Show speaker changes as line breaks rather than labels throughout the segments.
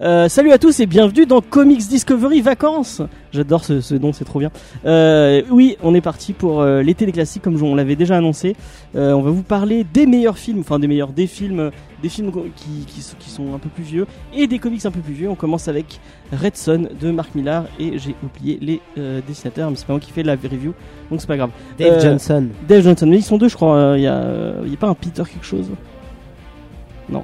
Euh, salut à tous et bienvenue dans Comics Discovery Vacances. J'adore ce, ce nom, c'est trop bien. Euh, oui, on est parti pour euh, l'été des classiques, comme je- on l'avait déjà annoncé. Euh, on va vous parler des meilleurs films, enfin des meilleurs des films, euh, des films qu'on- qui, qui sont- qui sont un peu plus vieux et des comics un peu plus vieux. On commence avec Red Son de Mark Millar et j'ai oublié les euh, dessinateurs, mais c'est pas moi qui fais la review, donc c'est pas grave.
Dave
Euh,
Johnson.
Dave Johnson, mais ils sont deux, je crois. euh, Il y a, euh, il y a pas un Peter quelque chose Non.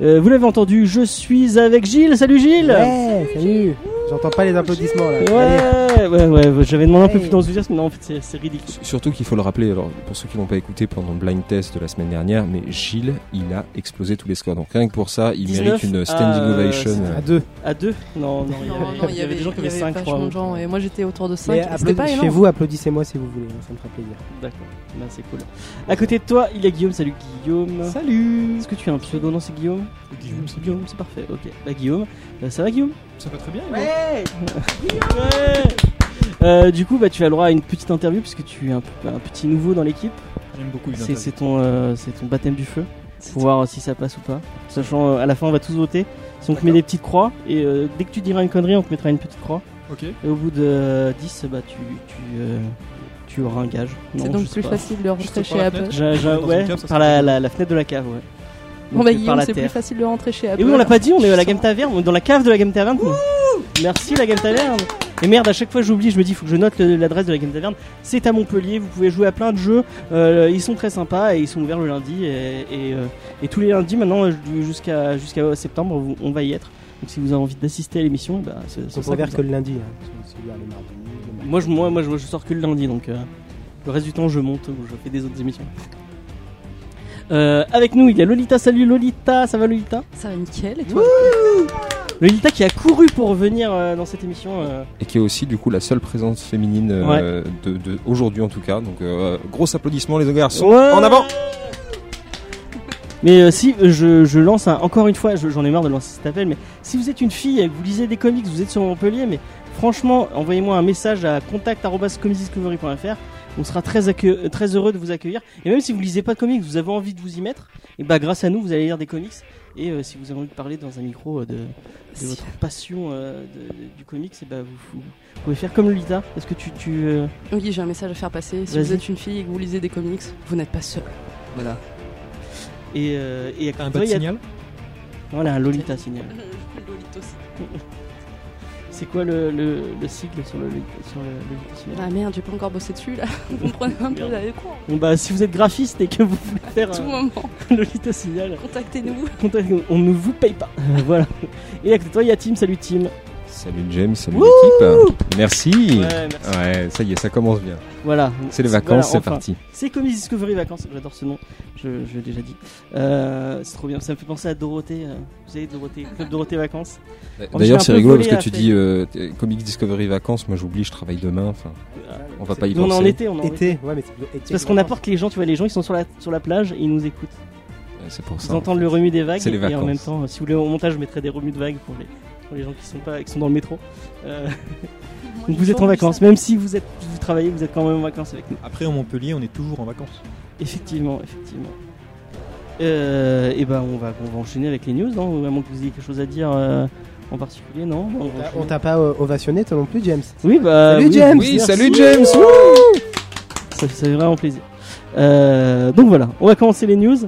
Euh, vous l'avez entendu, je suis avec Gilles. Salut Gilles
Ouais, salut. J'entends pas les applaudissements là. Allez.
Ouais, ouais, ouais, j'avais demandé un peu
Hey.
plus d'enthousiasme, mais non, en fait, c'est- c'est ridicule.
S- Surtout qu'il faut le rappeler, alors pour ceux qui l'ont pas écouté pendant le blind test de la semaine dernière, mais Gilles, il a explosé tous les scores. Donc rien que pour ça, il
19
mérite une standing
à-
ovation. euh,
c'était
À deux.
À deux Non, non, il y
Non,
avait,
non,
il y avait des gens qui avaient
il y
5, je
vachement
crois.
de gens, et moi j'étais autour de 5,
Mais
c'était
applaudi-
pas
chez
énorme.
vous, applaudissez-moi si vous voulez, hein, ça me fera plaisir.
D'accord, ben, c'est cool. À côté de toi, il y a Guillaume. Salut Guillaume.
Salut
Est-ce que tu as un pseudo Non, c'est Guillaume
Guillaume, c'est
Guillaume, c'est parfait. Ok, bah Guillaume. Euh, ça va Guillaume
Ça va très bien.
Ouais. Euh, du coup, bah, tu as le droit à une petite interview puisque tu es un, p- un petit nouveau dans l'équipe.
J'aime beaucoup les
C'est c'est
interviews.
ton, euh, c'est ton baptême du feu pour voir euh, si ça passe ou pas. Sachant, euh, à la fin, on va tous voter. Si on te met des petites croix et euh, dès que tu diras une connerie, on te mettra une petite croix.
Ok.
Et au bout de euh, 10, bah, tu, tu, euh, tu auras un gage. Non,
C'est
je
donc
sais
plus
pas.
facile de
Juste
rentrer
par
chez
la
Apple.
fenêtre.
J'ai- j'ai-
Dans une
ouais,
cave, ça serait
par la,
cool.
la- la fenêtre de la cave, ouais.
Bon
Donc,
bah
euh, par
Guillaume,
la
c'est plus
terre.
facile de rentrer chez Apple.
Et oui, on l'a pas dit, on est à la Game Taverne, on est dans la cave de la Game Taverne. Merci la Game Taverne. Et merde, à chaque fois j'oublie, je me dis, faut que je note le- l'adresse de la Game Taverne. C'est à Montpellier, vous pouvez jouer à plein de jeux. Euh, ils sont très sympas et ils sont ouverts le lundi. Et, et, euh, et tous les lundis maintenant, euh, du- jusqu'à jusqu'à septembre, vous- on va y être. Donc si vous avez envie d'assister à l'émission, bah, c'est
On
c'est
peut
ça.
ouvert
que
que le lundi. hein. Celui-là, le mardi, le
vous-
mardi.
Moi, je, moi, moi je, je sors que le lundi, donc euh, le reste du temps je monte ou je fais des autres émissions. Euh, avec nous, il y a Lolita. Salut Lolita, ça va Lolita
Ça va nickel, et toi
Lolita qui a couru pour venir euh, dans cette émission. euh,
Et qui est aussi du coup la seule présence féminine euh, de, de- aujourd'hui en tout cas. Donc euh, gros applaudissement les garçons.
Ouais.
En avant
Mais euh, si euh, je, je lance un, encore une fois, je- j'en ai marre de lancer cet appel, mais si vous êtes une fille et que vous lisez des comics, vous êtes sur Montpellier, mais franchement, envoyez-moi un message à contact.comicsdiscovery.fr. On sera très, accue- très heureux de vous accueillir. Et même si vous lisez pas de comics, vous avez envie de vous y mettre, et bah grâce à nous, vous allez lire des comics. Et euh, si vous avez envie de parler dans un micro euh, de, de
Si.
votre passion euh, de- du comics, et bah vous, vous pouvez faire comme Lolita. Est-ce que tu, tu euh,
Oui, j'ai un message à faire passer. Si
Vas-y.
vous êtes une fille et que vous lisez des comics, vous n'êtes pas seul. Voilà.
et, euh, et à
T'as un
côté,
bas de
il y a-
signal
Voilà un Lolita signal.
Lolitos.
C'est quoi le, le, le sigle sur le, sur le, le dictionnaire
Ah merde, j'ai pas encore bossé dessus là. Vous me prenez un peu
Merde.
là. les cours.
Bon bah si vous êtes graphiste et que vous voulez faire
À tout
euh,
moment,
Lolita Signal,
contactez-nous.
contactez- on ne vous paye pas. voilà. Et à côté de toi il y a Tim, salut Tim.
Salut James, salut l'équipe. Merci.
Oh. Ouais, merci.
Ouais, ça y est, ça commence bien.
Voilà.
C'est les
Voilà,
vacances, c'est
enfin.
parti.
C'est Comics Discovery Vacances, j'adore ce nom, je, je l'ai déjà dit. Euh, c'est trop bien, ça me fait penser à Dorothée, euh, vous savez Dorothée, Club Dorothée Vacances.
D'ailleurs,
j'ai
c'est
un peu
rigolo
volé
parce que
à
tu
fait.
dis euh, t- Comic Discovery Vacances, moi j'oublie, je travaille demain. Enfin, on va pas y
Non, on est en
penser.
été, on est en été.
Été, ouais, mais c'est plutôt été.
C'est parce qu'on apporte les gens, tu vois, les gens ils sont sur la, sur la plage et ils nous écoutent.
Ouais, C'est pour
Ils
ça.
entendent le remue des vagues
C'est les
et en
vacances.
même temps, euh, si vous voulez au montage, je mettrai des remues de vagues pour les, pour les gens qui sont pas, qui sont dans le métro. Euh, donc vous êtes en vacances, même si vous êtes, vous travaillez, vous êtes quand même en vacances avec nous.
Après, en Montpellier, on est toujours en vacances.
Effectivement, effectivement. Euh, et ben on va, on va enchaîner avec les news, non Ou À moins que vous ayez quelque chose à dire euh, en particulier, non On va
T'as-
enchaîner.
On t'a pas euh, ovationné toi non plus, James.
Oui, bah
Salut,
oui,
James.
Oui,
merci.
salut James.
Ça ça fait vraiment plaisir. Euh, donc voilà, on va commencer les news.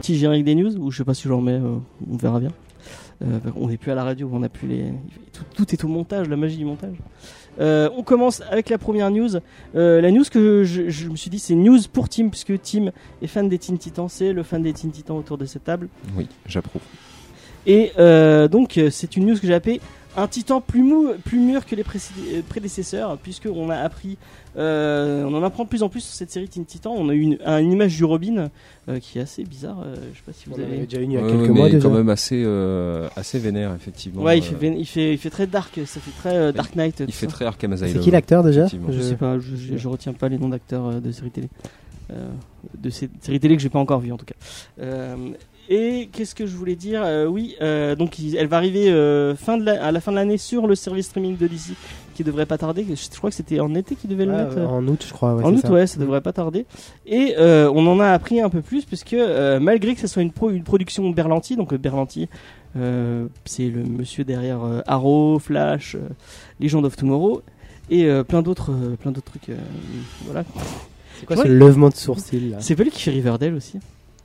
Petit générique des news, ou je sais pas si j'en mets, euh, on verra bien. Euh, on n'est plus à la radio, on n'a plus les. Tout, tout est au montage, la magie du montage. Euh, on commence avec la première news. Euh, la news que je, je me suis dit, c'est news pour Tim, puisque Tim est fan des Teen Titans, c'est le fan des Teen Titans autour de cette table.
Oui, j'approuve.
Et euh, donc, euh, c'est une news que j'ai appelée un titan plus, mou, plus mûr que les précé- euh, prédécesseurs, puisqu'on a appris, euh, on en apprend de plus en plus sur cette série Teen Titan. On a eu une, un- une image du Robin euh, qui est assez bizarre. euh, je sais pas si
On
vous
en avait
avez.
déjà une il y a
Ouais,
quelques
ouais,
mois
mais
déjà.
quand même assez, euh, assez vénère, effectivement.
Ouais, il fait,
Euh,
ven- il, fait, il fait très dark, ça fait très euh, Dark Knight. tout
il fait
ça.
très Arkham Asylum.
C'est qui l'acteur déjà
Effectivement.
Je sais pas, je, je- je retiens pas les noms d'acteurs euh, de séries télé. Euh, de ces séries télé que j'ai pas encore vues en tout cas. Euh, et qu'est-ce que je voulais dire Euh, Oui, euh, donc il- elle va arriver euh, fin de la- à la fin de l'année sur le service streaming de DC qui devrait pas tarder. Je, je crois que c'était en été qu'ils devaient le
Ouais,
mettre.
euh, en août, je crois. ouais,
en
c'est
août,
ça.
ouais, ça devrait pas tarder. Et euh, on en a appris un peu plus, puisque euh, malgré que ce soit une, pro- une production Berlanti, donc euh, Berlanti, euh, c'est le monsieur derrière euh, Arrow, Flash, euh, Legend of Tomorrow, et euh, plein d'autres euh, plein d'autres trucs. euh, voilà.
C'est quoi
Ouais.
ce levement de sourcils là
C'est pas lui qui fait Riverdale aussi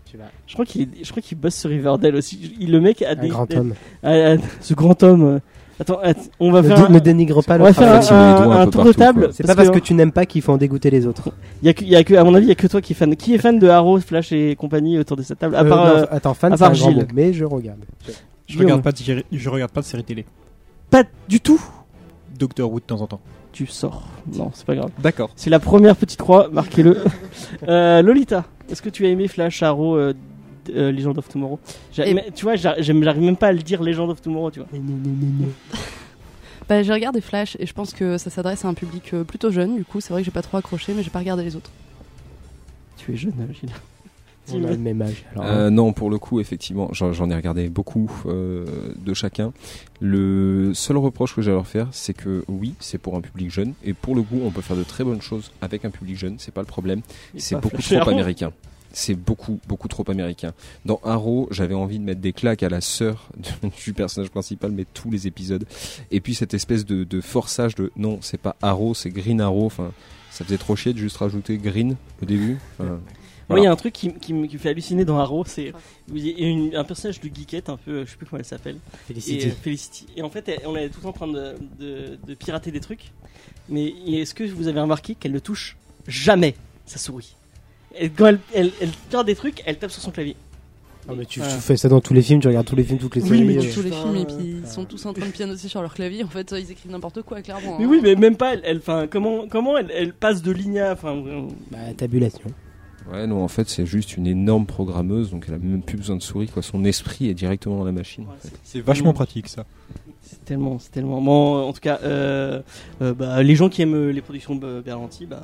Tu vas-
Je crois qu'il est- je crois qu'il bosse sur Riverdale aussi. Il, le mec a
Un
des.
grand homme.
a- a- ce grand homme. euh. Attends, att- on va
Ne,
faire.
dé- ne
un-
dénigre pas
on
le
va faire
En
un,
fait, Ah, il met les doigts
un
un peu
tour de
partout,
table.
quoi.
C'est pas parce
que-
que tu n'aimes pas qu'il faut en dégoûter les autres.
Il y a que, il y a que, à mon avis, il y a que toi qui est fan. Qui est fan de Arrow, Flash et compagnie autour de cette table À
Euh,
part
non,
euh,
attends, fan,
à
c'est un
part
grand
Gilles.
mot, mais je regarde.
Je regarde
Guillaume.
pas de série- je regarde pas de série télé.
pas du tout.
Doctor Who de temps en temps.
Tu sors. Non, c'est pas grave.
D'accord.
C'est la première petite croix, marquez-le. Euh, Lolita, est-ce que tu as aimé Flash, Arrow, euh, d- euh, Legend of Tomorrow J'ai-
Eh-
mais, Tu vois, j'ar- j'aime- j'arrive même pas à le dire Legend of Tomorrow, tu vois.
Bah, j'ai regardé Flash et je pense que ça s'adresse à un public euh, plutôt jeune. Du coup, c'est vrai que j'ai pas trop accroché, mais j'ai pas regardé les autres.
Tu es jeune, euh, Gilles.
On a le même âge. alors, hein.
Euh, non, pour le coup, effectivement, j'en j'en ai regardé beaucoup euh, de chacun. Le seul reproche que j'ai à leur faire, c'est que oui, c'est pour un public jeune, et pour le coup, on peut faire de très bonnes choses avec un public jeune, c'est pas le problème.
Et
C'est
pas
beaucoup
Flash
trop
et Arrow.
américain. C'est beaucoup, beaucoup trop américain. Dans Arrow, j'avais envie de mettre des claques à la sœur du- du personnage principal, mais tous les épisodes. Et puis cette espèce de, de forçage de non, c'est pas Arrow, c'est Green Arrow. Enfin, ça faisait trop chier de juste rajouter Green au début. Enfin,
Moi, il y
Voilà.
a un truc qui, m- qui me qui me fait halluciner dans Arrow, c'est il y a une- un personnage de geekette, un peu, euh, je sais plus comment elle s'appelle. Et, euh, Felicity. Et en fait, elle- on est tout le temps en train de, de- de pirater des trucs. Mais est-ce que vous avez remarqué qu'elle ne touche jamais sa souris Et Quand elle, elle, elle perd des trucs, elle tape sur son clavier.
Ah, mais tu,
Ouais.
tu fais ça dans tous les films, tu regardes tous les films, toutes les
euh, Oui,
séries.
mais
mais
euh,
tu-
tous les
putain,
films et
euh,
puis ils sont tous en train de pianoter sur leur clavier. En fait, ils écrivent n'importe quoi, clairement.
Mais
hein.
oui, mais même pas. Elle, elle- enfin, comment, comment elle, elle passe de ligne à. Enfin, euh,
Bah, tabulation.
Ouais, non, en fait, c'est juste une énorme programmeuse, donc elle a même plus besoin de souris, quoi. Son esprit est directement dans la machine.
ouais,
en fait.
C'est vachement pratique ça.
C'est tellement, c'est tellement. Bon, euh, en tout cas, euh, euh, bah, les gens qui aiment euh, les productions de Berlanti, bah,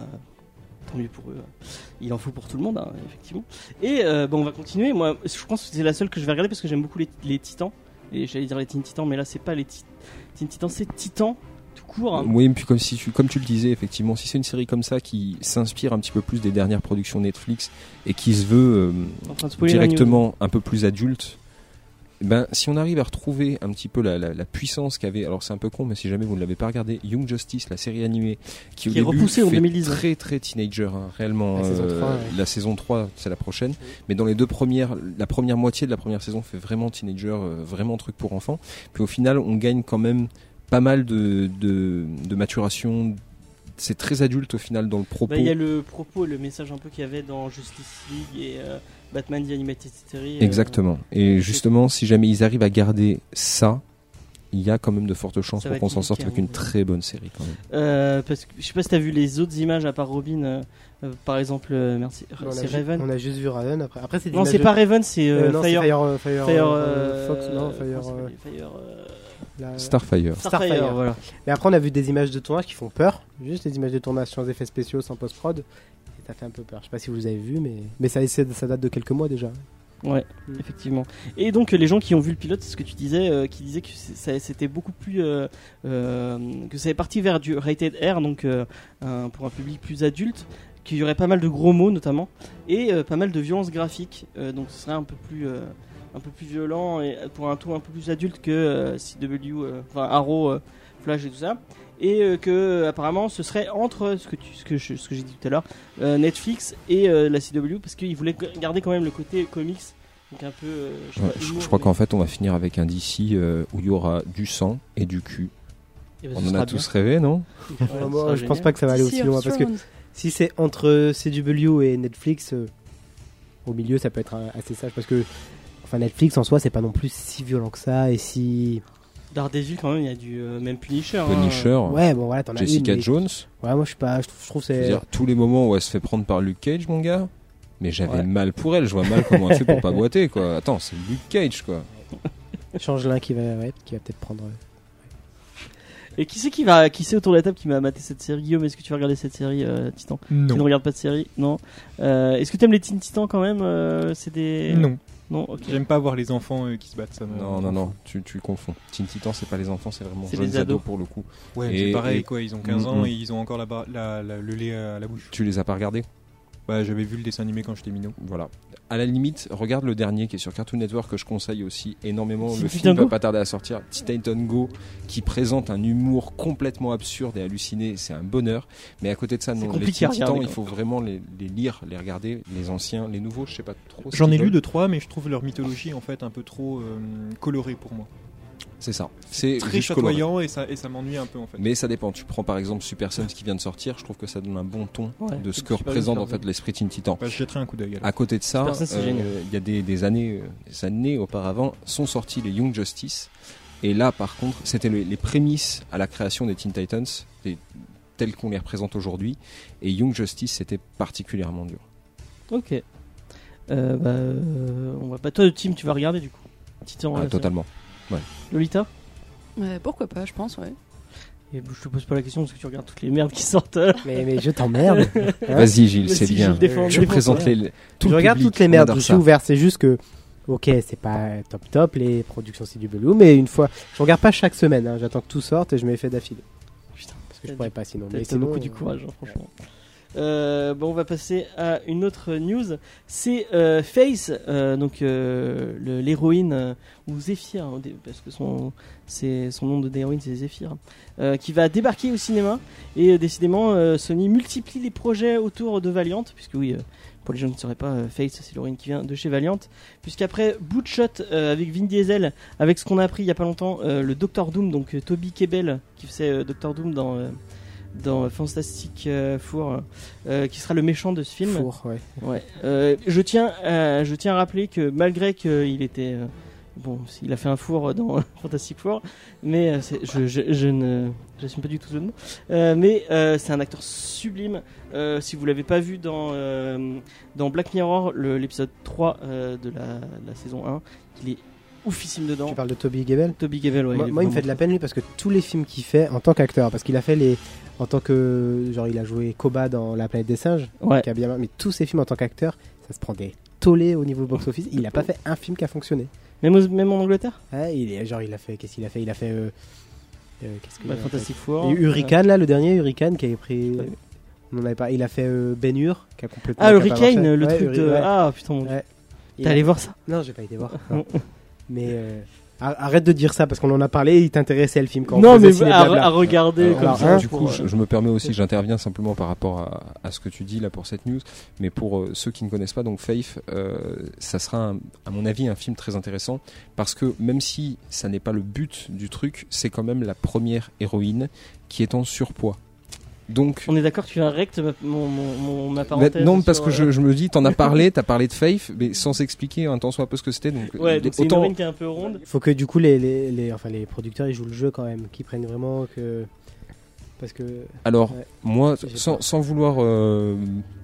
tant mieux pour eux. hein. Il en faut pour tout le monde, hein, effectivement. Et euh, bah, on va continuer. Moi, je pense que c'est la seule que je vais regarder parce que j'aime beaucoup les, les Titans. Et j'allais dire les Teen Titans, mais là, c'est pas les Ti- Teen Titans, c'est Titans tout court. hein.
Oui, mais puis comme, si tu, comme tu le disais, effectivement, si c'est une série comme ça qui s'inspire un petit peu plus des dernières productions Netflix et qui se veut euh,
En train de spoiler la news.
directement un peu plus adulte, ben, si on arrive à retrouver un petit peu la, la- la puissance qu'avait, alors c'est un peu con, mais si jamais vous ne l'avez pas regardé, Young Justice, la série animée, qui, au
Qui est
début
repoussée en
fait
2010.
très très teenager, hein, réellement.
La saison 3, ouais.
la saison 3, c'est la prochaine, mais dans les deux premières, la première moitié de la première saison fait vraiment teenager, euh, vraiment truc pour enfants. Puis au final, on gagne quand même pas mal de, de, de maturation. C'est très adulte au final dans le propos.
Bah, Il y a le propos, le message un peu qu'il y avait dans Justice League et euh, Batman The Animated Series. euh,
Exactement. Et justement, si jamais ils arrivent à garder ça, il y a quand même de fortes chances
Ça va
pour qu'on
être
s'en sorte
nickel,
avec
hein.
une très bonne série quand même.
Euh, parce que je sais pas si t'as vu les autres images à part Robin, euh, euh, par exemple, euh, merci,
On a
c'est
ju-
Raven.
On a juste vu Raven après. Après, c'est des
Non, c'est
images-
pas Raven, c'est euh,
Euh, non, c'est
Fire.
Fire, euh, Fire,
Fire,
euh,
euh,
Fox, non, Fire,
comment ça
euh,
s'appelle Fire, euh,
la-
Starfire.
Starfire,
Starfire.
voilà.
Mais après, on a vu des images de tournage qui font peur. Juste des images de tournage sans effets spéciaux, sans post-prod. Et ça fait un peu peur. Je sais pas si vous avez vu, mais, mais ça, c'est- ça date de quelques mois déjà.
Ouais,
Mm.
effectivement. Et donc euh, les gens qui ont vu le pilote, c'est ce que tu disais, euh, qui disaient que c'est- ça- c'était beaucoup plus, euh, euh, que ça est parti vers du rated R, donc euh, un- pour un public plus adulte, qu'il y aurait pas mal de gros mots notamment et euh, pas mal de violence graphique, euh, donc ce serait un peu plus, euh, un peu plus violent et euh, pour un ton un peu plus adulte que euh, CW, euh, enfin Arrow, euh, Flash et tout ça. Et euh, que euh, apparemment ce serait entre ce que tu, ce que je- ce que j'ai dit tout à l'heure, euh, Netflix et euh, la CW parce qu'ils voulaient garder quand même le côté comics donc un peu. euh, je, sais
Ouais,
pas,
je,
humour,
je crois
mais-
qu'en fait, on va finir avec un DC euh, où il y aura du sang et du cul.
Eh ben, ce
On en
sera
a tous rêvé, non
bien. Ouais, ce sera
Moi, je pense
génial.
pas que ça va aller
Sea
aussi
of
loin. Parce que
Thrones.
si c'est entre CW et Netflix, euh, au milieu, ça peut être euh, assez sage. Parce que, Enfin, Netflix en soi, c'est pas non plus si violent que ça et si.
Daredevil, quand même, il y a du euh, même Punisher. hein.
Punisher,
Ouais, bon voilà, t'en as
Jessica
une, mais-
Jones.
Ouais, moi je suis pas. Je trouve, je trouve que
Je veux
c'est.
dire, tous les moments où elle se fait prendre par Luke Cage, mon gars. Mais j'avais
Ouais.
mal pour elle, je vois mal comment elle fait pour pas boiter, quoi. Attends, c'est Luke Cage, quoi.
Change l'un qui va, ouais, qui va peut-être prendre. euh,
Et qui c'est qui va, qui c'est autour de la table qui m'a maté cette série Guillaume, est-ce que tu vas regarder cette série, euh, Titan Tu ne
Non.
regardes pas de série Non. Euh, est-ce que tu aimes les Teen Titans quand même Euh, C'est des.
Non.
Non, ok.
J'aime pas voir les enfants euh, qui se battent. Ça me-
Non, non, non, tu, tu confonds. Teen Titan, c'est pas les enfants, c'est vraiment
C'est
jeunes
les
ados.
ados.
pour le coup.
Ouais,
Et-
c'est pareil,
et-
quoi. Ils ont 15 ans
Mhm.
et ils ont encore la bar- la- la- le lait à la bouche.
Tu les as pas regardés
Bah, j'avais vu le dessin animé quand j'étais minot.
Voilà. À la limite, regarde le dernier qui est sur Cartoon Network que je conseille aussi énormément.
Teen
Le
Titan
film va
Go
pas tarder à sortir. Teen Titan Go, qui présente un humour complètement absurde et halluciné, c'est un bonheur. Mais à côté de ça,
C'est
non, les
compliqué à
Teen Titans,
regarder,
il faut vraiment les, les lire, les regarder, les anciens, les nouveaux, je sais pas trop. ce
J'en ai
qu'ils
lu
veulent.
deux trois, mais je trouve leur mythologie en fait un peu trop euh, colorée pour moi.
C'est ça. C'est
Très
juste coloré.
chatoyant et ça et ça m'ennuie un peu en fait.
Mais ça dépend. Tu prends par exemple Super Sons qui vient de sortir, je trouve que ça donne un bon ton
Ouais.
de ce que
Super
représente en
Sons.
fait l'esprit Teen Titan.
Bah, je jetterai un coup d'œil. alors.
À côté de ça,
Super Sons, c'est
euh,
génial.
il y a des, des années, euh, des années auparavant, sont sortis les Young Justice. Et là, par contre, c'était le- les prémices à la création des Teen Titans, des- tels qu'on les représente aujourd'hui. Et Young Justice, c'était particulièrement dur.
Ok. Euh, bah, euh, on va pas. Toi, Tim, tu vas regarder du coup. Titan. la
Ah,
série.
totalement.
Lolita.
Ouais, pourquoi pas, je pense, ouais.
Et je te pose pas la question parce que tu regardes toutes les merdes qui sortent. euh.
Mais, mais je t'emmerde. Hein
Vas-y, Gilles,
Mais
c'est
si,
bien.
Je, défends,
Je
défends
présente
ça.
les.
je
tout le
regarde
public,
toutes les
on
merdes,
adore
je suis
ça.
ouvert. C'est juste que, ok, c'est pas top top, les productions c'est du belou, mais une fois, je regarde pas chaque semaine, hein, j'attends que tout sorte et je me les fais d'affilée.
Putain,
Parce que je pourrais pas sinon.
T'as-
Mais
T'as
c'est
beaucoup du courage, hein, franchement. Euh, bon, on va passer à une autre news. C'est euh, Face, euh, donc euh, le- l'héroïne euh, ou Zephyr, hein, dé- parce que son c'est son nom de d'héroïne c'est Zephyr, euh, qui va débarquer au cinéma. Et euh, décidément, euh, Sony multiplie les projets autour de Valiant, puisque oui, euh, pour les gens qui ne sauraient pas, euh, Face c'est l'héroïne qui vient de chez Valiant. Puisqu'après Bootshot euh, avec Vin Diesel, avec ce qu'on a appris il y a pas longtemps, euh, le Docteur Doom, donc euh, Toby Kebbell qui faisait euh, Docteur Doom dans euh, dans Fantastic euh, Four, euh, qui sera le méchant de ce film.
Four, ouais.
Ouais. Euh, je tiens, à, je tiens à rappeler que malgré qu'il était euh, bon, il a fait un four dans Fantastic Four, mais euh, c'est- je, je, je ne, j'assume pas du tout ce jeu de mots. Euh, mais euh, c'est un acteur sublime. Euh, si vous l'avez pas vu dans euh, dans Black Mirror, le- l'épisode 3 euh, de la, la saison 1, il est oufissime dedans.
Tu parles de Toby Gabel
Toby Gabel, ouais,
Moi,
est
moi, il
vraiment
me fait de la
fou.
peine lui parce que tous les films qu'il fait en tant qu'acteur, parce qu'il a fait les. En tant que. Genre, il a joué Koba dans La planète des singes,
Ouais.
qui a bien. Mais tous ces films en tant qu'acteur, ça se prend des tollés au niveau box-office. Il a pas fait un film qui a fonctionné.
Même, aux- même en Angleterre,
Hein, il est, genre, il a fait. Qu'est-ce qu'il a fait Il a fait. euh, euh, qu'est-ce qu'il
Bah,
a fait
Fantastic Four.
Et
euh,
Hurricane, là, le dernier Hurricane qui avait pris.
Ouais.
On en avait pas. Il a fait euh, Ben Hur, qui a complètement.
Ah,
qui a
le
pas
Hurricane,
marché.
le
Ouais,
truc
Hurri-
de.
ouais.
Ah putain, mon dieu.
Ouais. Il
T'es
a-
allé voir ça
Non, j'ai pas été voir.
Non.
Mais euh, ar- arrête de dire ça parce qu'on en a parlé. Il t'intéressait le film quand on
Non,
faisait
mais
Ciné
à,
Blabla.
à regarder
Alors,
comme
alors,
ça.
hein,
du
pour,
coup,
euh,
je, je me permets aussi, j'interviens simplement par rapport à, à ce que tu dis là pour cette news, mais pour euh, ceux qui ne connaissent pas, donc Faith, euh, ça sera un- à mon avis un film très intéressant parce que même si ça n'est pas le but du truc, c'est quand même la première héroïne qui est en surpoids. Donc
On est d'accord, tu inrectes ma, mon, mon, mon- ma
bah,
parenthèse.
non, parce
sur,
que je,
euh,
je me dis, t'en as parlé, t'as parlé de Faith, mais sans expliquer un temps soit un peu ce que c'était. Donc,
Ouais,
euh,
donc c'est une
autant
urine qui est un peu ronde.
Faut que du coup les, les, les- enfin, les producteurs ils jouent le jeu quand même, qu'ils prennent vraiment que. Parce que.
Alors,
Ouais.
moi,
J'ai
sans, sans vouloir euh,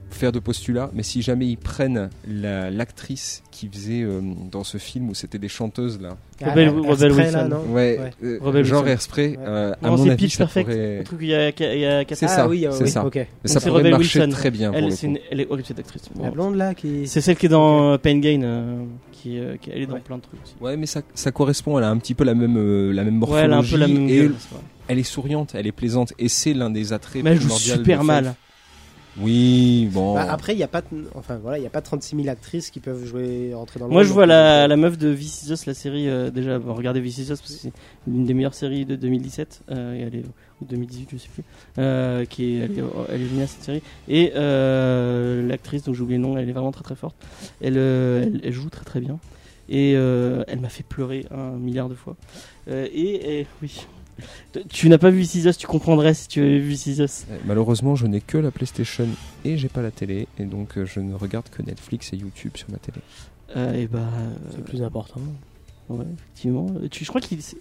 faire de postulat, mais si jamais ils prennent la- l'actrice qui faisait euh, dans ce film où c'était des chanteuses là,
Rebel-
ah, la- la
Rebel
spray,
Wilson.
là, non
ouais,
Ouais.
euh,
Rebel
genre
Wilson.
Airspray,
Ouais.
euh, à
Non,
mon
c'est
avis,
Pitch
ça
Perfect. Le
pourrait,
truc, il y a, il y a quatre-
c'est ça,
oui, euh,
c'est
oui,
ça.
ok.
ça
c'est
pourrait
Rebel
marcher
Wilson.
très bien. pour
elle,
le
c'est
coup.
une- elle est horrible cette actrice. Bon,
La blonde là qui.
C'est celle qui est dans euh, Pain Gain, euh, qui, euh, qui- elle est dans
Ouais.
plein de trucs aussi.
Ouais, mais ça, ça correspond. Elle a un petit peu la même, euh, la même
Ouais,
morphologie.
elle a un peu la même
et
gueule. c'est vrai.
elle est souriante, elle est plaisante, et c'est l'un des attraits.
Mais elle joue
primordiaux de
super
Faith.
mal.
Oui, bon.
Bah, après, il n'y a pas, t- enfin voilà, il y a pas 36 000 actrices qui peuvent jouer, rentrer dans le.
Moi,
rôle,
je
donc,
vois la,
euh,
la meuf de Vicisios, la série. euh, déjà, bon, regardez Vicisios parce que c'est l'une des meilleures séries de 2017. euh, et elle est, ou 2018, je sais plus. euh, qui est, elle, est, elle est géniale cette série. Et euh, l'actrice, dont j'ai oublié le nom, elle est vraiment très très forte. Elle, euh, elle, elle joue très très bien. Et euh, elle m'a fait pleurer un milliard de fois. Euh, et, et- oui. Tu- Tu n'as pas vu Vicisios, tu comprendrais si tu avais vu Vicisios.
Euh, Malheureusement, je n'ai que la PlayStation et j'ai pas la télé, et donc euh, je ne regarde que Netflix et YouTube sur ma télé.
Euh, et bah,
C'est plus important.
euh, ouais, effectivement. Euh, Tu, je crois qu'il. c'est-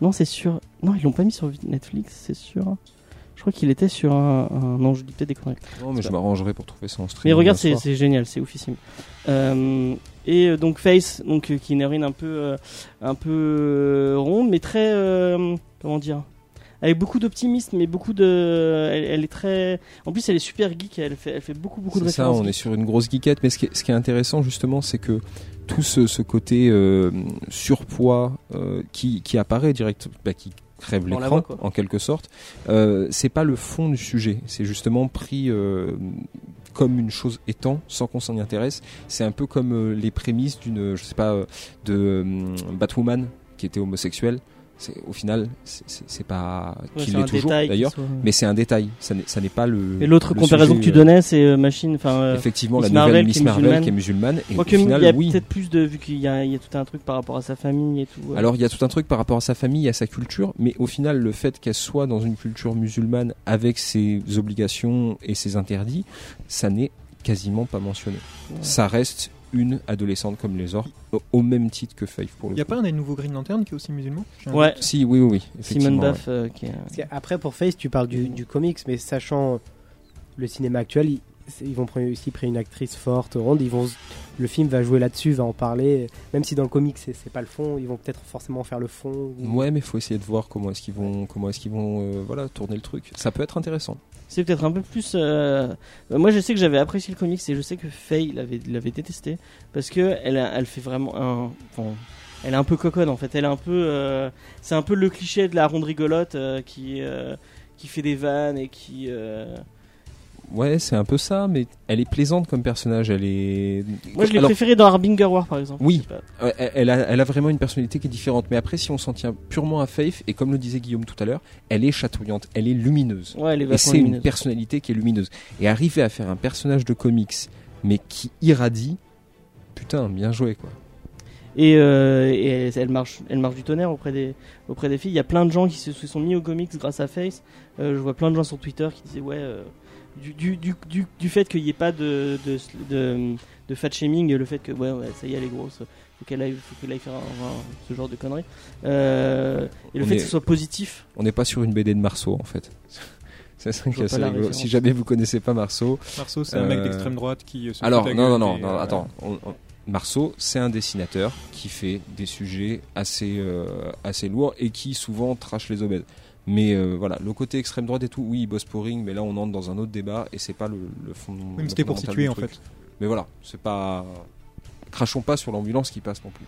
Non, c'est sur. Non, ils l'ont pas mis sur Netflix, c'est sûr. Je crois qu'il était sur un. un- Non, je dis peut-être des conneries.
Non, mais je
pas-
m'arrangerai pour trouver ça en stream.
Mais regarde,
un
c'est
soir.
c'est génial, c'est oufissime. Euh, et euh, donc Face, donc euh, qui est une héroïne un peu, euh, un peu euh, ronde, mais très, euh, comment dire, avec beaucoup d'optimisme, mais beaucoup de, elle, elle est très, en plus elle est super geek, elle fait, elle fait beaucoup, beaucoup de
C'est ça,
références.
on est sur une grosse geekette, mais ce qui est, ce qui est intéressant justement, c'est que tout ce, ce côté euh, surpoids euh, qui, qui apparaît direct, bah, qui crève
Dans la
l'écran
voix, quoi.
en quelque sorte, euh, c'est pas le fond du sujet, c'est justement pris euh, comme une chose étant, sans qu'on s'en y intéresse. C'est un peu comme euh, les prémices d'une, je sais pas, euh, de euh, Batwoman qui était homosexuelle. C'est, au final, c'est, c'est- c'est pas
Ouais,
qu'il
c'est un
l'est toujours
détail qui
d'ailleurs,
soit-
mais c'est un détail. Ça n'est, ça n'est pas le.
Et l'autre
le
comparaison
sujet,
que tu
euh,
donnais, c'est euh, machine, enfin. euh,
effectivement
Miss
la nouvelle
Marvel qui
Miss
est
Marvel
musulmane.
qui est musulmane et
je crois
au
que il y
final
a
oui
peut-être plus de vu qu'il y a, il y a tout un truc par rapport à sa famille et tout. euh.
alors il y a tout un truc par rapport à sa famille à sa culture mais au final le fait qu'elle soit dans une culture musulmane avec ses obligations et ses interdits ça n'est quasiment pas mentionné
Ouais.
ça reste une adolescente comme les autres au- au même titre que Faith pour le
Il y a
coup.
pas un des nouveaux Green Lantern qui est aussi musulman J'ai un
ouais,
si oui oui, oui
Simon
effectivement ouais.
Baff euh, qui est-
Parce qu'après, pour Face, tu parles du, du comics, mais sachant le cinéma actuel, ils, c'est- ils vont prendre aussi prendre une actrice forte, ronde. Ils vont, se- le film va jouer là-dessus, va en parler. Même si dans le comics, c'est c'est pas le fond, ils vont peut-être forcément faire le fond. ou-
Ouais, mais faut essayer de voir comment est-ce qu'ils vont, comment est-ce qu'ils vont, euh, voilà, tourner le truc. Ça peut être intéressant.
C'est peut-être un peu plus. euh, bah, Moi, je sais que j'avais apprécié le comics et je sais que Faye l'avait l'avait détesté parce que elle, a- elle fait vraiment un. enfin, elle est un peu coconne en fait. Elle est un peu. euh, C'est un peu le cliché de la ronde rigolote euh, qui euh, qui fait des vannes et qui. euh,
Ouais, c'est un peu ça, mais elle est plaisante comme personnage. Elle est.
Moi, je l'ai
Alors,
préférée dans Harbinger War par exemple.
Oui.
Je sais pas.
Euh, elle- elle a, elle a vraiment une personnalité qui est différente. Mais après, si on s'en tient purement à Faith, et comme le disait Guillaume tout à l'heure, elle est chatouillante, elle est lumineuse.
Ouais, elle est
Et
vachement
c'est une
lumineuse.
personnalité qui est lumineuse. Et arriver à faire un personnage de comics, mais qui irradie, putain, bien joué quoi.
Et, euh, et elle, elle marche, elle marche du tonnerre auprès des, auprès des filles. Il y a plein de gens qui se, se sont mis aux comics grâce à Face. Euh, je vois plein de gens sur Twitter qui disaient ouais, euh, du, du, du, du, du fait qu'il n'y ait pas de, de, de, de fat shaming, le fait que ouais, ouais, ça y est, elle est grosse, faut qu'elle aille, faut qu'elle aille faire un- un- ce genre de conneries. Euh, et le
On
fait
est-
que ce soit positif.
On n'est pas sur une BD de Marceau en fait. C'est ça
Je
qui est
vois
assez
pas la
rigolo.
référence.
Si jamais vous connaissez pas Marceau,
Marceau, c'est un mec
Euh,
d'extrême droite qui. euh, se
alors
fout de la
non non
gueule
non,
des,
non,
euh,
attends. On- on- Marceau, c'est un dessinateur qui fait des sujets assez euh, assez lourds et qui souvent trash les obèses. Mais euh, voilà, le côté extrême droite et tout, oui, il bosse pour Ring, mais là on entre dans un autre débat et c'est pas le, le fond.
Oui, mais
le
c'était pour
fondamental
situer
du
en
truc.
fait.
Mais voilà, c'est pas. Crachons pas sur l'ambulance qui passe non plus.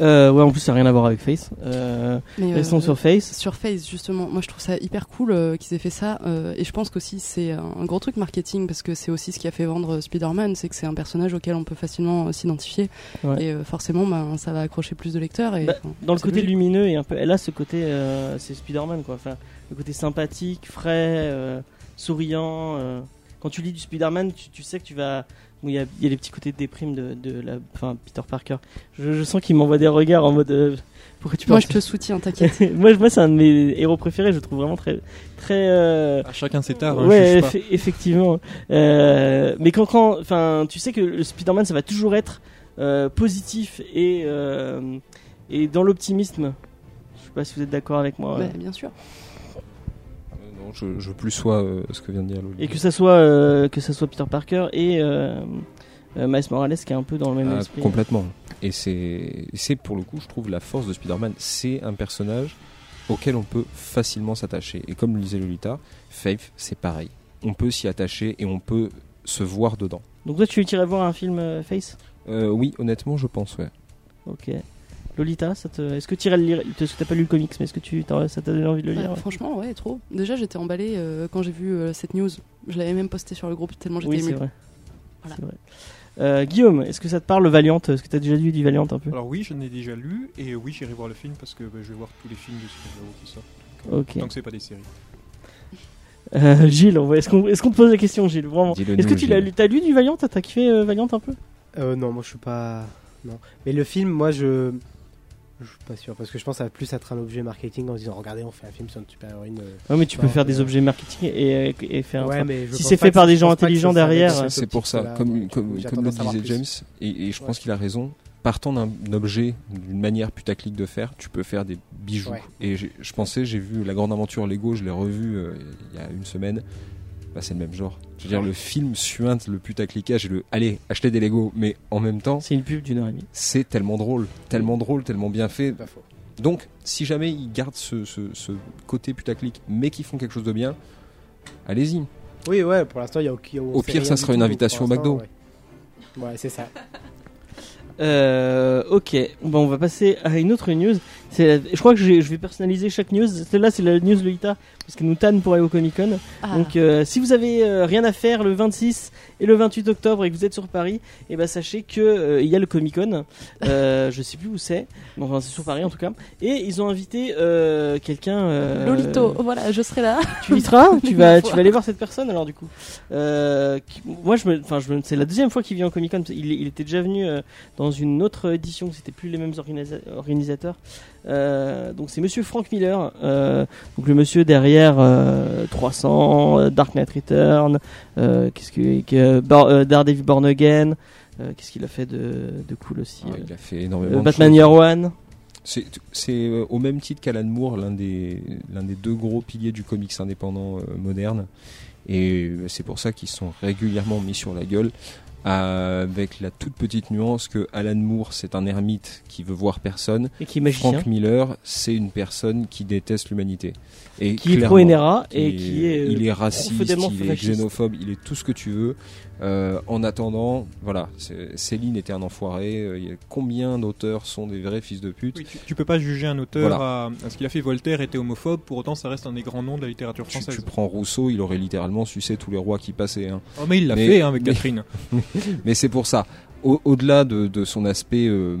Euh, ouais, en plus ça n'a rien à voir avec Face. Euh,
Mais, euh,
restons sur Face.
sur Face justement moi je trouve ça hyper cool euh, qu'ils aient fait ça euh, et je pense qu'aussi c'est un gros truc marketing parce que c'est aussi ce qui a fait vendre euh, Spider-Man c'est que c'est un personnage auquel on peut facilement euh, s'identifier
Ouais.
et euh, forcément ben, ça va accrocher plus de lecteurs et
Bah,
enfin,
dans le
c'est
côté
logique.
lumineux et un peu elle a ce côté euh, c'est Spider-Man quoi enfin le côté sympathique frais euh, souriant euh. quand tu lis du Spider-Man tu, tu sais que tu vas bon, il y, a, il y a les petits côtés de déprime de, de la enfin Peter Parker je, je sens qu'il m'envoie des regards en mode euh, pourquoi tu
moi
parles
je te soutiens t'inquiète
moi, je- moi c'est un de mes héros préférés je le trouve vraiment très très euh,
Ah, chacun ses tares. hein, je
ouais,
juge pas.
eff- effectivement. Euh, mais quand, quand, enfin, tu sais que le Spider-Man, ça va toujours être euh, positif et euh, et dans l'optimisme. Je sais pas si vous êtes d'accord avec moi.
Bah, bien sûr
Euh, non, je, je plus sois euh, ce que vient de dire Loli.
Et que ça soit euh, que ça soit Peter Parker et euh, euh, Miles Morales qui est un peu dans le même
Ah,
esprit.
complètement. Et c'est c'est pour le coup, je trouve, la force de Spider-Man. C'est un personnage auquel on peut facilement s'attacher. Et comme le disait Lolita, Faith, c'est pareil. On peut s'y attacher et on peut se voir dedans.
Donc toi, tu irais voir un film euh, Face
Euh, oui, honnêtement, je pense, ouais.
Ok. Lolita, ça te... est-ce que tu irais le lire Parce que t'as pas lu le comics, mais est-ce que tu t'aurais- ça t'a donné envie de le
Bah,
lire
franchement ouais trop déjà j'étais emballée euh, quand j'ai vu euh, cette news je l'avais même posté sur le groupe tellement j'étais
Oui, c'est
émue.
vrai.
Voilà.
C'est vrai. Euh, Guillaume, est-ce que ça te parle le Valiant Est-ce que t'as déjà lu du Valiant un peu
Alors oui, je l'ai déjà lu et oui, j'irai voir le film parce que bah, je vais voir tous les films de super-héros qui sortent.
Ok.
Tant que c'est pas des séries.
Euh, Gilles, on va- est-ce qu'on est-ce qu'on te pose la question, Gilles Vraiment.
Dis-le
Est-ce que
nous,
tu l'as
Gilles.
lu T'as lu du Valiant T'as t'as kiffé euh, Valiant un peu
Euh, non, moi je suis pas. Non. Mais le film, moi je. Je suis pas sûr, parce que je pense que ça va plus être un objet marketing en se disant regardez, on fait un film sur une super-héroïne. euh.
Ouais, mais tu peux
Non,
faire
euh,
des objets marketing et, et faire. un
Ouais, mais je
si
pense
c'est
pas
fait
que-
par des
je
gens
pense pas que ce
intelligents
soit dans
derrière,
cette
euh,
C'est pour ça,
optique-là, ouais,
comme,
donc,
comme,
j'attends
comme
d'en
le
savoir
disait
plus.
James, et, et je pense
Ouais.
qu'il a raison, partant d'un objet, d'une manière putaclic de faire, tu peux faire des bijoux.
Ouais.
Et j'ai- je pensais, j'ai vu La Grande Aventure Lego, je l'ai revu euh, il y a une semaine, bah, c'est le même genre. Je veux dire, le film suinte le putaclicage et le allez, achetez des Lego, mais en même temps,
c'est une pub d'une heure et demie.
c'est tellement drôle, tellement drôle, tellement bien fait.
C'est pas faux.
Donc, si jamais ils gardent ce, ce- ce côté putaclic, mais qu'ils font quelque chose de bien, allez-y.
Oui, ouais, pour l'instant, il y a aucun.
Au pire, ça sera une invitation au McDo.
Ouais, ouais c'est ça.
Euh, ok, bon, on va passer à une autre news. C'est la- Je crois que j'ai- je vais personnaliser chaque news. Celle-là, c'est la news Lolita, parce qu'elle nous tanne pour aller au Comic Con.
Ah.
Donc, euh, si vous avez euh, rien à faire le 26 et le 28 octobre et que vous êtes sur Paris, eh ben, sachez que euh, il y a le Comic Con. Euh, je sais plus où c'est. Bon, Enfin, c'est sur Paris en tout cas. Et ils ont invité euh, quelqu'un. euh,
Lolito, voilà, je serai là.
Tu y seras Tu vas,
Une
tu
fois.
vas aller voir cette personne alors du coup. Euh, qui- moi, je me, enfin, je me- c'est la deuxième fois qu'il vient au Comic Con. Il, il était déjà venu euh, dans une autre édition. C'était plus les mêmes organisa- organisateurs. Euh, donc c'est Monsieur Frank Miller, euh, donc le monsieur derrière euh, 300, euh, Dark Knight Return, euh, qu'est-ce que, que- Bor- euh, Daredevil Born Again, euh, qu'est-ce qu'il a fait de, de cool aussi.
Ah,
euh,
il a fait
euh,
énormément de
Batman
choses.
Year One.
C'est c'est, euh, au même titre qu'Alan Moore, l'un des, l'un des deux gros piliers du comics indépendant euh, moderne. Et euh, c'est pour ça qu'ils sont régulièrement mis sur la gueule, euh, avec la toute petite nuance que Alan Moore, c'est un ermite qui veut voir personne.
et qui est magicien.
Frank Miller, c'est une personne qui déteste l'humanité. Et
Qui est
clairement,
pro-NRA
qui
et qui est, euh,
il est raciste,
profondément
il est
fasciste.
xénophobe, il est tout ce que tu veux. Euh, en attendant, voilà, c'est- Céline était un enfoiré. euh, il y a- combien d'auteurs sont des vrais fils de pute
Oui, tu, tu peux pas juger un auteur à, à ce qu'il a fait. Voltaire était homophobe, pour autant ça reste un des grands noms de la littérature
tu,
française.
tu prends Rousseau, il aurait littéralement sucé tous les rois qui passaient. hein.
Oh, mais il l'a
Mais-
fait hein, avec
mais-
Catherine.
Mais c'est pour ça. Au- Au-delà de, de son aspect euh,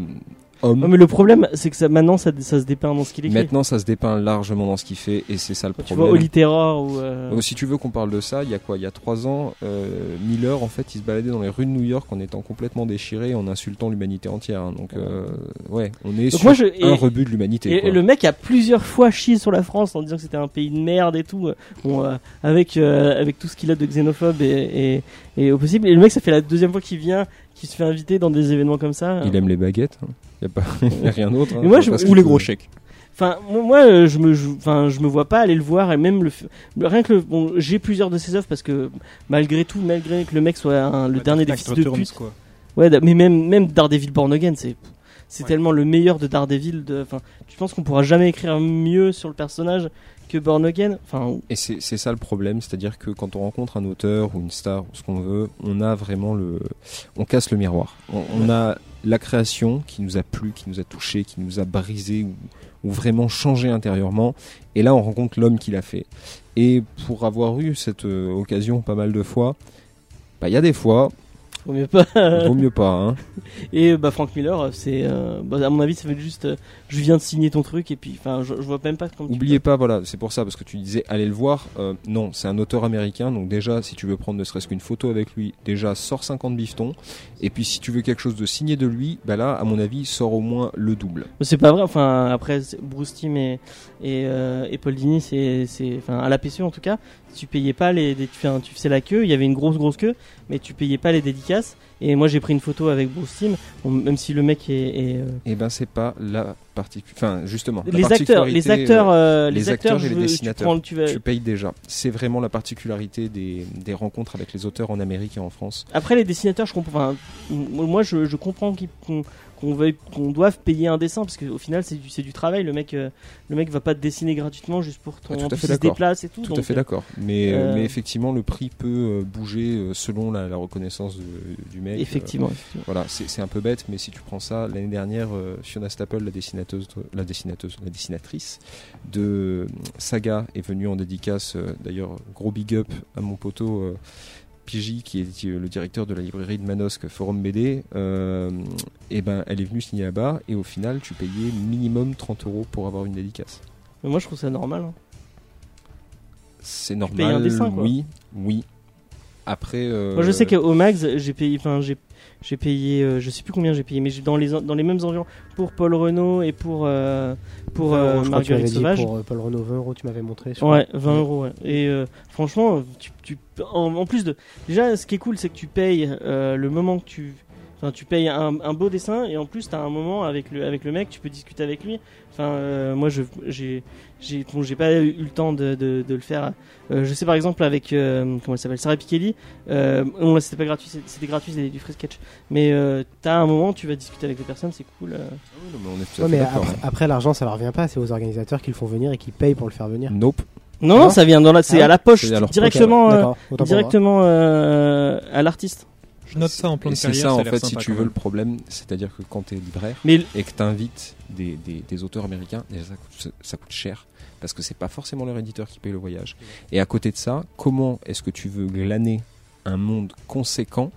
homme,
Ouais, mais le problème, c'est que ça, maintenant, ça, ça se dépeint dans ce qu'il écrit.
maintenant ça se dépeint largement dans ce qu'il fait et c'est ça le
Quand tu
problème.
vois Oli Terror ou. euh,
Euh, si tu veux qu'on parle de ça, il y a quoi Il y a trois ans, euh, Miller, en fait, il se baladait dans les rues de New York en étant complètement déchiré, en insultant l'humanité entière. hein. Donc, euh, ouais, on est
Donc
sur
moi, je- et-
un rebut de l'humanité.
Et
quoi.
le mec a plusieurs fois chié sur la France en disant que c'était un pays de merde et tout, euh, bon, euh, avec, euh, avec tout ce qu'il a de xénophobe et, et, et au possible. Et le mec, ça fait la deuxième fois qu'il vient, qu'il se fait inviter dans des événements comme ça.
Il aime les baguettes. hein. Il n'y a, pas... il y a rien d'autre. hein.
Mais moi,
Enfin,
je-
parce
ou
qu'il
les
peut-
gros Enfin, moi, moi, euh, je me, je- enfin, je me vois pas aller le voir et même le, f- rien que le, bon, j'ai plusieurs de ses œuvres parce que malgré tout, malgré que le mec soit un- le
Bah,
dernier des
Dark
fils
Knight
de
Returns,
pute,
quoi.
Ouais, da- mais même, même Daredevil Born Again, c'est c'est
Ouais.
tellement le meilleur de Daredevil. De, enfin, tu penses qu'on pourra jamais écrire mieux sur le personnage que Born Again Enfin,
Et c'est c'est ça le problème, c'est-à-dire que quand on rencontre un auteur ou une star ou ce qu'on veut, on a vraiment le, on casse le miroir. On, on a la création qui nous a plu, qui nous a touché, qui nous a brisé ou, ou vraiment changé intérieurement. Et là, on rencontre l'homme qui l'a fait. Et pour avoir eu cette euh, occasion pas mal de fois, bah il y a des fois,
vaut mieux pas.
vaut mieux pas. Hein.
Et bah Frank Miller, c'est euh, bah, à mon avis, ça fait juste, euh, je viens de signer ton truc et puis, enfin, je, je vois même pas comment. tu
Oubliez pas, voilà, c'est pour ça, parce que tu disais allez le voir. Euh, non, c'est un auteur américain, donc déjà, si tu veux prendre ne serait-ce qu'une photo avec lui, déjà sors 50 bifetons. Et puis si tu veux quelque chose de signé de lui, bah là, à mon avis, sort au moins le double.
Mais C'est pas vrai, enfin après c'est- Bruce Timm et, et, euh, et Paul Dini, c'est c'est- enfin à la PC en tout cas, tu payais pas les, des- tu, enfin, tu faisais la queue, il y avait une grosse grosse queue, mais tu payais pas les dédicaces. Et moi j'ai pris une photo avec Bruce Timm, bon, même si le mec est, est, euh,
Et ben c'est pas la partie, enfin justement, la
les acteurs, les
particularité,
acteurs,
euh,
euh,
les acteurs et les
je veux- tu
dessinateurs.
prends le- tu vas-
tu payes déjà. C'est vraiment la particularité des, des rencontres avec les auteurs en Amérique et en France.
Après les dessinateurs, je comprends. enfin, m- moi, je, je comprends qu'ils- qu'on qu'on veuille- qu'on doive payer un dessin parce qu'au final, c'est du, c'est du travail. Le mec, euh, le mec va pas te dessiner gratuitement juste pour ton.
Ah, tout à
en
fait
plus, il se
d'accord.
déplace et tout.
Tout à
donc,
fait
euh,
d'accord. Mais, euh,
euh,
mais effectivement, le prix peut euh, bouger euh, selon la, la reconnaissance de- du mec. euh,
Effectivement. effectivement.
Voilà, c'est c'est un peu bête, mais si tu prends ça, l'année dernière, euh, Fiona Staple, la dessinateuse, la dessinateuse, la dessinatrice de euh, Saga est venue en dédicace. euh, D'ailleurs, gros big up à mon poteau euh, Pigi, qui est euh, le directeur de la librairie de Manosque Forum BD. euh, et ben, elle est venue signer là-bas, et au final, tu payais minimum 30 euros pour avoir une dédicace.
Mais moi, je trouve ça normal. hein.
C'est
payes un
normal,
dessin, quoi.
oui, oui. Après, euh,
Moi, je sais qu'au Max, j'ai payé, enfin, j'ai, J'ai payé, euh, je sais plus combien j'ai payé, mais j'ai- dans les, en- dans les mêmes environs pour Paul Renault et pour, euh, pour euh,
Enfin, je crois que
Marguerite
tu m'avais dit
Sauvage.
Pour euh, Paul Renaud 20 euros, tu m'avais montré. je
Ouais,
crois.
20 euros. ouais. Et euh, franchement, tu, tu- en, en plus de. Déjà, ce qui est cool, c'est que tu payes euh, le moment que tu. Enfin, tu payes un, un beau dessin et en plus, t'as un moment avec le, avec le mec, tu peux discuter avec lui. Enfin, euh, moi, je j'ai j'ai bon, j'ai pas eu le temps de, de, de le faire. Euh, je sais par exemple avec. euh, comment elle s'appelle Sarah Pikeli. Euh, non, là, c'était pas gratuit, c'était- c'était gratuit, c'était du free sketch. Mais euh, t'as un moment, tu vas discuter avec les personnes, c'est cool. euh.
Ah non, mais on est tout à
Ouais,
fait
mais
d'accord,
après, après, l'argent, ça leur revient pas. C'est aux organisateurs qui le font venir et qui payent pour le faire venir.
hein. Nope.
Non, non, ça vient dans la. C'est
Ah,
à la poche,
c'est à leur poche,
directement,
Ok,
euh,
d'accord, autant pour moi.
directement euh, à l'artiste.
Je note ça en plan
Et
de
c'est
carrière.
ça,
a
en
l'air
fait, si
sympa,
tu
quand
veux le
même.
problème, c'est-à-dire que quand t'es libraire,
Mais
et que tu invites des, des, des auteurs américains, déjà, ça, coûte, ça coûte cher parce que c'est pas forcément leur éditeur qui paye le voyage. Et à côté de ça, comment est-ce que tu veux glaner un monde conséquent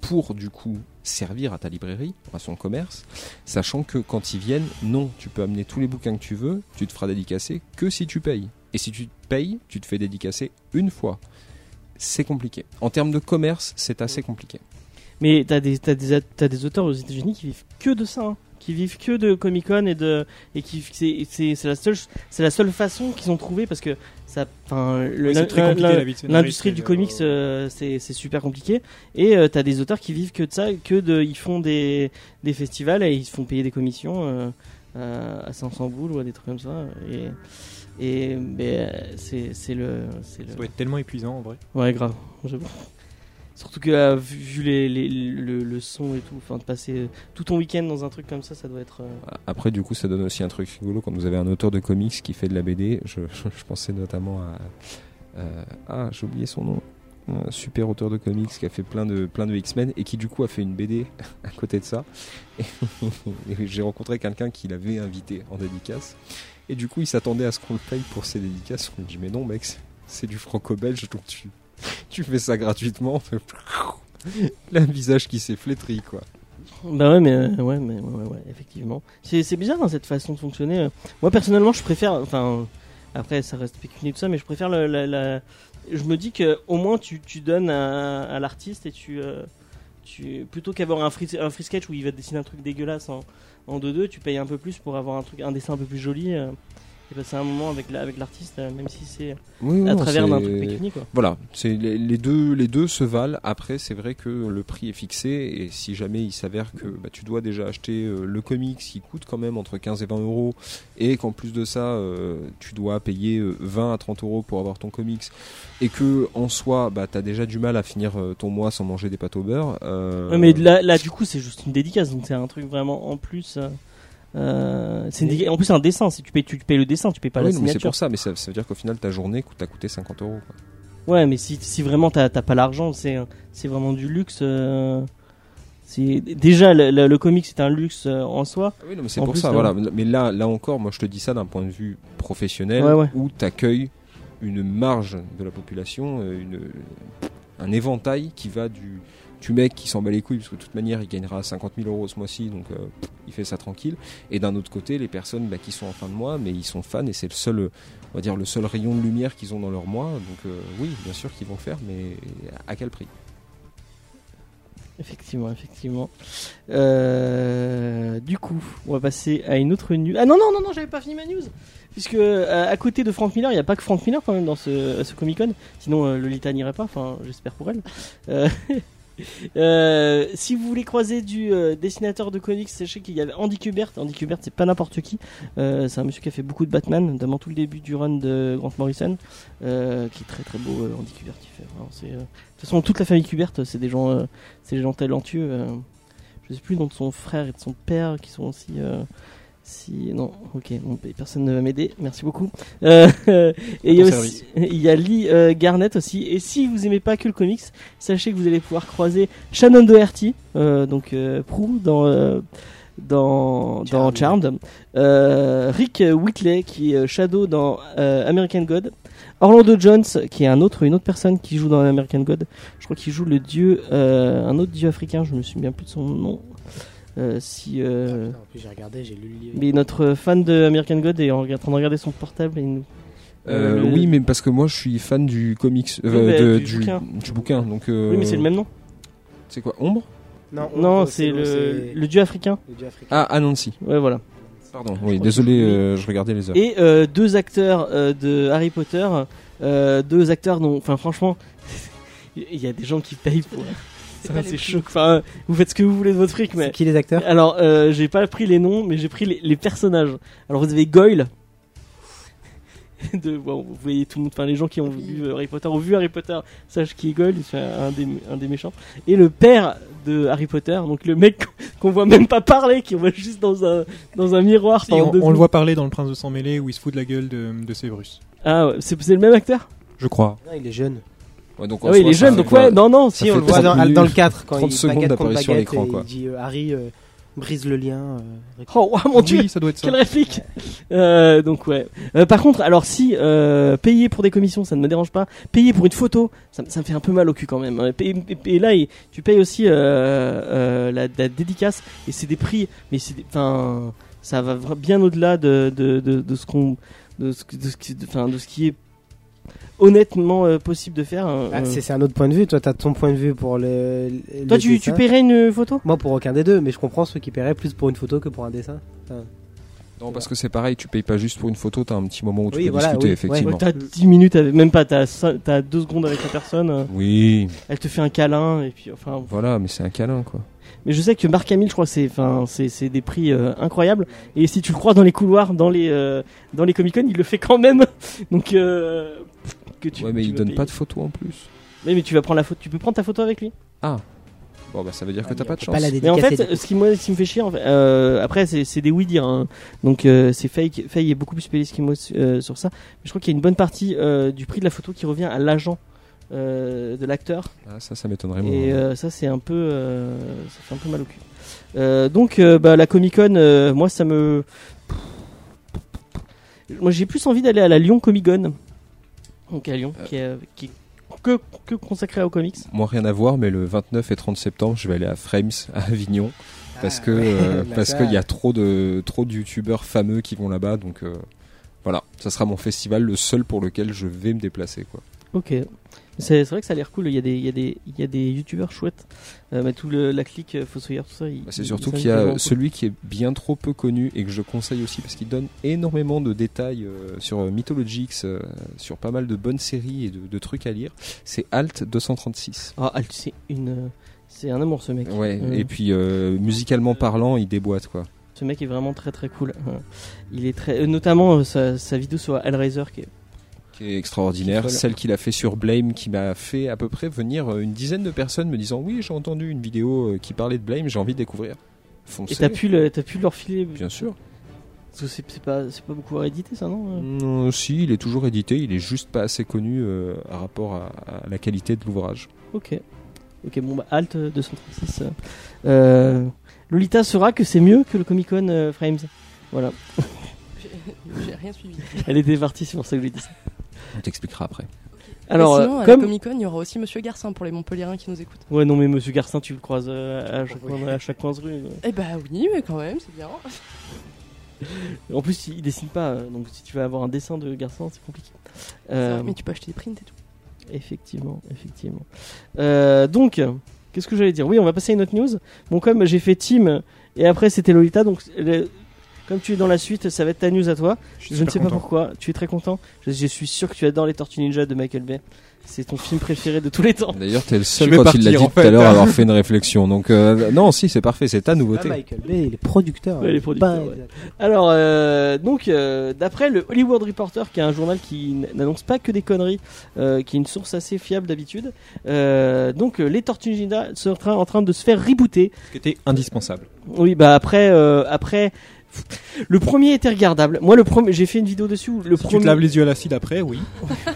pour du coup servir à ta librairie, à son commerce, sachant que quand ils viennent, non, tu peux amener tous les bouquins que tu veux, tu te feras dédicacer que si tu payes. Et si tu payes, tu te fais dédicacer une fois. C'est compliqué. En termes de commerce, c'est assez
Mm.
compliqué.
Mais t'as des, t'as des, t'as des auteurs aux États-Unis qui vivent que de ça, hein. qui vivent que de Comic Con et de et qui c'est c'est c'est la seule c'est la seule façon qu'ils ont trouvé parce que ça enfin le-
Oui,
la-
c'est très
la-
compliqué,
la-
la vie de scénariste,
l'industrie du
euh,
comics euh, c'est c'est super compliqué et euh, t'as des auteurs qui vivent que de ça que de ils font des des festivals et ils se font payer des commissions euh, euh, à 500 boules ou à des trucs comme ça et et ben, euh, c'est c'est le c'est le
Ça doit être tellement épuisant en vrai.
Ouais, grave, j'avoue. Surtout que euh, vu- vu les, les- le, le son et tout, enfin de passer euh, tout ton week-end dans un truc comme ça, ça doit être. euh,
Après, du coup, ça donne aussi un truc rigolo quand vous avez un auteur de comics qui fait de la BD. Je, je- je pensais notamment à. euh, ah, j'ai oublié son nom. Un super auteur de comics qui a fait plein de, plein de X-Men et qui, du coup, a fait une BD à côté de ça. Et j'ai rencontré quelqu'un qui l'avait invité en dédicace. Et du coup, il s'attendait à ce qu'on le paye pour ses dédicaces. On lui dit Mais non, mec, c'est- c'est du franco-belge, donc tu, tu fais ça gratuitement. Là, un visage qui s'est flétri, quoi.
Bah ouais, mais euh, ouais, mais ouais, ouais, ouais, effectivement. C'est c'est bizarre hein, cette façon de fonctionner. euh. Moi personnellement, je préfère. Enfin, après, ça reste pécunier tout ça, mais je préfère le- la. la- Je me dis que au moins tu, tu donnes à, à l'artiste et tu. euh, tu plutôt qu'avoir un free, un free sketch où il va te dessiner un truc dégueulasse en en 2-2, tu payes un peu plus pour avoir un truc, un dessin un peu plus joli. euh, et passer un moment avec la- avec l'artiste, euh, même si c'est
Oui,
à
non,
travers d'un
c'est-
truc pécunier quoi.
Voilà, c'est les, les deux les deux se valent. Après, c'est vrai que le prix est fixé et si jamais il s'avère que bah, tu dois déjà acheter euh, le comics qui coûte quand même entre 15 et 20 euros et qu'en plus de ça euh, tu dois payer euh, 20 à 30 euros pour avoir ton comics et que en soi bah t'as déjà du mal à finir euh, ton mois sans manger des pâtes au beurre. euh,
Ouais, mais là, là, du coup, c'est juste une dédicace, donc c'est un truc vraiment en plus. euh, euh, c'est une dédica- en plus, c'est un dessin. Si tu payes, tu payes le dessin, tu payes pas
ah
la
oui, non, mais c'est
signature.
pour ça, mais ça, ça veut dire qu'au final ta journée coûte- t'a coûté 50 euros. quoi.
Ouais, mais si, si vraiment t'as t'as pas l'argent, c'est c'est vraiment du luxe. euh, c'est déjà le, le, le comic, c'est un luxe euh, en soi.
Ah Oui, non, mais c'est
En
pour
plus, hein.
ça,
là-
voilà. Mais là, là encore, moi je te dis ça d'un point de vue professionnel
Ouais, ouais.
où tu accueilles une marge de la population, euh, une, un éventail qui va du, du mec qui s'en bat les couilles, parce que de toute manière il gagnera 50 000 euros ce mois-ci, donc euh, pff, il fait ça tranquille. Et d'un autre côté, les personnes bah, qui sont en fin de mois, mais ils sont fans et c'est le seul, euh, on va dire, le seul rayon de lumière qu'ils ont dans leur mois. Donc euh, oui, bien sûr qu'ils vont le faire, mais à quel prix
Effectivement, effectivement. Euh, du coup, on va passer à une autre news. Ah non, non, non, non, j'avais pas fini ma news. Puisque euh, à côté de Frank Miller, il n'y a pas que Frank Miller quand même dans ce, Comic Con. Sinon, euh, Lolita n'irait pas, enfin, j'espère pour elle. Euh, euh, si vous voulez croiser du euh, dessinateur de comics, sachez qu'il y avait Andy Kubert. Andy Kubert, c'est pas n'importe qui. Euh, c'est un monsieur qui a fait beaucoup de Batman, notamment tout le début du run de Grant Morrison, euh, qui est très très beau. euh, Andy Kubert, qui fait. vraiment, c'est, euh, De toute façon, toute la famille Kubert, c'est des gens. euh, c'est des gens talentueux. euh, je sais plus le nom de son frère et de son père qui sont aussi. euh, si non, ok, bon, ben, personne ne va m'aider. Merci beaucoup. Euh, et il y a
Ton
aussi, il y a Lee euh, Garnett aussi. Et si vous aimez pas que le comics, sachez que vous allez pouvoir croiser Shannon Doherty, euh, donc euh, Prue dans euh, dans dans
Charmed.
Charmed, euh, Rick Whitley qui est Shadow dans euh, American God, Orlando Jones qui est un autre une autre personne qui joue dans American God je crois qu'il joue le dieu, euh, un autre dieu africain, je me souviens plus de son nom. Euh, si,
Ah,
euh,
putain, en plus, j'ai regardé, j'ai lu le livre.
mais notre fan de American God est en en train de regarder son portable et il nous.
Euh,
le-
Oui, mais parce que moi je suis fan du comics,
Oui,
euh,
bah,
de-
du
du,
bouquin.
du bouquin. Donc, euh,
Oui, mais c'est le même nom.
C'est quoi Ombre
Non,
Non,
on-
c'est le,
c'est
le dieu africain.
le dieu africain.
Ah, à Nancy.
Ouais, voilà.
Pardon. Oui, désolé, euh, je regardais les heures.
Et euh, deux acteurs euh, de Harry Potter, euh, deux acteurs dont, enfin franchement, il y a des gens qui payent pour.
C'est
Ça,
pas les
C'est
prix.
chaud. Enfin, euh, vous faites ce que vous voulez de votre fric, mais
C'est qui les acteurs
alors euh, j'ai pas pris les noms, mais j'ai pris les, les personnages. Alors vous avez Goyle. De, bon, vous voyez tout le monde, enfin les gens qui ont vu euh, Harry Potter ont vu Harry Potter, sachent qui est Goyle, c'est un des, un des méchants. Et le père de Harry Potter, donc le mec qu'on voit même pas parler, qui voit juste dans un, dans un miroir.
Et
pendant deux
on, on le
secondes.
voit parler dans Le Prince de Sang Mêlé où il se fout de la gueule de, de Severus.
Ah, ouais, c'est c'est le même acteur
Je crois.
Non, il est jeune.
Ouais, donc,
Ah oui, il est jeune, donc ouais, non, non, si,
fait
on le
On le voit
voit.
30
dans, dans le
minutes,
4 quand
30
il
secondes
baguette contre
d'apparition à
baguette
l'écran,
et
quoi.
il dit euh, Harry euh, brise le lien. euh, récupère-
Oh, oh, mon dieu,
Oui, ça doit être ça.
quelle réplique Euh, Donc ouais. Euh, par contre, alors si euh, payer pour des commissions, ça ne me dérange pas. Payer pour une photo, ça, me- ça me fait un peu mal au cul quand même. hein. Et, et- et là, et- tu payes aussi euh, euh, la, la dédicace et c'est des prix, mais c'est, des- enfin, ça va vra- bien au-delà de, de, de, de ce qu'on, de ce, que- de ce qui- de- enfin, de ce qui est honnêtement euh, possible de faire. hein.
Ah,
Euh,
c'est c'est un autre point de vue. Toi, t'as ton point de vue pour le. le
Toi, tu, tu
dessin.
paierais une photo
Moi, pour aucun des deux, mais je comprends ceux qui paieraient plus pour une photo que pour un dessin.
Non, parce que c'est pareil, tu payes pas juste pour une photo, t'as un petit moment où tu
Oui,
peux
voilà,
discuter,
oui,
effectivement.
Ouais, t'as 10 minutes, avec- même pas, t'as cin- t'as 2 secondes avec la personne, euh,
Oui,
elle te fait un câlin, et puis enfin.
voilà, mais c'est un câlin, quoi.
Mais je sais que Marc Hamill, je crois, c'est enfin, c'est- c'est des prix euh, incroyables, et si tu le crois dans les couloirs, dans les, euh, dans les Comic Con, il le fait quand même. Donc, euh, que tu.
ouais, mais
tu
il
vas
donne
payer.
pas de photos en plus.
Mais, mais tu vas prendre la photo, tu peux prendre ta photo avec lui.
Bon, bah ça veut dire que
Ah,
t'as
mais
pas
on
de
peut
chance.
pas la
Mais en
dédicacer,
fait,
du coup.
ce qui, moi, ce qui me fait chier, en fait, euh, après, c'est c'est des oui-dire. hein. Donc, euh, c'est Faye, Faye est beaucoup plus spécialiste que moi euh, sur ça. Mais je crois qu'il y a une bonne partie euh, du prix de la photo qui revient à l'agent euh, de l'acteur.
Ah, ça, ça m'étonnerait moins.
Et euh, ça, c'est un peu, euh, ça fait un peu mal au cul. Euh, donc, euh, bah, la Comic Con, moi, ça me, moi, j'ai plus envie d'aller à la Lyon Comic Con, donc à Lyon, qui est, euh, qui est que, que consacrée aux comics.
Moi, rien à voir, mais le 29 et 30 septembre, je vais aller à Frames, à Avignon, parce
Ah,
que
ouais,
euh,
bah
parce
ça.
qu'il y a trop de trop de youtubeurs fameux qui vont là-bas, donc euh, voilà, ça sera mon festival, le seul pour lequel je vais me déplacer, quoi.
Ok. C'est c'est vrai que ça a l'air cool. Il y a des, il y a des, il y a des youtubeurs chouettes. Euh, bah, tout le, la clique, euh, Fossoyeur, tout ça. ils-
Bah, c'est
ils-
surtout
ils sont
qu'il y a
vraiment cool.
celui qui est bien trop peu connu et que je conseille aussi parce qu'il donne énormément de détails euh, sur euh, Mythologics, euh, sur pas mal de bonnes séries et de, de trucs à lire. C'est Alt 236.
Ah, ah, c'est une, euh, c'est un amour ce mec.
Ouais,
Euh,
et puis euh, musicalement parlant, il déboîte quoi.
Ce mec est vraiment très très cool. Euh, Il est très, euh, notamment euh, sa, sa vidéo sur Hellraiser qui est.
Qui est extraordinaire.
Qui est folle.
Celle qu'il a fait sur Blame, qui m'a fait à peu près venir euh, une dizaine de personnes me disant Oui, j'ai entendu une vidéo euh, qui parlait de Blame, j'ai envie de découvrir.
Et
Foncez.
t'as pu, le- t'as pu leur filer.
Bien sûr.
Parce que c'est c'est pas, c'est pas beaucoup réédité ça non euh,
Non, Euh, si, il est toujours édité, il est juste pas assez connu euh, à rapport à- à la qualité de l'ouvrage.
Ok. Ok, bon, bah, Alt euh, 236. euh, euh, Lolita saura que c'est mieux que le Comic Con euh, Frames. Voilà.
J'ai- J'ai rien suivi.
Elle était partie, c'est pour ça que je lui dis ça.
On t'expliquera après.
Alors,
Mais sinon,
euh,
à la
comme.
Comic Con, il y aura aussi Monsieur Garcin pour les Montpelliérains qui nous écoutent.
Ouais, non, mais monsieur Garcin, tu le croises euh, à, chaque coin, à chaque coin de rue. euh.
Eh bah oui, mais quand même, c'est bien.
En plus, il dessine pas, euh, donc si tu veux avoir un dessin de Garcin, c'est compliqué.
C'est
Euh,
vrai, Mais tu peux acheter des prints et tout.
Effectivement, effectivement. Euh, donc, qu'est-ce que j'allais dire Oui, on va passer à une autre news. Bon, comme j'ai fait Team et après c'était Lolita, donc le- comme tu es dans la suite, ça va être ta news à toi.
suis
Je ne
super
sais pas
content.
pourquoi, tu es très content. Je, je suis sûr que tu adores les Tortues Ninja de Michael Bay. C'est ton film préféré de tous les temps.
D'ailleurs, t'es le seul
Je vais
quand il l'a dit
partir, en
tout à
fait.
hein.
l'heure à avoir fait une réflexion. Donc euh, non, si, c'est parfait, c'est ta
Pas
Ah,
nouveauté.
Ah, Michael Bay, il est producteur.
Ouais, il est producteur,
Pas-
Alors, euh, donc, euh, d'après le Hollywood Reporter, qui est un journal qui n- n'annonce pas que des conneries, euh, qui est une source assez fiable d'habitude, euh, donc euh, les Tortues Ninja sont en train- en train de se faire rebooter.
Ce qui était indispensable.
Oui, bah après, euh, après, le premier était regardable. Moi, le premier, j'ai fait une vidéo dessus. Où le
Si
premier.
tu te laves les yeux à l'acide après, oui.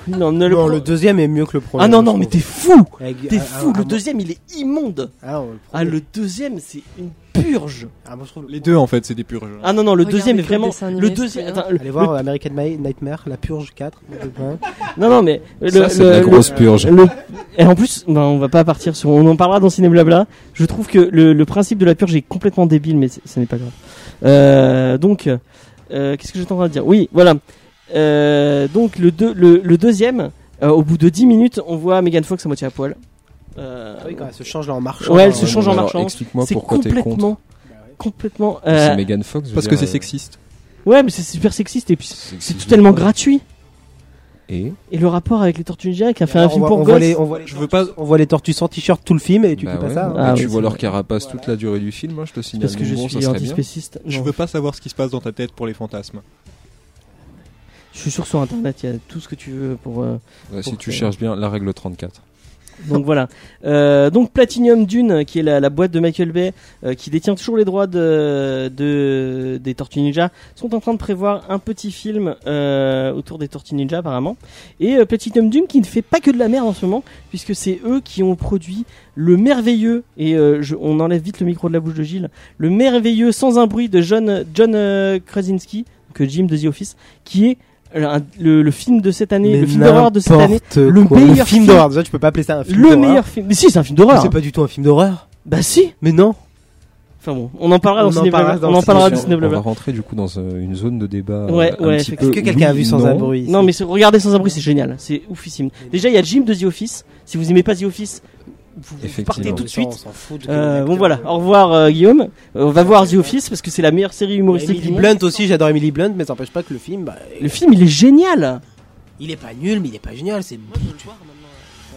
Non, ne le
Non,
pre-
le deuxième est mieux que le premier.
Ah non,
je
non,
trouve.
mais t'es fou,
Avec-
t'es
ah,
fou.
ah,
Le
ah,
deuxième, il est immonde.
Ah, non, le premier-
Ah, le deuxième, c'est une purge.
ah, moi, je trouve le
Les
premier-
deux en fait, c'est des purges.
Ah non, non, le
Regardez
deuxième est
que le
vraiment.
dessin animé,
Le
c'est
deuxième.
bien.
Attends, le-
Allez voir American Ma- Nightmare, la purge 4. le point.
Non, non, mais.
Ça,
le-
c'est de la
le-
grosse purge.
le- Et en plus, ben, on va pas partir sur. On en parlera dans Ciné Blabla. Je trouve que le, le principe de la purge est complètement débile, mais c- ce n'est pas grave. Euh, donc, euh, qu'est-ce que j'étais en train de dire Oui, voilà. Euh, donc, le, deux- le, le deuxième, euh, au bout de 10 minutes, on voit Megan Fox à moitié à poil. Euh,
Ah oui, quand elles se changent là en marchant.
ouais, elle
euh,
se change en
Alors,
marchant.
Explique-moi
C'est
pourquoi t'es contre.
complètement, complètement. euh,
C'est Megan Fox. je veux
Parce que
dire,
c'est
euh,
sexiste.
ouais, mais c'est super sexiste et puis c'est
sexiste.
totalement gratuit.
Et
Et le rapport avec les Tortues Ninja qui a fait
alors,
un film
on voit-
pour
on
gosses.
voit les- on voit les
Je veux pas.
On voit les tortues sans t-shirt tout le film et tu
Bah
dis pas
ouais,
ça.
mais
hein.
Ah
tu
ouais,
vois
c'est
leur
vrai.
carapace toute la durée du film, hein, je te signale.
parce que je
bon,
suis
ça serait bien.
antispéciste.
Je
Non.
veux pas savoir ce qui se passe dans ta tête pour les fantasmes.
Je suis sûr que sur internet, il y a tout ce que tu veux pour. euh,
Ouais, si
pour
tu
faire.
cherches bien la règle 34.
Ah, Donc voilà. Euh, donc Platinum Dune, qui est la, la boîte de Michael Bay, euh, qui détient toujours les droits de, de- des Tortues Ninja, sont en train de prévoir un petit film euh, autour des Tortues Ninja apparemment. Et euh, Platinum Dune, qui ne fait pas que de la merde en ce moment, puisque c'est eux qui ont produit le merveilleux et euh, je- on enlève vite le micro de la bouche de Gilles, le merveilleux sans un bruit de John John euh, Krasinski, que Jim de The Office, qui est euh, un- le, le film de cette année,
Mais
le film d'horreur de cette année.
n'importe quoi.
le meilleur
film,
film-
d'horreur. Déjà, tu peux pas appeler ça un film
Le
d'horreur.
meilleur film. Mais si, c'est un film
Mais
d'horreur. hein.
C'est pas du tout un film d'horreur.
Bah si.
Mais non.
Enfin bon, on en parlera
On
dans
en
Ciné
parlera
Blabla.
dans
On en parlera
Ciné
dans
Blabla.
Ciné
On va
Blabla.
rentrer du coup dans euh, une zone de débat.
Ouais,
euh, un
ouais,
petit
effectivement.
peu
Est-ce que quelqu'un a
oui,
vu sans
non.
un bruit
Non mais c'est- regardez sans abri, c'est génial, c'est oufissime. Déjà il y a Jim de The Office. Si vous aimez pas The Office, vous, vous
Effectivement.
partez tout de
On
suite.
s'en fout de-
Euh, bon voilà, au revoir euh, Guillaume. Euh, on va voir The Office parce que c'est la meilleure série humoristique.
Bah, Emily
du monde.
Blunt aussi, j'adore Emily Blunt, mais ça n'empêche pas que le film, bah,
Le film il est génial.
il est pas nul, mais il est pas génial. C'est.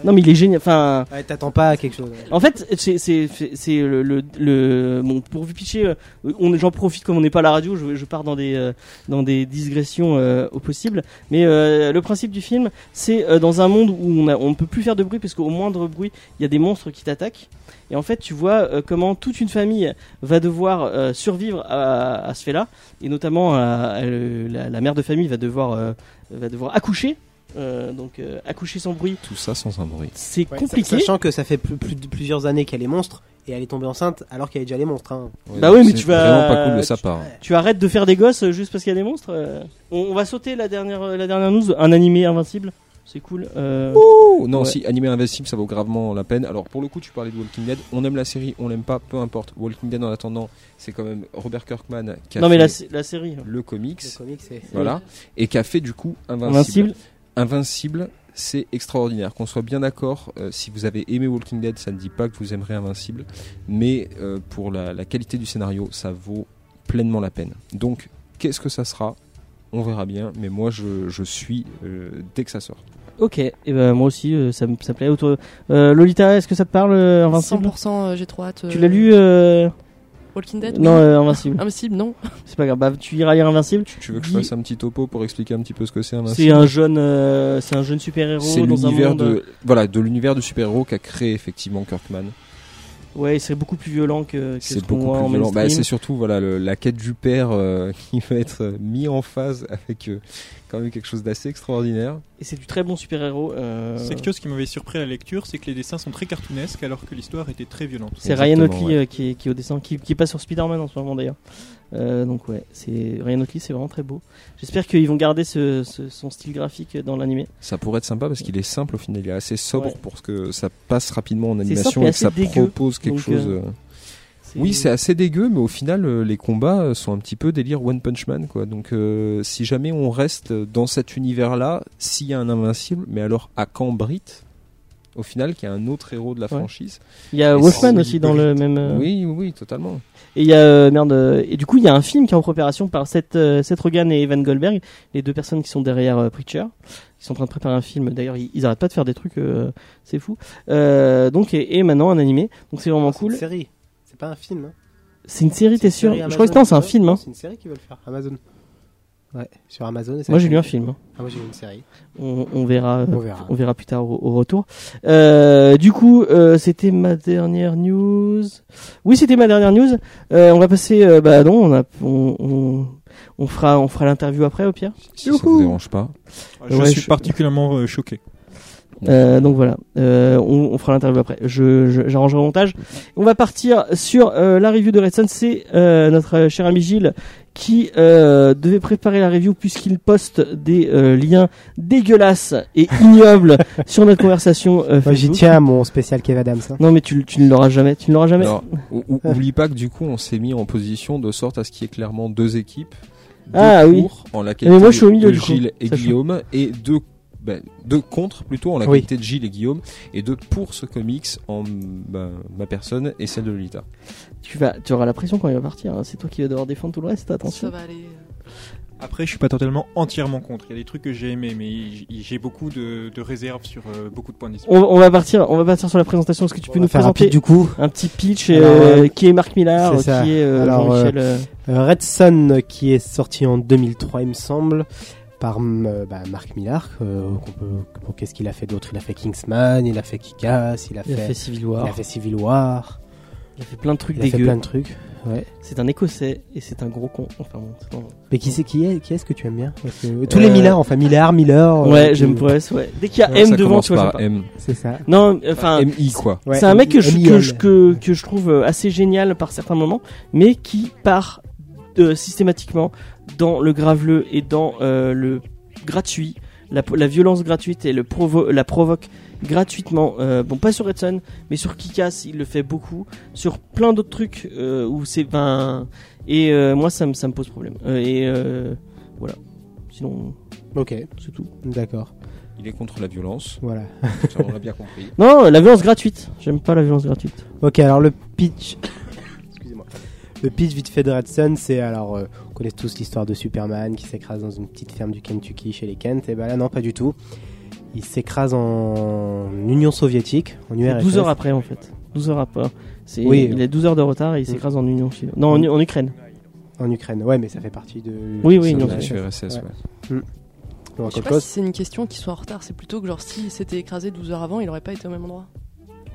Non mais il est génial. Enfin,
Ouais, T'attends pas à quelque chose.
en fait c'est c'est c'est- c'est le, le le bon pour vous pitcher, euh, on j'en profite comme on n'est pas à la radio, je, je pars dans des euh, dans des digressions euh, au possible. Mais euh, le principe du film, c'est euh, dans un monde où on a- on ne peut plus faire de bruit parce qu'au moindre bruit, il y a des monstres qui t'attaquent. Et en fait, tu vois euh, comment toute une famille va devoir euh, survivre à, à ce fait-là, et notamment à- à le- la, la mère de famille va devoir euh, va devoir accoucher. Euh, donc euh, accoucher sans bruit,
Tout ça sans un bruit.
c'est
Ouais,
compliqué.
Sachant que ça fait plus, plus de plusieurs années qu'elle est monstre et elle est tombée enceinte alors qu'elle est déjà les monstres. hein.
Ouais,
Bah oui, mais
c'est
tu vas-
Vraiment pas cool de sa part.
Tu arrêtes de faire des gosses euh, juste parce qu'il y a des monstres. euh. On, on va sauter la dernière euh, la dernière news, un animé invincible. C'est cool. euh,
Oh, non,
Ouais.
si animé invincible, ça vaut gravement la peine. Alors pour le coup, tu parlais de Walking Dead. On aime la série, on l'aime pas, peu importe. Walking Dead en attendant, c'est quand même Robert Kirkman qui a
non mais
fait
la, sé- la série.
le comics,
Le comic, c'est.
voilà, et qui a fait du coup Invincible.
Invincible.
Invincible, c'est extraordinaire. Qu'on soit bien d'accord, euh, si vous avez aimé Walking Dead, ça ne dit pas que vous aimerez Invincible, mais euh, pour la, la qualité du scénario, ça vaut pleinement la peine. Donc, qu'est-ce que ça sera On verra bien, mais moi je, je suis euh, dès que ça sort.
Ok, et ben moi aussi euh, ça me ça me plaît. Autour... Euh, Lolita, est-ce que ça te parle, euh, Invincible
100%, euh, j'ai trop hâte. euh,
Tu l'as lu euh...
Walking Dead
Non,
oui.
euh, Invincible.
Invincible, non.
C'est pas grave. Bah, tu iras lire Invincible.
Tu veux que je
Guy-
fasse un petit topo pour expliquer un petit peu ce que c'est
C'est
Invincible
un jeune, euh, c'est un jeune super
C'est
héros dans un
l'univers
monde. euh,
de voilà de l'univers du super-héros qu'a créé effectivement Kirkman.
Ouais, c'est beaucoup plus violent que. que ce
C'est
qu'on
beaucoup
voit en
plus violent. Bah,
mainstream.
c'est surtout voilà le- la quête du père euh, qui va être euh, mis en phase avec euh, quand même quelque chose d'assez extraordinaire.
Et c'est du très bon super héros. euh,
C'est quelque chose qui m'avait surpris à la lecture, c'est que les dessins sont très cartoonesques alors que l'histoire était très violente.
C'est Ryan
Exactement,
Otley
ouais.
euh, qui, est, qui est au dessin, qui, qui est pas sur Spider-Man en ce moment d'ailleurs. Euh, donc ouais, c'est Ryan Otley, c'est vraiment très beau. J'espère qu'ils vont garder ce, ce- son style graphique dans l'animé.
Ça pourrait être sympa parce qu'il est simple au final, il est assez sobre
Ouais.
pour que ça passe rapidement en
simple
animation
et
et que ça
assez dégueu.
propose quelque
Donc,
chose.
euh,
euh, Oui, c'est assez dégueu, mais au final, euh, les combats euh, sont un petit peu délire One Punch Man, quoi. Donc, euh, si jamais on reste dans cet univers-là, s'il y a un invincible, mais alors à quand Britt Au final, qui est un autre héros de la
Ouais.
franchise.
Il y a
Et
Wolfman
c'est
aussi dans le même. euh,
Oui, oui, oui, totalement.
Et il y a euh, merde euh, et du coup il y a un film qui est en préparation par Seth, euh, Seth Rogen et Evan Goldberg, les deux personnes qui sont derrière euh, Preacher, qui sont en train de préparer un film. D'ailleurs ils, ils arrêtent pas de faire des trucs, euh, c'est fou. Euh, donc et, et maintenant un animé, donc c'est vraiment
Ah, C'est une
cool.
série. C'est pas un film. hein.
C'est une série,
C'est
t'es
une
sûr
série
Je crois que
Amazon,
non, c'est un
ouais.
film. Hein.
C'est une série qu'ils veulent faire. Amazon. Ouais, sur Amazon. et ça
Moi
va
j'ai lu
être-
un film. hein.
Ah, moi j'ai lu une série.
On, on verra. euh,
On verra.
On verra plus tard au, au retour. Euh, du coup, euh, c'était ma dernière news. Oui, c'était ma dernière news. Euh, on va passer. euh, bah non, on a, on, on, on fera, on fera l'interview après au pire.
Si ça vous
Youhou
dérange pas.
Je
Ouais,
suis
je-
particulièrement euh, choqué.
Euh, donc voilà, Euh, on, on fera l'interview après. Je, je- j'arrangerai le montage. On va partir sur euh, la review de Red Sun. C'est euh, notre euh, cher ami Gilles qui euh, devait préparer la review puisqu'il poste des euh, liens dégueulasses et ignobles sur notre conversation. euh,
Moi j'y
Facebook.
tiens à mon spécial Kev Adams. hein.
Non mais tu, tu ne l'auras jamais, tu ne l'auras jamais.
Alors, ou- ou- oublie pas que du coup, on s'est mis en position de sorte à ce qu'il y ait clairement deux équipes. Deux
Ah, oui.
cours En laquelle
Mais moi, je suis au milieu,
de
du coup.
Gilles et
Ça, je-
Guillaume et deux bah, de contre plutôt en la
Oui.
qualité de Gilles et Guillaume et de pour ce comics en bah, ma personne et celle de Lolita.
Tu, vas, tu auras la pression quand il va partir. hein. C'est toi qui vas devoir défendre tout le reste, attention.
Ça va aller. euh,
Après, je suis pas totalement entièrement contre. Il y a des trucs que j'ai aimés, mais j- j'ai beaucoup de, de réserves sur euh, beaucoup de points de
On, on va partir, on va partir sur la présentation. Est-ce que tu peux
On va
nous
faire
présenter
rapide du coup.
un petit pitch
Alors,
euh,
ouais.
Qui est Marc Millar
C'est
euh,
ça.
Qui est euh,
Alors,
Jean-Michel euh,
Euh, Red Sun euh, qui est sorti en 2003 il me semble par mm, euh, bah, Marc Millar. euh, qu'on peut- bon, Qu'est-ce qu'il a fait d'autre Il a fait Kingsman, il a fait Kick-Ass, il a
Il a fait
fait
Civil
il
War.
a fait Civil War,
Il a fait plein de trucs
il a fait
dégueux.
plein de trucs. Ouais.
C'est un Écossais et c'est un gros con. Enfin bon, c'est pas-
Mais qui c'est qui est qui est-ce que tu aimes bien Parce que- Tous les
Euh,
Millar, enfin Millar, Miller. euh,
Ouais,
tu-
j'aime pas. Ouais. Dès qu'il y a
Ouais,
M
ça
devant,
commence
tu vois, j'aime
par
pas.
M,
C'est ça.
Non, enfin,
MI quoi.
Ouais,
c'est un mec que je, que,
M.I.L..
je, que, que je trouve euh, assez génial par certains moments, mais qui part euh, systématiquement dans le graveleux et dans euh, le gratuit, la, la violence gratuite et le provo la provoque gratuitement. Euh, bon, pas sur Edson, mais sur Kikas, il le fait beaucoup. Sur plein d'autres trucs euh, où c'est. Ben, et euh, moi, ça me ça me pose problème. Euh, et euh, voilà. Sinon,
Ok,
c'est tout.
d'accord.
Il est contre la violence,
Voilà.
ça, on l'a bien compris.
Non, la violence gratuite. J'aime pas la violence gratuite.
Ok, alors le pitch. Excusez-moi. Le pitch vite fait de Red Sun, c'est alors. euh, on connaît tous l'histoire de Superman qui s'écrase dans une petite ferme du Kentucky chez les Kent. Et ben là, non, pas du tout. Il s'écrase en Union soviétique, en
C'est
URSS.
12 heures après en fait. 12 heures après. C'est,
Oui.
il a 12 heures de retard et il s'écrase en Union Soviétique. Non, en, en Ukraine.
En Ukraine, ouais, mais ça fait partie de.
Oui,
Ça,
oui, non,
la
c'est-
URSS, ouais.
On
Je sais
raconte
pas
chose.
si c'est une question qui soit en retard. C'est plutôt que genre si s'était écrasé 12 heures avant, il aurait pas été au même endroit.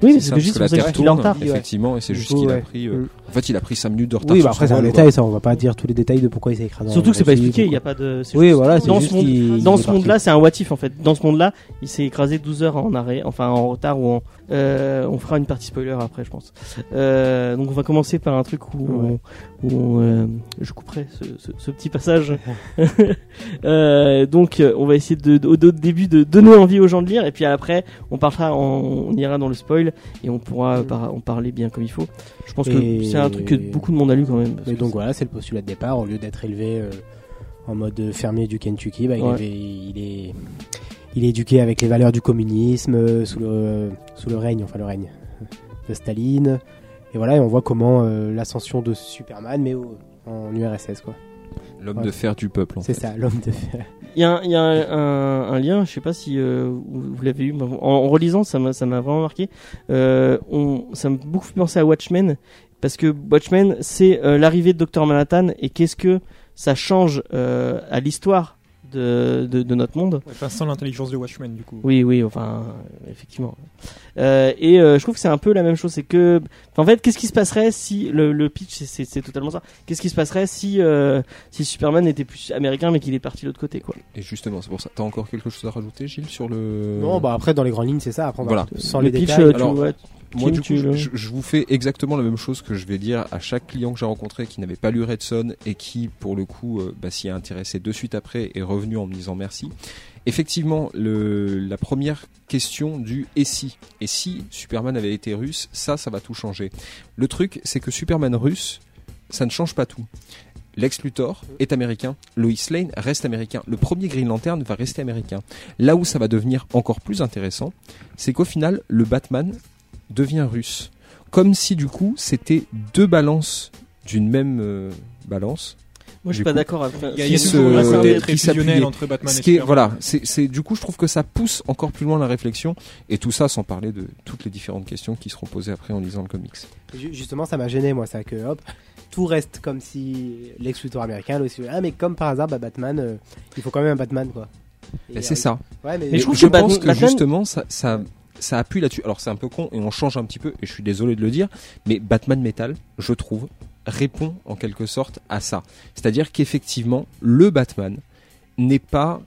Oui, mais
C'est
c'est
ça,
logique, c'est
parce
pour
que
ça que je
la Terre
dis qu'il est en
tourne,
retard.
effectivement, et c'est
Du
juste
coup,
qu'il a
ouais.
pris. euh,
Mm.
En fait, il a pris 5 minutes de retard.
Oui,
sur
bah
son
après, c'est un
vol,
détail, ça, on va pas dire tous les détails de pourquoi il s'est écrasé en
Surtout que c'est pas
Russie,
expliqué, il n'y
pourquoi-
a pas de. c'est
Oui,
juste-
voilà,
dans ce
c'est juste
monde-
qu'il-
Dans
il est
ce
parti.
monde-là, c'est un what if en fait. Dans ce monde-là, il s'est écrasé 12 heures en arrêt, enfin en retard ou en. euh, on fera une partie spoiler après, je pense. Euh, donc on va commencer par un truc où,
Ouais.
on- où on, euh, je couperai ce, ce- ce petit passage. Euh, donc euh, on va essayer de, de- au, au début de donner envie aux gens de lire et puis après on partira, en- on ira dans le spoil et on pourra euh, par- en parler bien comme il faut. Je pense que
Mm. Et-
c'est un truc que beaucoup de monde a lu quand même. parce
Mais
que
donc voilà, c'est le postulat de départ. Au lieu d'être élevé euh, en mode fermier du Kentucky, bah, il,
Ouais.
est, il, est, il est éduqué avec les valeurs du communisme euh, sous, le, sous le règne, enfin le règne de Staline. Et voilà, et on voit comment euh, l'ascension de Superman, mais au- en URSS, quoi.
L'homme
Ouais.
de fer du peuple. en
C'est
fait.
ça, l'homme de fer.
Il y a, un- il y a un, un- un lien, je sais pas si euh, vous, vous l'avez eu, mais en, en relisant, ça m'a ça m'a vraiment marqué. Euh, on, ça m'a beaucoup fait penser à Watchmen, parce que Watchmen, c'est euh, l'arrivée de Dr. Manhattan, et qu'est-ce que ça change euh, à l'histoire de, de, de notre monde
Ouais, Enfin, sans l'intelligence de Watchmen, du coup.
Oui, oui, enfin, euh, effectivement. Euh, et euh, je trouve que c'est un peu la même chose, c'est que, enfin, en fait, qu'est-ce qui se passerait si le, le pitch, c'est- c'est c'est totalement ça. Qu'est-ce qui se passerait si euh, si Superman était plus américain, mais qu'il est parti de l'autre côté, quoi
Et justement, c'est pour ça. T'as encore quelque chose à rajouter, Gilles, sur le.
Non, bah après, dans les grandes lignes, c'est ça. Après, on va-
Euh, Voilà.
sans
le
les
pitch,
détails.
euh, tu
Alors,
vois, Kim,
Moi, du coup,
tu
je,
le-
je- je vous fais exactement la même chose que je vais dire à chaque client que j'ai rencontré qui n'avait pas lu Redson et qui, pour le coup, euh, bah, s'y est intéressé de suite après est revenu en me disant merci. Effectivement, le, la première question du et si Et si Superman avait été russe, ça, ça va tout changer. Le truc, c'est que Superman russe, ça ne change pas tout. Lex Luthor est américain, Lois Lane reste américain, le premier Green Lantern va rester américain. Là où ça va devenir encore plus intéressant, c'est qu'au final, le Batman devient russe. Comme si du coup, c'était deux balances d'une même euh, balance.
Moi, je suis
Du
pas
coup,
d'accord. Enfin,
Il y a,
Qui
il y a
se-
toujours un
côté
côté
qui
très
s'appuyait.
fusionnel entre Batman
Ce
et
qui est,
Superman.
voilà, c'est c'est- du coup, je trouve que ça pousse encore plus loin la réflexion. Et tout ça sans parler de toutes les différentes questions qui seront posées après en lisant le comics.
Ju- Justement, ça m'a gêné, moi, ça, que hop, tout reste comme si Lex Luthor américain, Lex Luthor- ah, mais comme par hasard, bah, Batman, euh, il faut quand même un Batman, quoi.
Et
Et,
Ben, c'est
euh,
ça.
Ouais, mais,
Mais je
Et
trouve
je
que Batman-
pense que
Batman-
justement, ça, ça, ça appuie là-dessus. Alors c'est un peu con et on change un petit peu, et je suis désolé de le dire, mais Batman Metal, je trouve, répond en quelque sorte à ça. C'est-à-dire qu'effectivement, le Batman n'est pas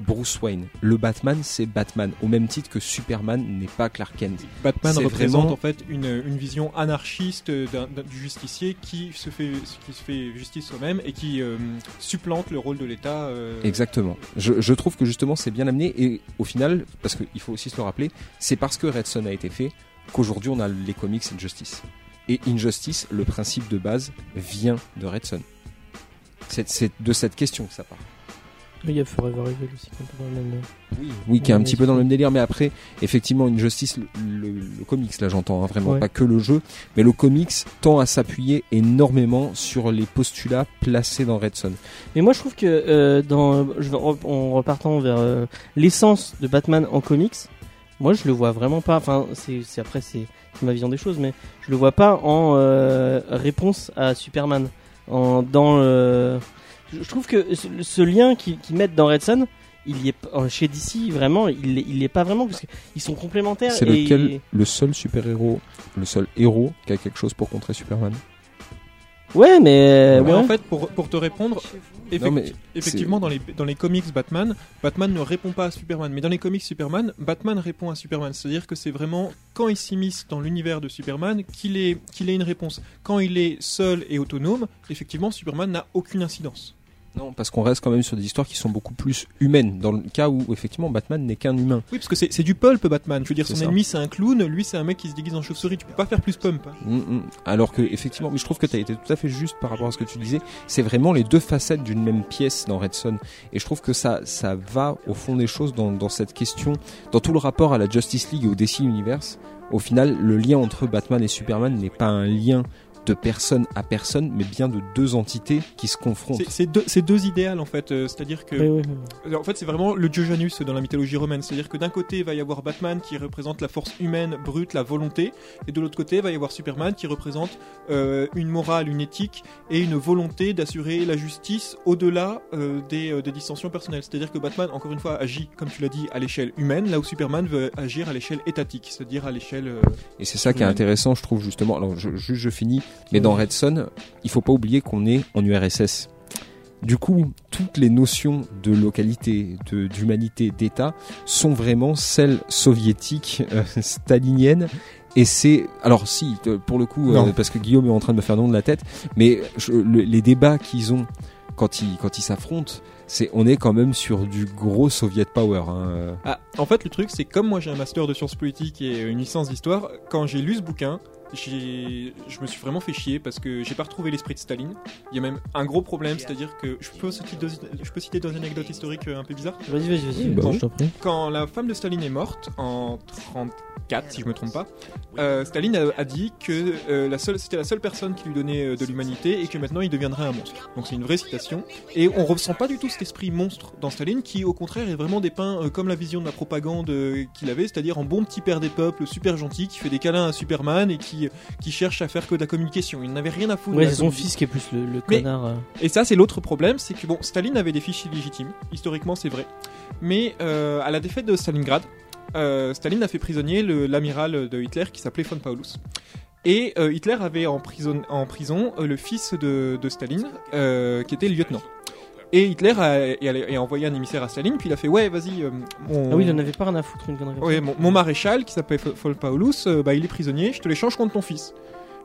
Bruce Wayne. Le Batman, c'est Batman, au même titre que Superman n'est pas Clark Kent.
Batman
C'est
représente
vraiment-
en fait une, une vision anarchiste d'un- d'un- du justicier qui se fait, qui se fait justice soi-même et qui euh, supplante le rôle de l'État. euh,
Exactement. Je, je trouve que justement c'est bien amené et au final, parce qu'il faut aussi se le rappeler, c'est parce que Red Son a été fait qu'aujourd'hui on a les comics Injustice. Et Injustice, le principe de base, vient de Red Son. C'est c'est de cette question que ça part.
Il y a Forever Evil aussi, qui est un peu dans le même.
Oui, qui est un
Oui,
petit peu dans le même délire, mais après, effectivement, Injustice, le, le- le comics, là j'entends, hein, vraiment
Ouais.
pas que le jeu, mais le comics tend à s'appuyer énormément sur les postulats placés dans Red Son.
Mais moi, je trouve que euh, dans, je vais- en- en repartant vers euh, l'essence de Batman en comics, moi, je le vois vraiment pas. Enfin, c'est c'est- après, c'est c'est ma vision des choses, mais je le vois pas en euh, réponse à Superman. En, dans, euh, je je trouve que ce, ce lien qu'ils qu'ils mettent dans Red Son, il y est p- euh, chez DC vraiment, il l'est- il est pas vraiment parce qu'ils sont complémentaires.
C'est
et-
lequel, le seul super-héros, le seul héros qui a quelque chose pour contrer Superman
Ouais, mais euh,
Mais
ouais.
en fait, pour, pour te répondre, effecti-
Non, mais
effectivement, dans les, dans les comics Batman, Batman ne répond pas à Superman. Mais dans les comics Superman, Batman répond à Superman. C'est-à-dire que c'est vraiment quand il s'immisce dans l'univers de Superman qu'il est qu'il ait une réponse. Quand il est seul et autonome, effectivement, Superman n'a aucune incidence.
Non, parce qu'on reste quand même sur des histoires qui sont beaucoup plus humaines, dans le cas où, effectivement, Batman n'est qu'un humain.
Oui, parce que c'est c'est du pulp Batman. Je veux dire,
C'est
son
ça.
ennemi c'est un clown, lui c'est un mec qui se déguise en chauve-souris. Tu peux pas faire plus pump. hein.
Mm, mm. Alors que effectivement, mais je trouve que tu as été tout à fait juste par rapport à ce que tu disais. C'est vraiment les deux facettes d'une même pièce dans Red Son, et je trouve que ça, ça va au fond des choses dans, dans cette question, dans tout le rapport à la Justice League et au DC Universe. Au final, le lien entre Batman et Superman n'est pas un lien de personne à personne, mais bien de deux entités qui se confrontent.
C'est- C'est deux, c'est deux idéales en fait. euh, C'est-à-dire que
Ouais, ouais, ouais.
Alors, En fait, c'est vraiment le dieu Janus dans la mythologie romaine. C'est-à-dire que d'un côté, il va y avoir Batman qui représente la force humaine, brute, la volonté, et de l'autre côté, il va y avoir Superman qui représente euh, une morale, une éthique et une volonté d'assurer la justice au-delà euh, des, euh, des distensions personnelles. C'est-à-dire que Batman, encore une fois, agit, comme tu l'as dit, à l'échelle humaine, là où Superman veut agir à l'échelle étatique, c'est-à-dire à l'échelle. euh,
Et c'est ça qui est
Mhm.
intéressant, je trouve justement. Alors, je, juste, je finis. Mais dans Red Son, il faut pas oublier qu'on est en URSS. Du coup, toutes les notions de localité, de- d'humanité, d'État sont vraiment celles soviétiques, euh, staliniennes. Et c'est alors si euh, pour le coup, euh,
Non.
parce que Guillaume est en train de me faire nom de la tête, mais je- le- les débats qu'ils ont quand ils quand ils s'affrontent, c'est on est quand même sur du gros soviet power. hein.
Ah, en fait, le truc, c'est comme moi j'ai un master de sciences politiques et une licence d'histoire, quand j'ai lu ce bouquin, j'ai- je me suis vraiment fait chier parce que j'ai pas retrouvé l'esprit de Staline. Il y a même un gros problème, c'est-à-dire que je peux, citer deux, je peux citer deux anecdotes historiques euh, un peu bizarres.
Vas-y, vas-y, vas-y,
Oui, bah
attends,
oui.
je t'en prie.
Quand la femme de Staline est morte en 34, si je me trompe pas, euh, Staline a, a dit que euh, la seule- c'était la seule personne qui lui donnait euh, de l'humanité et que maintenant il deviendrait un monstre. Donc c'est une vraie citation. Et on ressent pas du tout cet esprit monstre dans Staline qui, au contraire, est vraiment dépeint euh, comme la vision de la propagande euh, qu'il avait, c'est-à-dire en bon petit père des peuples, super gentil, qui fait des câlins à Superman et qui, qui cherche à faire que de la communication. Il n'avait rien à foutre. de
Ouais,
la
c'est son
communication.
fils qui est plus le, le
Mais-
connard. euh.
Et ça, c'est l'autre problème, c'est que bon, Staline avait des fiches illégitimes, historiquement c'est vrai, mais euh, à la défaite de Stalingrad, euh, Staline a fait prisonnier le- l'amiral de Hitler qui s'appelait von Paulus. Et euh, Hitler avait en prison, en prison euh, le fils de, de Staline, euh, qui était lieutenant. Et Hitler a, et a- et a envoyé un émissaire à Staline, puis il a fait Ouais, vas-y, euh, mon,
Ah oui, il en avait pas rien à foutre une connerie.
ouais, mon, mon maréchal, qui s'appelle Fol- Fol Paulus, euh, bah, il est prisonnier, je te l'échange contre ton fils.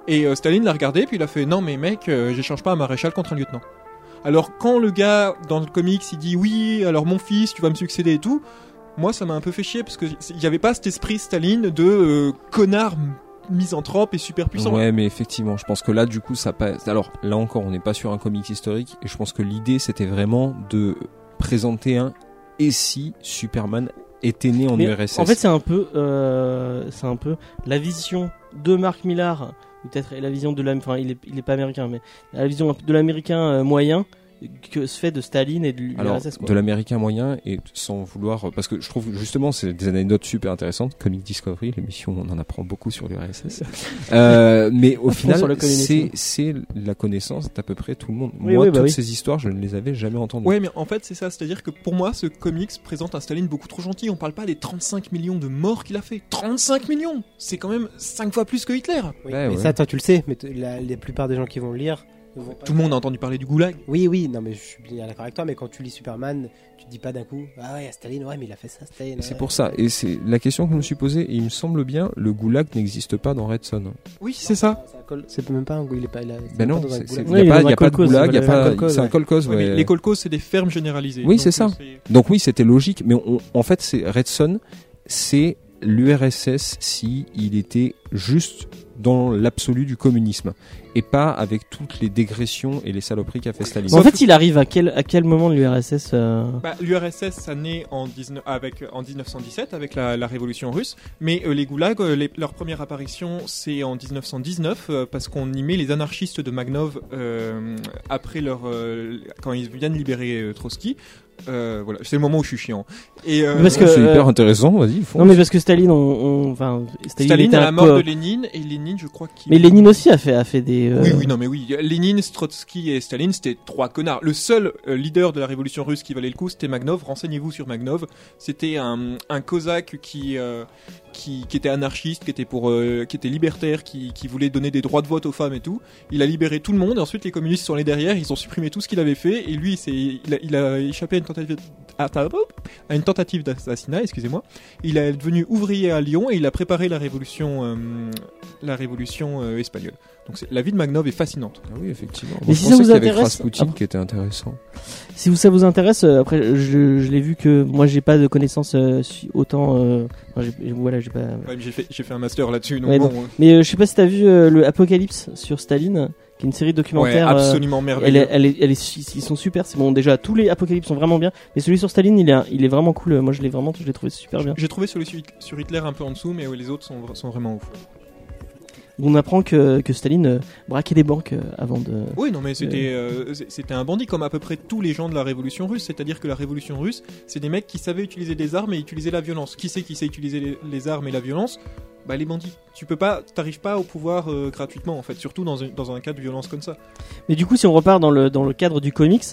Et euh, Staline l'a regardé, puis il a fait Non, mais mec, euh, j'échange pas un maréchal contre un lieutenant. Alors, quand le gars dans le comics il dit Oui, alors mon fils, tu vas me succéder et tout, moi ça m'a un peu fait chier parce qu'il n'y avait pas cet esprit Staline de euh, connard m- misanthrope et super puissant.
Ouais, mais effectivement, je pense que là, du coup, ça passe. Alors, là encore, on n'est pas sur un comics historique, et je pense que l'idée, c'était vraiment de présenter un et si Superman était né en
Mais
URSS.
En fait, c'est un peu, euh, c'est un peu la vision de Marc Millar, ou peut-être la vision de l'am, enfin, il est, il est pas américain, mais la vision un peu de l'américain euh, moyen que se fait de Staline et de
Alors,
l'URSS. quoi.
de l'américain moyen et sans vouloir, parce que je trouve justement c'est des anecdotes super intéressantes. Comic Discovery, l'émission, on en apprend beaucoup sur l'URSS. euh, mais au final,
sur le communisme.
c'est c'est la connaissance d'à peu près tout le monde.
Oui,
Moi,
oui, bah
toutes
oui.
ces histoires, je ne les avais jamais entendues.
Ouais, mais en fait, c'est ça, c'est-à-dire que pour moi, ce comics présente un Staline beaucoup trop gentil. On parle pas des 35 millions de morts qu'il a fait. 35 millions C'est quand même 5 fois plus que Hitler
Oui,
Ouais,
mais
ouais.
ça, toi, tu le sais, mais t- la, la plupart des gens qui vont le lire. ne vont pas-
Tout le monde a entendu parler du goulag.
Oui, oui, non, mais je suis bien d'accord avec toi, mais quand tu lis Superman, tu te dis pas d'un coup, ah ouais, Staline, ouais, mais il a fait ça, Staline.
Et C'est pour ça, et c'est la question que je me suis posée, et il me semble bien, le goulag n'existe pas dans Red Son.
Oui, c'est ça.
Ah, C'est même pas un goût, il est pas. il a- c'est
Ben non,
pas dans un
c'est- c'est-
goulag.
il
Oui, il
n'y
est
a, pas-
dans
il
un
y a pas de
kolkhoz,
goulag, il y a
voilà.
pas-
C'est un kolkhoz,
c'est un
ouais.
kolkhoz.
Ouais, mais
ouais.
les colcos, c'est des fermes généralisées.
Oui,
Donc,
c'est ça.
euh,
Donc oui, c'était logique, mais on- en fait, c'est Red Son, c'est l'URSS si il était juste dans l'absolu du communisme. et pas avec toutes les dégressions et les saloperies qu'a fait Staline.
Mais en fait, il arrive à quel, à quel moment de l'URSS euh,
Bah, L'URSS, ça naît en, 19 avec, en 1917 avec la, la révolution russe, mais euh, les goulags, euh, les- leur première apparition, c'est en 1919 euh, parce qu'on y met les anarchistes de Magnov euh, après leur. euh, quand ils viennent libérer euh, Trotsky. Euh, voilà, c'est le moment où je suis chiant. Et, euh,
Parce que,
c'est hyper
euh,
intéressant, vas-y, fonce.
Non, mais parce que Staline, on, on- enfin, Staline,
Staline
était
à
un
la mort
peu-
de Lénine, et Lénine, je crois qu'il.
Mais Lénine aussi a fait, a fait des. euh,
Oui, oui, non, mais oui. Lénine, Trotsky et Staline, c'était trois connards. Le seul euh, leader de la révolution russe qui valait le coup, c'était Magnov. Renseignez-vous sur Magnov. C'était un, un cosaque qui, euh, qui, qui était anarchiste, qui était, pour, euh, qui était libertaire, qui, qui voulait donner des droits de vote aux femmes et tout. Il a libéré tout le monde. Et ensuite, les communistes sont allés derrière. Ils ont supprimé tout ce qu'il avait fait. Et lui, c'est, il, a, il a échappé à une tentative, à- à une tentative d'assassinat, excusez-moi. Il est devenu ouvrier à Lyon et il a préparé la révolution, euh, la révolution euh, espagnole. Donc c'est- la vie de Magnov est fascinante.
Ah oui, effectivement.
Mais
Moi,
si
je
ça
pensais
vous
qu'il y avait
intéresse-
Rasputin
Ah.
qui était intéressant.
Si vous- ça vous intéresse, euh, après, je, je l'ai vu que moi, j'ai pas de connaissances euh, si- autant. euh, enfin, j'ai- voilà, j'ai pas.
Ouais, mais j'ai fait, j'ai fait un master là-dessus, donc
Ouais,
bon,
Mais euh, je sais pas si t'as vu euh, le Apocalypse sur Staline, qui est une série
euh, ouais,
documentaire. euh,
absolument
elle
merveilleux.
est, elle est- elle est su- ils sont super. C'est bon, déjà tous les Apocalypse sont vraiment bien, mais celui sur Staline, il est, un- il est vraiment cool. Moi, je l'ai vraiment, je l'ai trouvé super bien.
J'ai trouvé celui sur- sur Hitler un peu en dessous, mais ouais, les autres sont, vra- sont vraiment ouf.
On apprend que, que Staline euh, braquait des banques euh, avant de.
Oui, non, mais c'était euh, c'est- c'était un bandit comme à peu près tous les gens de la Révolution russe. C'est-à-dire que la Révolution russe, c'est des mecs qui savaient utiliser des armes et utiliser la violence. Qui c'est qui sait utiliser les, les armes et la violence bah les bandits. Tu peux pas, t'arrives pas au pouvoir euh, gratuitement en fait, surtout dans un, dans un cas de violence comme ça.
Mais du coup, si on repart dans le, dans le cadre du comics,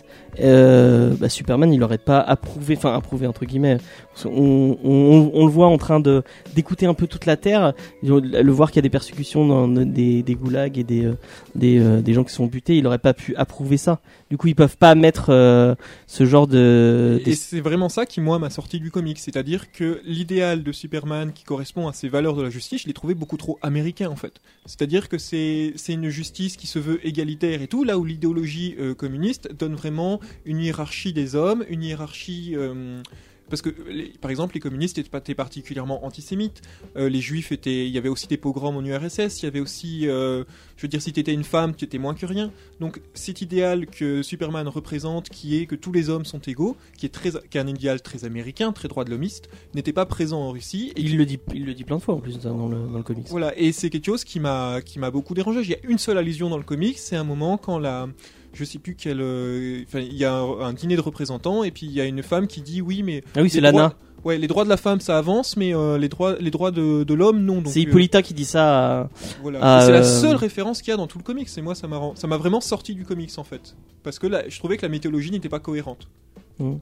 euh, bah, Superman, il aurait pas approuvé, enfin approuvé entre guillemets. On, on, on- on le voit en train de d'écouter un peu toute la Terre, le voir qu'il y a des persécutions dans des, des goulags et des, euh, des, euh, des gens qui sont butés, il aurait pas pu approuver ça. Du coup, ils peuvent pas mettre euh, ce genre de...
Et c'est vraiment ça qui, moi, m'a sorti du comic. C'est-à-dire que l'idéal de Superman qui correspond à ses valeurs de la justice, je l'ai trouvé beaucoup trop américain, en fait. C'est-à-dire que c'est c'est une justice qui se veut égalitaire et tout, là où l'idéologie euh, communiste donne vraiment une hiérarchie des hommes, une hiérarchie... euh, parce que, les- par exemple, les communistes étaient, pas- étaient particulièrement antisémites. Euh, les juifs étaient. Il y avait aussi des pogroms en URSS. Il y avait aussi. euh, je veux dire, si t'étais une femme, t'étais moins que rien. Donc cet idéal que Superman représente, qui est que tous les hommes sont égaux, qui est, très, qui est un idéal très américain, très droit de l'homiste, n'était pas présent en Russie. Et
il, le dit, il le dit plein de fois en plus dans le, dans le comics.
voilà, et c'est quelque chose qui m'a qui m'a beaucoup dérangé. Il y a une seule allusion dans le comic, c'est un moment quand la je sais plus quelle euh, enfin il y a un, un dîner de représentants et puis il y a une femme qui dit oui mais
Ah oui, c'est
les
Lana.
droits- ouais, les droits de la femme ça avance mais euh, les droits les droits de, de l'homme non donc
C'est
euh,
Hippolyta qui dit ça. à-
voilà.
Ah,
Et c'est
euh,
la seule référence qu'il y a dans tout le comics. Et moi, ça m'a ren- ça m'a vraiment sorti du comics en fait, parce que là, je trouvais que la mythologie n'était pas cohérente.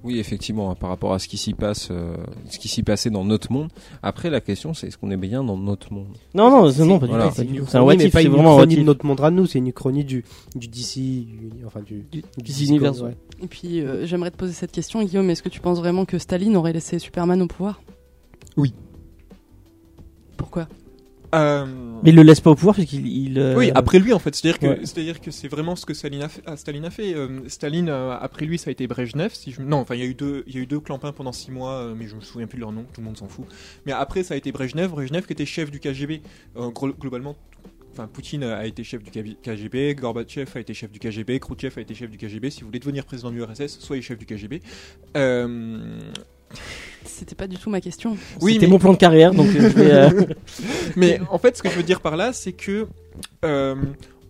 Oui, effectivement, hein, par rapport à ce qui s'y passe, euh, ce qui s'y passait dans notre monde. Après, la question, c'est est-ce qu'on est bien dans notre monde
Non, non, non, pas du
Voilà.
tout. pas du tout. C'est
C'est
un what
mais
if,
pas
c'est
une
vraiment un what
chronie de
if.
notre monde à nous, c'est une chronie du, du DC, du- enfin du,
Du-
du
du
DC
univers,
Comics, ouais.
Et puis, euh, j'aimerais te poser cette question, Guillaume. Est-ce que tu penses vraiment que Staline aurait laissé Superman au pouvoir
Oui.
Pourquoi
Euh,
Mais il le laisse pas au pouvoir puisqu'il. il, euh,
Oui, après lui en fait, c'est-à-dire que
ouais.
c'est-à-dire que c'est vraiment ce que Staline a fait. ah, Staline a fait. Euh, Staline euh, après lui, ça a été Brejnev. Si je... Non, enfin il y a eu deux, il y a eu deux clampins pendant six mois, euh, mais je me souviens plus de leur nom, tout le monde s'en fout. Mais après ça a été Brejnev, Brejnev qui était chef du KGB. Euh, gro- globalement, enfin Poutine a été chef du KGB, Gorbatchev a été chef du KGB, Khrouchtchev a été chef du KGB. Si vous voulez devenir président de l'URSS, soyez chef du KGB. Euh,
C'était pas du tout ma question.
Oui,
C'était
mais-
mon plan de carrière, donc euh, je vais. euh,
Mais en fait, ce que je veux dire par là, c'est que euh,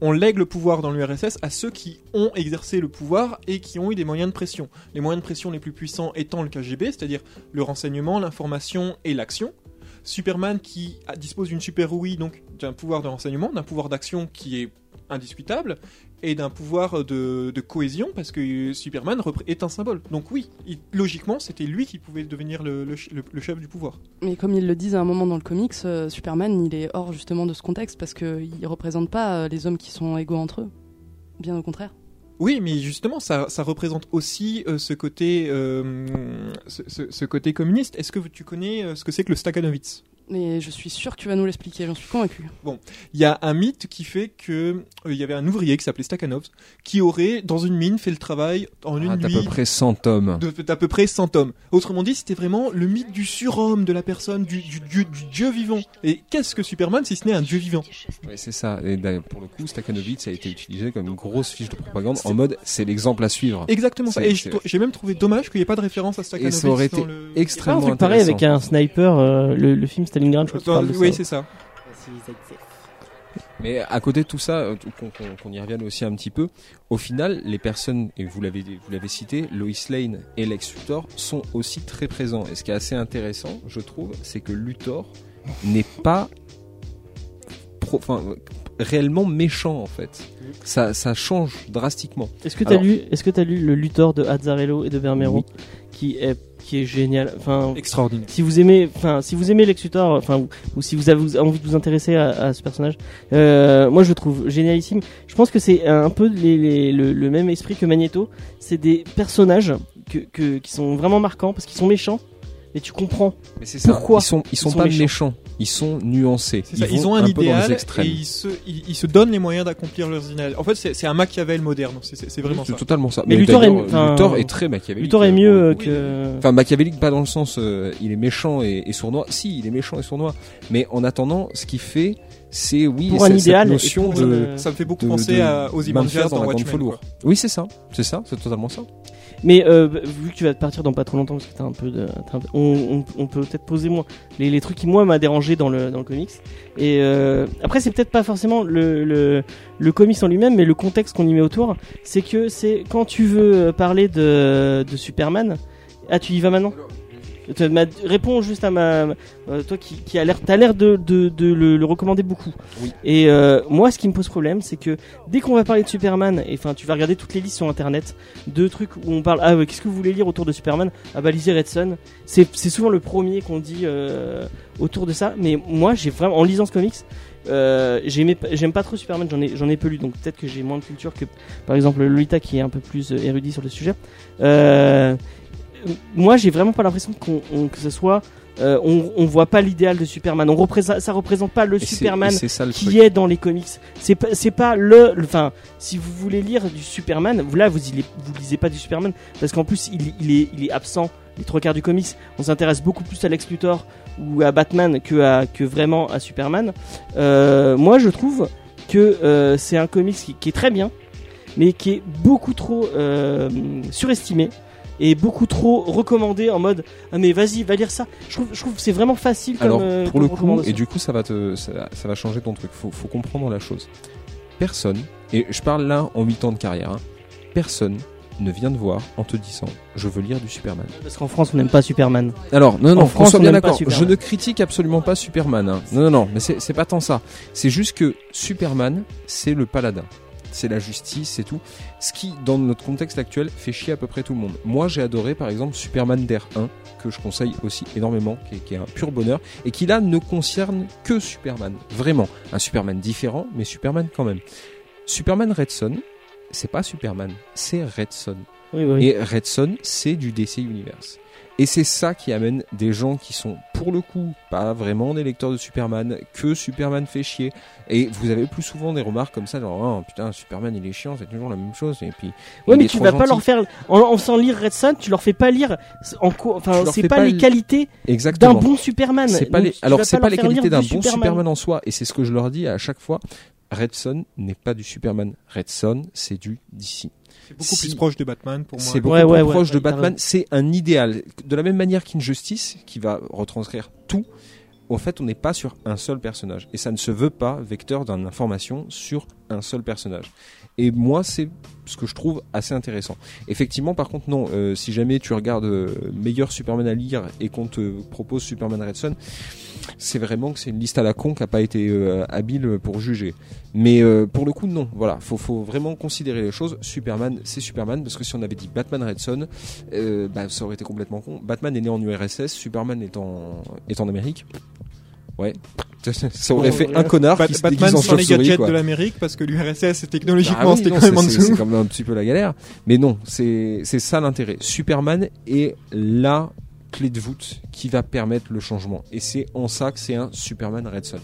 on lègue le pouvoir dans l'URSS à ceux qui ont exercé le pouvoir et qui ont eu des moyens de pression. Les moyens de pression les plus puissants étant le KGB, c'est-à-dire le renseignement, l'information et l'action. Superman qui a- dispose d'une super ouïe, donc d'un pouvoir de renseignement, d'un pouvoir d'action qui est indiscutable et d'un pouvoir de, de cohésion parce que Superman repré- est un symbole. Donc oui, il- logiquement, c'était lui qui pouvait devenir le- le ch- le- le chef du pouvoir.
Mais comme ils le disent à un moment dans le comics, euh, Superman, il est hors justement de ce contexte parce qu'il représente pas euh, les hommes qui sont égaux entre eux. Bien au contraire.
Oui, mais justement, ça, ça représente aussi euh, ce côté, euh, ce, ce- ce côté communiste. Est-ce que tu connais euh, ce que c'est que le Stakhanovitz
Mais je suis sûr que tu vas nous l'expliquer, j'en suis convaincu.
Il y a un mythe qui fait que euh, il y avait un ouvrier qui s'appelait Stakhanov qui aurait dans une mine fait le travail en une
Ah, D'à
nuit
peu près 100 tomes.
de- d'à peu près 100 hommes. Autrement dit, c'était vraiment le mythe du surhomme, de la personne, du, du, dieu- du dieu vivant. Et qu'est-ce que Superman si ce n'est un dieu vivant
Oui, c'est ça. Et d'ailleurs, pour le coup, Stakhanovitz a été utilisé comme une grosse fiche de propagande en mode c'est l'exemple à suivre.
Exactement ça.
C'est-
Et
c'est-
j'ai trou- j'ai même trouvé dommage qu'il n'y ait pas de référence à Stakhanov.
Et ça aurait été
Pas un
extrêmement
truc pareil
intéressant.
avec un sniper, euh, le, le film Stalingrad, je crois qu'il parle de
Oui,
ça.
c'est ça.
Ah,
Mais à côté de tout ça, euh, tout- qu'on qu'on- qu'on y revienne aussi un petit peu, au final, les personnes, et vous l'avez vous l'avez cité, Lois Lane et Lex Luthor sont aussi très présents. Et ce qui est assez intéressant, je trouve, c'est que Luthor n'est pas pro- enfin, euh, réellement méchant en fait. Ça, ça change drastiquement.
Est-ce que t'as
Alors-
lu, est-ce que t'as lu le Luthor de Azzarello et de Bermero,
Oui.
qui est qui est génial. Enfin,
Extraordinaire.
si vous aimez, enfin, si vous aimez Lex Luthor, enfin, ou, ou si vous avez vous- envie de vous intéresser à, à ce personnage, euh, moi je le trouve génialissime. Je pense que c'est un peu les- les- le, le même esprit que Magneto. C'est des personnages que, que- qui sont vraiment marquants parce qu'ils sont méchants, mais tu comprends.
Mais c'est ça.
Pourquoi
ils sont, ils sont
sont
pas
méchants
méchants. Ils sont nuancés.
C'est ça, Ils,
vont
ont un,
peu dans les
idéal et
extrêmes.
ils se, ils, ils se donnent les moyens d'accomplir leurs idéaux. En fait, c'est c'est un Machiavel moderne. C'est- C'est c'est vraiment
C'est
ça.
totalement ça.
Mais
Mais
Luthor est-
d'ailleurs,
enfin,
Luthor est très machiavélique.
Luthor est mieux euh,
oui.
que.
Enfin, machiavélique, pas dans le sens euh, il est méchant et, et sournois. Si, il est méchant et sournois. Mais en attendant, ce qu'il fait, c'est oui,
Pour un
c'est-
idéal
cette
et
notion
pour euh,
de,
une-
Ça me fait beaucoup
de-
penser
de
à, aux images
Manfias
dans
la grande
Watchmen.
velours.
quoi.
Oui, c'est ça, c'est ça, c'est totalement ça.
Mais euh, vu que tu vas te partir dans pas trop longtemps, parce que t'as un peu de, t'as un peu- on, on- on peut peut-être poser moi les, les trucs qui moi m'a dérangé dans le dans le comics. Et euh, après c'est peut-être pas forcément le, le le comics en lui-même, mais le contexte qu'on y met autour, c'est que c'est quand tu veux parler de de Superman, ah tu y vas maintenant. Tu m'as- Réponds juste à ma euh, toi qui, qui a l'air t'as l'air de de, de le, le recommander beaucoup.
Oui.
Et euh, moi ce qui me pose problème, c'est que dès qu'on va parler de Superman, et enfin tu vas regarder toutes les listes sur internet deux trucs où on parle ah ouais, qu'est-ce que vous voulez lire autour de Superman ah bah lisez Red Son c'est c'est souvent le premier qu'on dit euh, autour de ça mais moi j'ai vraiment en lisant ce comics euh, j'aimais pas- j'aime pas trop Superman j'en ai j'en ai peu lu donc peut-être que j'ai moins de culture que par exemple Lolita qui est un peu plus euh, érudit sur le sujet euh, moi j'ai vraiment pas l'impression qu'on on- que ce soit euh, on, on voit pas l'idéal de Superman on représente ça représente pas le
Et c'est-
Superman
et c'est ça le truc.
qui est dans les comics. C'est pas, c'est pas le, le- enfin, si vous voulez lire du Superman, vous- là vous, il est- vous lisez pas du Superman parce qu'en plus il, il est, il est absent les trois quarts du comics. On s'intéresse beaucoup plus à Lex Luthor ou à Batman que à que vraiment à Superman. Euh, moi je trouve que euh, c'est un comics qui, qui est très bien, mais qui est beaucoup trop euh, surestimé et beaucoup trop recommandé en mode ah mais vas-y va lire ça. Je trouve, je trouve que c'est vraiment facile comme,
Alors,
euh,
pour
comme
le coup,
recommandation.
et du coup, ça va te, ça, ça va changer ton truc. Faut, faut comprendre la chose. Personne, et je parle là en 8 ans de carrière, hein, personne ne vient te voir en te disant je veux lire du Superman.
Parce qu'en France on n'aime pas Superman.
Alors, non, non,
En France,
qu'on soit
on
bien
n'aime pas
d'accord.
Superman.
Je ne critique absolument pas Superman. hein. Non, non, non, mais c'est c'est pas tant ça. C'est juste que Superman, c'est le paladin. C'est la justice, c'est tout. Ce qui, dans notre contexte actuel, fait chier à peu près tout le monde. Moi, j'ai adoré, par exemple, Superman Dare 1, que je conseille aussi énormément, qui est, qui est un pur bonheur, et qui là ne concerne que Superman. Vraiment. Un Superman différent, mais Superman quand même. Superman Red Son, c'est pas Superman, c'est Red Son.
Oui, oui.
Et Red Son, c'est du DC Universe. Et c'est ça qui amène des gens qui sont, pour le coup, pas vraiment des lecteurs de Superman, que Superman fait chier. Et vous avez plus souvent des remarques comme ça, genre, oh, putain, Superman il est chiant, c'est toujours la même chose. Et puis,
Ouais,
il
mais
est
tu
trop
vas pas
gentil.
leur faire en, en sans lire Red Sun, tu leur fais pas lire c- en quoi
Tu
enfin
leur
c'est
fais
pas,
pas
les
li-
qualités d'un
Exactement.
bon Superman.
C'est pas
Donc,
les...
tu vas
Alors, c'est
leur
pas les
faire lire
qualités d'un
du
bon Superman en soi, et c'est ce que je leur dis à chaque fois. Red Son n'est pas du Superman. Red Son, c'est du DC.
C'est beaucoup
Si-
plus proche de Batman pour moi.
C'est beaucoup
Ouais, ouais,
plus
ouais,
proche
ouais,
de
t'as
Batman.
raison.
C'est un idéal. De la même manière qu'Injustice, qui va retranscrire tout, en fait, on n'est pas sur un seul personnage. Et ça ne se veut pas vecteur d'une information sur un seul personnage. Et moi, c'est ce que je trouve assez intéressant. Effectivement, par contre, non. euh, si jamais tu regardes euh, Meilleur Superman à lire et qu'on te propose Superman Red Son, c'est vraiment que c'est une liste à la con qui n'a pas été euh, habile pour juger. Mais euh, pour le coup, non. Voilà, faut, faut vraiment considérer les choses. Superman, c'est Superman, parce que si on avait dit Batman Red Son, euh, bah, ça aurait été complètement con. Batman est né en URSS, Superman est en, est en Amérique. Ouais, ça aurait fait un connard
Bat-
qui se déguise
Batman
en
sans les
chauve-souris,
gadgets
quoi.
de l'Amérique parce que l'URSS
Bah
technologiquement
oui,
c'était
non,
quand même en
c'est- c'est-
dessous.
C'est quand même un petit peu la galère. Mais non, c'est c'est ça l'intérêt. Superman est là clé de voûte qui va permettre le changement. Et c'est en ça que c'est un Superman Red Son.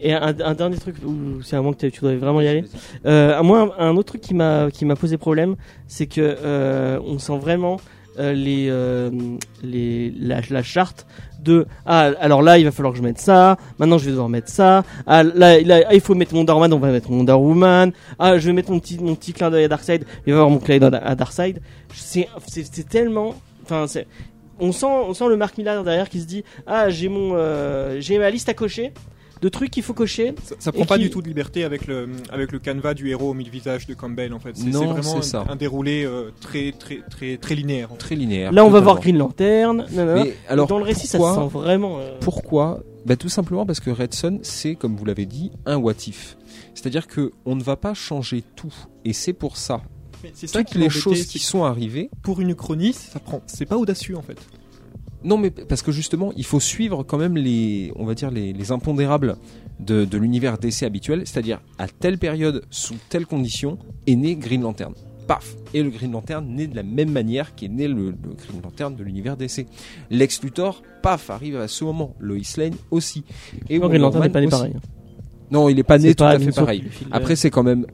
Et un, un dernier truc, où c'est à moi que t'as- tu dois vraiment y aller. Euh, moi, un, un autre truc qui m'a qui m'a posé problème, c'est que euh, on sent vraiment euh, les euh, les la, la charte de ah alors là il va falloir que je mette ça. Maintenant je vais devoir mettre ça. Ah là, là, ah, il faut mettre mon Darman, on va mettre mon Wonder Woman. Ah je vais mettre mon petit mon petit clin d'œil à Darkseid. Il va y avoir mon clin d'œil à Darkseid. C'est c'est c'est tellement enfin c'est on sent, on sent le Marc Millard derrière qui se dit Ah, j'ai mon, euh, j'ai ma liste à cocher, de trucs qu'il faut cocher.
Ça, ça
Et
prend pas
qui-
du tout de liberté avec le, avec le canevas du héros au mille visage de Campbell en fait. C'est c'est
Non,
vraiment
c'est ça.
un, un déroulé euh, très, très, très, très linéaire. en fait.
Très linéaire.
Là, on va
totalement.
voir Green Lantern. nanana.
Mais alors,
Dans le récit, ça se
pourquoi-
sent vraiment. euh,
Pourquoi bah, Tout simplement parce que Red Son, c'est, comme vous l'avez dit, un what if. C'est-à-dire que on ne va pas changer tout. Et c'est pour ça.
Mais C'est ça
Toutes
qui m'a
les
embêté,
choses
c'est
qui sont arrivées,
que pour une chronie, ça prend. C'est pas audacieux en fait.
Non, mais parce que justement, il faut suivre quand même les, on va dire les, les impondérables de, de l'univers DC habituel, c'est-à-dire à telle période, sous telle condition, est né Green Lantern. Paf Et le Green Lantern naît de la même manière qu'est né le, le Green Lantern de l'univers DC. Lex Luthor, paf, arrive à ce moment. Lois Lane aussi. Et
Green
Wonder
Lantern n'est pas né
Woman
pareil.
aussi. Non, il n'est pas né
C'est
tout
pas
à
une
fait
sorte
pareil.
du fil de-
Après, c'est quand même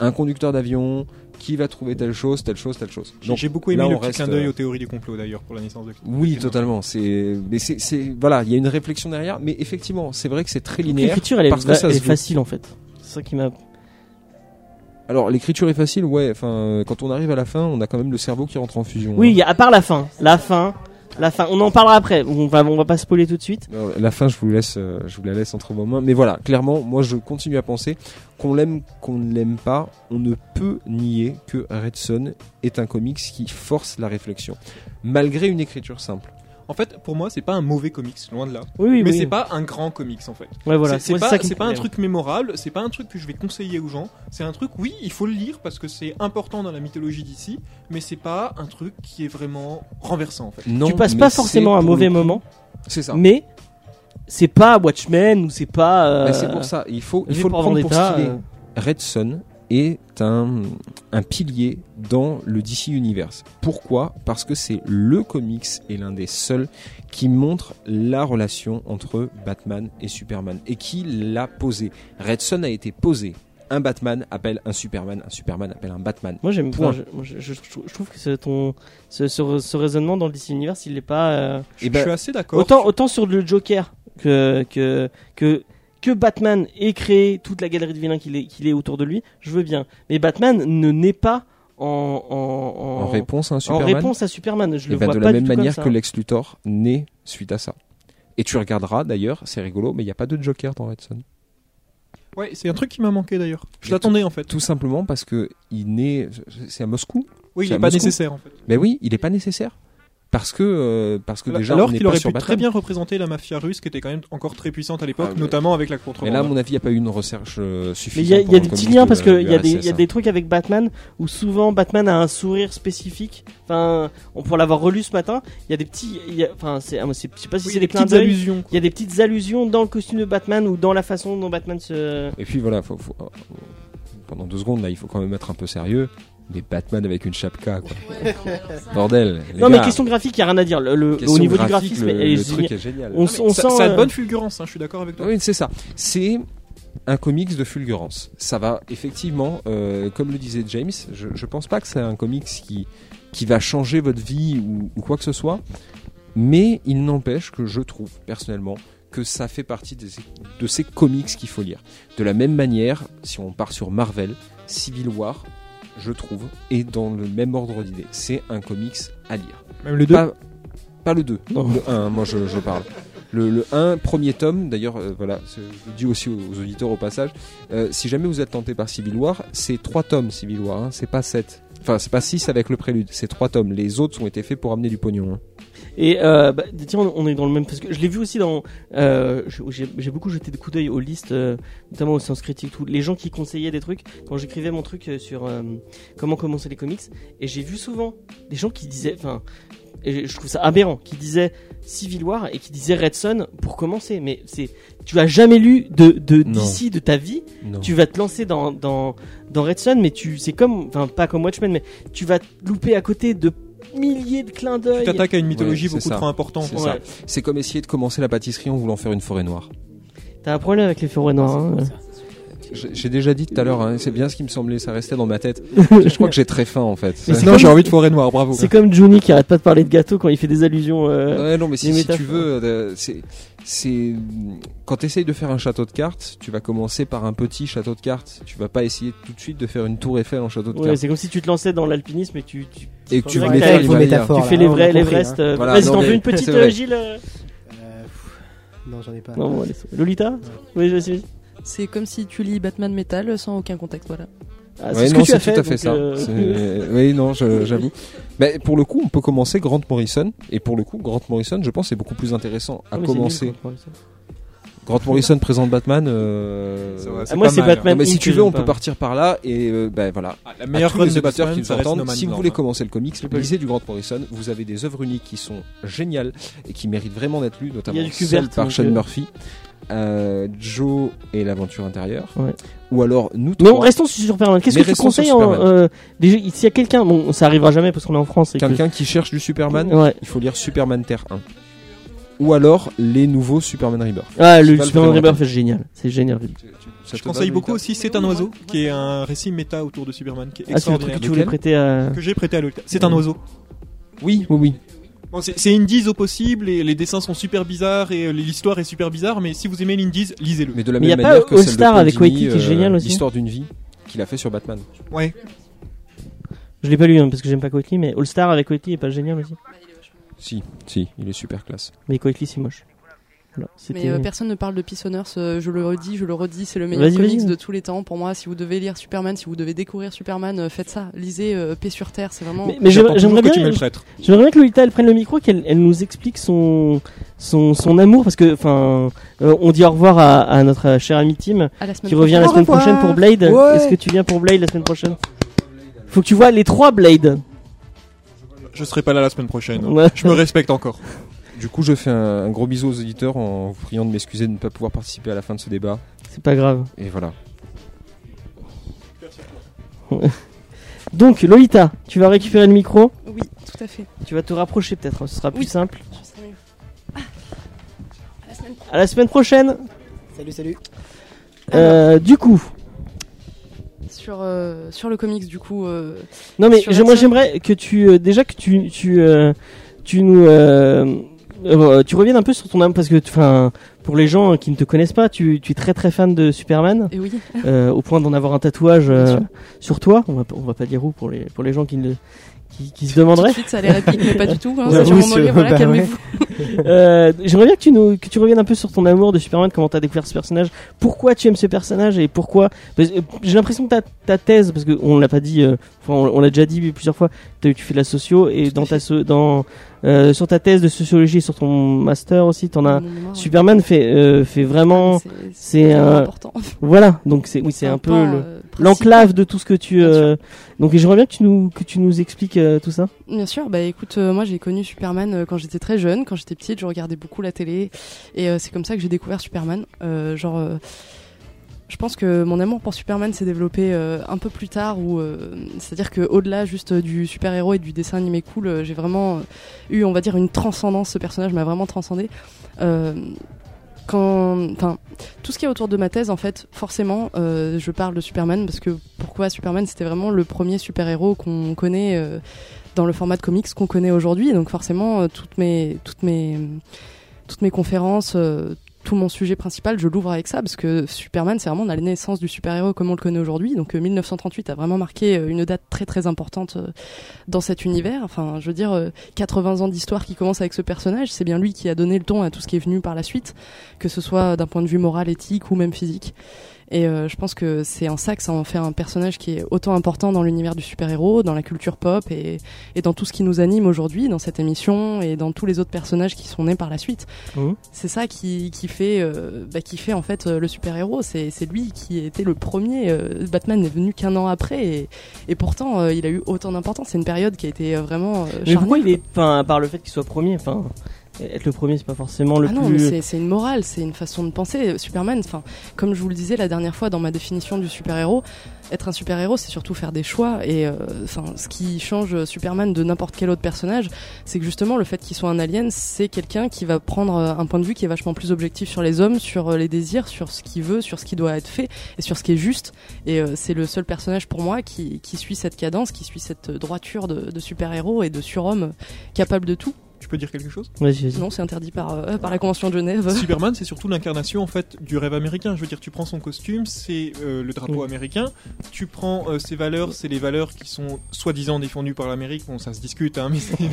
un conducteur d'avion qui va trouver telle chose, telle chose, telle chose.
J'ai
Donc,
j'ai beaucoup aimé
là, on
le petit
reste,
clin d'œil
euh,
aux théories du complot d'ailleurs pour la naissance de.
oui,
Christophe.
totalement. C'est, mais c'est, c'est- voilà, il y a une réflexion derrière, mais effectivement, c'est vrai que c'est très linéaire.
L'écriture, elle est,
parce que
va-
ça
elle
se
est
veut.
facile en fait. C'est ça qui m'a.
Alors, l'écriture est facile, ouais. Enfin, euh, quand on arrive à la fin, on a quand même le cerveau qui rentre en fusion. hein.
Oui, il y a- à part la fin. La fin. La fin. On en parlera après. On va, on va pas spoiler tout de suite.
Euh, La fin, je vous laisse, euh, je vous la laisse entre vos mains. Mais voilà, clairement, moi, je continue à penser qu'on l'aime, qu'on ne l'aime pas, on ne peut nier que Red Son est un comics qui force la réflexion, malgré une écriture simple.
En fait, pour moi, c'est pas un mauvais comics, loin de là.
Oui, oui,
mais
oui.
c'est pas un grand comics en fait.
Ouais, voilà.
C'est
Moi,
c'est pas,
ça qui me
c'est pas un
problème.
truc mémorable, c'est pas un truc que je vais conseiller aux gens. C'est un truc, oui, il faut le lire parce que c'est important dans la mythologie d'ici, mais c'est pas un truc qui est vraiment renversant en fait.
Non,
Tu passes
mais
pas
c'est
forcément un
pour
mauvais
le coup-
moment,
C'est ça.
mais c'est pas Watchmen ou c'est pas. euh,
Bah, c'est pour ça. Il faut, il
V
faut le
pour
prendre pour ce
Vendetta,
qu'il est.
euh,
Red Son est un, un pilier dans le DC Universe. Pourquoi Parce que c'est le comics et l'un des seuls qui montre la relation entre Batman et Superman et qui l'a posée. Red Son a été posé. Un Batman appelle un Superman, un Superman appelle un Batman.
Moi j'aime
Point.
enfin, je, moi, je, je- je trouve que c'est ton, ce, ce- ce raisonnement dans le DC Universe il est pas. euh,
Et
je suis
ben,
assez d'accord.
Autant, autant sur le Joker que, que, que, que Batman ait créé toute la galerie de vilains qu'il est, qu'il est autour de lui, je veux bien. Mais Batman ne naît pas en, en, en-
en réponse à un
en
Superman,
réponse à Superman. Je
et
le
ben,
vois
de
pas
la
du
même
tout comme
manière
ça.
que Lex Luthor naît suite à ça. Et tu regarderas d'ailleurs, c'est rigolo, mais il n'y a pas de Joker dans Red Son.
Ouais, c'est un truc qui m'a manqué d'ailleurs.
Et
Je l'attendais en fait.
Tout simplement parce que il naît, c'est à Moscou.
Oui, il
C'est
est
à
pas
Moscou
nécessaire en fait.
Mais oui, il n'est pas nécessaire parce que euh, parce que déjà
Alors
on n'est
qu'il
pas
aurait
sur
pu très
Batman.
bien représenter la mafia russe qui était quand même encore très puissante à l'époque,
Ah, mais-
notamment avec la
Mais là, à
contrebande.
mon avis, il n'y a pas eu une recherche euh,
Mais
suffisante.
il y a, il y a
pendant
des
le
petits
comics
liens
de-
parce qu'il y, a
du
des- il
RSS,
y a
hein.
des trucs avec Batman où souvent Batman a un sourire spécifique. Enfin, on pour l'avoir relu ce matin, il y a des petits. il y a- Enfin, c'est- ah, moi, c'est- je sais pas si
Oui,
c'est
des
des clins
petites
d'œil.
allusions.
Il y a des petites allusions dans le costume de Batman ou dans la façon dont Batman se.
Et puis voilà, faut- faut- euh, pendant deux secondes là, il faut quand même être un peu sérieux. Mais Batman avec une chapka, quoi. Bordel. les
non, mais
gars.
question graphique, il n'y a rien à dire. Le, le-
Question
au niveau
graphique,
du graphisme,
le,
elle est
le
géniale.
truc est génial.
on, s- on
ça,
sent.
ça a de
euh,
bonnes fulgurances, hein, je suis d'accord avec toi.
Oh, Oui, c'est ça. C'est un comics de fulgurance. Ça va effectivement, euh, comme le disait James, je, je pense pas que c'est un comics qui, qui va changer votre vie ou, ou quoi que ce soit, mais il n'empêche que je trouve personnellement que ça fait partie des- de ces comics qu'il faut lire. De la même manière, si on part sur Marvel, Civil War, je trouve, est dans le même ordre d'idée. C'est un comics à lire.
Même le
Pas, pas le 2,
Non.
le 1, moi je, je parle. Le, le 1, premier tome, d'ailleurs, euh, voilà, c'est- je le dis aussi aux, aux auditeurs au passage, euh, si jamais vous êtes tenté par Civil War, c'est 3 tomes Civil War, hein, c'est pas 7. Enfin, c'est pas 6 avec le prélude, c'est 3 tomes. Les autres ont été faits pour amener du pognon. hein.
Et euh, bah, tiens, on, on est dans le même. Parce que je l'ai vu aussi dans. euh, je- J'ai j'ai beaucoup jeté des coups d'œil aux listes, euh, notamment au sens critique, tout, les gens qui conseillaient des trucs. Quand j'écrivais mon truc euh, sur euh, comment commencer les comics, et j'ai vu souvent des gens qui disaient. Enfin, et je trouve ça aberrant, qui disaient Civil War et qui disaient Red Son pour commencer. Mais c'est, tu as jamais lu de de
Non.
d'ici de ta vie.
Non.
tu vas te lancer dans dans dans Red Sun mais tu c'est comme enfin pas comme Watchmen mais tu vas te louper à côté de milliers de clins
Tu
d'œil.
t'attaques à une mythologie
Ouais, c'est
beaucoup
ça.
trop importante.
C'est
Ouais.
ça. C'est comme essayer de commencer la pâtisserie en voulant faire une forêt noire.
T'as un problème avec les forêts noirs. hein.
J'ai j'ai déjà dit tout à l'heure, hein, c'est bien ce qui me semblait, ça restait dans ma tête. Je crois que j'ai très faim en fait.
Mais c'est
Non,
comme-
j'ai envie de forêt noire, bravo.
C'est comme Johnny qui arrête pas de parler de gâteau quand il fait des allusions. euh,
Ouais, non, mais si,
les
si tu
métaphores.
veux, euh, c'est, c'est quand tu essayes de faire un château de cartes, tu vas commencer par un petit château de cartes. Tu vas pas essayer tout de suite de faire une tour Eiffel en château de
ouais,
cartes.
c'est comme si tu te lançais dans l'alpinisme et tu, tu,
Et que tu
Ouais,
vas
t'as
mettre
les
il va y
métaphores.
avoir-
tu
Voilà,
fais
on
les vrais,
a compris,
l'Everest. euh,
hein. Voilà,
Vas-y,
non,
t'en veux
mais
une petite
c'est vrai.
euh, Gilles euh,
Euh, pff, non, j'en ai pas.
Non, bon, allez, Lolita Oui, je sais.
C'est comme si tu lis Batman Metal sans aucun contexte, voilà.
Ah,
Ouais,
c'est ce
non,
que tu as
c'est
fait.
tout à fait
donc,
ça.
euh,
C'est- Oui, non, je- j'avoue. Mais pour le coup, on peut commencer Grant Morrison. Et pour le coup, Grant Morrison, je pense, est beaucoup plus intéressant à
Ah, mais c'est
commencer.
nul, quoi, ça.
Grant Morrison présente Batman. euh,
Ça va,
Ah, moi,
pas
c'est
mal, hein.
Non,
Batman.
mais si
Inc
tu
que
veux, on
j'aime
peut
pas.
partir par là et euh, ben voilà.
Ah, la
À
meilleure
tous
run
les
de
auditeurs
Batman,
qui nous
ça reste
entendent,
No Man's
si vous
Land,
voulez
hein.
commencer le comics, lisez du Grant Morrison. Vous avez des œuvres uniques qui sont géniales et qui méritent vraiment d'être lues,
Il
notamment
y a du
celle
Kubert,
par
donc,
Sean
euh,
Murphy, euh, Joe et l'aventure intérieure,
Ouais.
ou alors nous
Non,
trois.
restons sur Superman. Qu'est-ce
Mais
que tu
restons sur
conseilles en,
Superman.
euh, des jeux- S'il y a quelqu'un, bon, ça arrivera jamais parce qu'on est en France. et que-
Quelqu'un qui cherche du Superman,
Ouais.
il faut lire Superman Terre 1. Ou alors les nouveaux Superman Rebirth.
Ah,
C'est
le
pas le
Superman
prénom.
Rebirth, c'est génial. C'est génial.
Ça
Je
te va,
conseille beaucoup
Lolita
aussi C'est un oiseau, qui est un récit méta autour de Superman, qui est
Ah, c'est le truc
extraordinaire.
que tu voulais
Lequel
prêter à.
que j'ai prêté à Lolita. C'est un oiseau.
Oui, oui, oui.
Bon, c'est c'est indies au possible et les dessins sont super bizarres et euh, l'histoire est super bizarre, mais si vous aimez l'indies, lisez-le.
Mais de la
Mais
même
y a pas
manière que
All
celle
Star
de
avec
Pandini,
Waititi, qui est
euh,
génial aussi
L'histoire d'une vie qu'il a fait sur Batman.
Ouais.
Je l'ai pas lu hein, parce que j'aime pas Coakley, mais All Star avec Coakley est pas génial aussi.
Si, si, il est super classe.
Mais Coakley, c'est moche. Voilà, c'était-
Mais euh, personne ne parle de Peace on Earth, euh, je le redis, je le redis, c'est le meilleur
Vas-y,
comics
vas-y.
de tous les temps pour moi. Si vous devez lire Superman, si vous devez découvrir Superman, euh, faites ça. Lisez euh, Paix sur Terre, c'est vraiment.
Mais, mais
J'attends
j'aimerais j'aimerais
toujours que tu me
bien,
le prêtes.
j'aimerais bien que Lolita elle prenne le micro, qu'elle elle nous explique son son, son amour parce que enfin euh, on dit au revoir à, à notre cher ami Tim
À la semaine
qui revient la
prochaine.
semaine prochaine pour Blade. Est-ce que tu viens pour Blade la semaine prochaine Faut que tu vois les trois Blade.
Je serai pas là la semaine prochaine. hein.
Ouais.
Je me respecte encore.
Du coup, je fais un, un gros bisou aux auditeurs en vous priant de m'excuser de ne pas pouvoir participer à la fin de ce débat.
C'est pas grave.
Et voilà.
Donc Lolita, tu vas récupérer le micro,
Oui, tout à fait.
tu vas te rapprocher peut-être, hein, ce sera plus
Oui.
simple.
Je serai mieux. Ah. À la semaine prochaine.
À la semaine prochaine.
Salut, salut.
Euh, du coup,
Sur, euh, sur le comics, du coup, euh,
non mais
Sur
j'ai- moi
Watson.
j'aimerais que tu euh, déjà que tu tu euh, tu nous euh, euh, tu reviennes un peu sur ton âme parce que enfin pour les gens qui ne te connaissent pas, tu, tu es très très fan de Superman
et oui,
euh, au point d'en avoir un tatouage euh,
Bien sûr.
sur toi. On va on va pas dire où pour les pour les gens qui ne qui, qui se
tout de
demanderaient.
suite, ça a les répliques, mais pas du tout. Hein,
J'avoue,
c'est sur mon
c'est-
mollet, voilà,
bah ouais.
calmez-vous.
Euh, J'aimerais bien que tu, nous, que tu reviennes un peu sur ton amour de Superman, comment t'as découvert ce personnage, pourquoi tu aimes ce personnage et pourquoi. parce- euh, J'ai l'impression que ta, ta thèse, parce qu'on l'a pas dit, euh, enfin, on, on l'a déjà dit plusieurs fois, t'as- tu fais de la socio et dans ta, so- dans, euh, sur ta thèse de sociologie et sur ton master aussi, t'en as.
Mon mémoire, ouais.
Superman fait, euh, fait vraiment.
C'est-
c'est
Ah, c'est
un-
important.
Voilà, donc c'est oui, c'est un peu
pan,
le-
euh, principal.
l'enclave de tout ce que tu.
Bien
euh, donc j'aimerais bien que tu nous, que tu nous expliques euh, tout ça.
Bien sûr, bah écoute, euh, moi j'ai connu Superman euh, quand j'étais très jeune, quand j'étais petite, je regardais beaucoup la télé et euh, c'est comme ça que j'ai découvert Superman. Euh, genre, euh, je pense que mon amour pour Superman s'est développé euh, un peu plus tard, ou euh, c'est-à-dire que au-delà juste euh, du super héros et du dessin animé cool, euh, j'ai vraiment euh, eu, on va dire, une transcendance. Ce personnage m'a vraiment transcendé. Euh, quand, enfin, tout ce qui est autour de ma thèse, en fait, forcément, euh, je parle de Superman parce que pourquoi Superman, c'était vraiment le premier super héros qu'on connaît. euh, dans le format de comics qu'on connaît aujourd'hui. Donc forcément, euh, toutes mes, toutes mes, toutes mes conférences, euh, tout mon sujet principal, je l'ouvre avec ça parce que Superman, c'est vraiment la naissance du super-héros comme on le connaît aujourd'hui. Donc euh, 1938 a vraiment marqué euh, une date très très importante euh, dans cet univers. Enfin, je veux dire, euh, 80 ans d'histoire qui commence avec ce personnage, c'est bien lui qui a donné le ton à tout ce qui est venu par la suite, que ce soit d'un point de vue moral, éthique ou même physique. Et euh, je pense que c'est en ça que ça en fait un personnage qui est autant important dans l'univers du super-héros, dans la culture pop et, et dans tout ce qui nous anime aujourd'hui, dans cette émission et dans tous les autres personnages qui sont nés par la suite.
Mhm.
C'est ça qui, qui, fait, euh, bah, qui fait en fait euh, le super-héros. C'est c'est lui qui était le premier. euh, Batman n'est venu qu'un an après et, et pourtant euh, il a eu autant d'importance. C'est une période qui a été euh, vraiment euh,
Mais pourquoi
charnière.
il est, enfin, à part le fait qu'il soit premier, enfin, être le premier, c'est pas forcément le
ah non, mais
plus.
c'est- c'est une morale, c'est une façon de penser. Superman, enfin, comme je vous le disais la dernière fois dans ma définition du super-héros, être un super-héros, c'est surtout faire des choix. Et euh, enfin, ce qui change Superman de n'importe quel autre personnage, c'est que justement le fait qu'il soit un alien, c'est quelqu'un qui va prendre euh, un point de vue qui est vachement plus objectif sur les hommes, sur euh, les désirs, sur ce qu'il veut, sur ce qui doit être fait et sur ce qui est juste. Et euh, c'est le seul personnage pour moi qui, qui suit cette cadence, qui suit cette droiture de, de super-héros et de surhomme euh, capable de tout.
Tu peux dire quelque chose
Vas-y, vas-y.
Non, c'est interdit par, euh, par la Convention de Genève.
Superman, c'est surtout l'incarnation en fait du rêve américain. Je veux dire, tu prends son costume, c'est euh, le drapeau
Oui.
américain. Tu prends euh, ses valeurs, c'est les valeurs qui sont soi-disant défendues par l'Amérique. Bon, ça se discute, hein, mais c'est-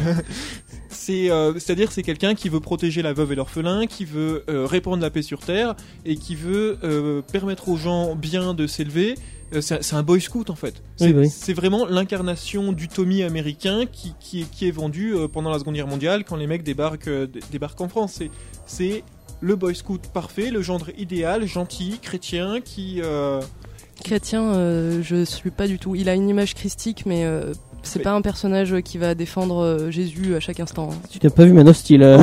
c'est, euh, c'est-à-dire, c'est quelqu'un qui veut protéger la veuve et l'orphelin, qui veut euh, répandre la paix sur terre et qui veut euh, permettre aux gens bien de s'élever. Euh, C'est c'est un boy scout en fait. C'est
Oui, bah oui.
c'est vraiment l'incarnation du Tommy américain qui, qui, est- qui est vendu euh, pendant la Seconde Guerre mondiale quand les mecs débarquent, euh, dé- débarquent en France. C'est- C'est le boy scout parfait, le gendre idéal, gentil, chrétien, qui... euh,
Chrétien, euh, je suis pas du tout. Il a une image christique, mais euh, c'est
Mais-
pas un personnage qui va défendre euh, Jésus à chaque instant. hein.
Tu n'as pas vu Man of Steel euh,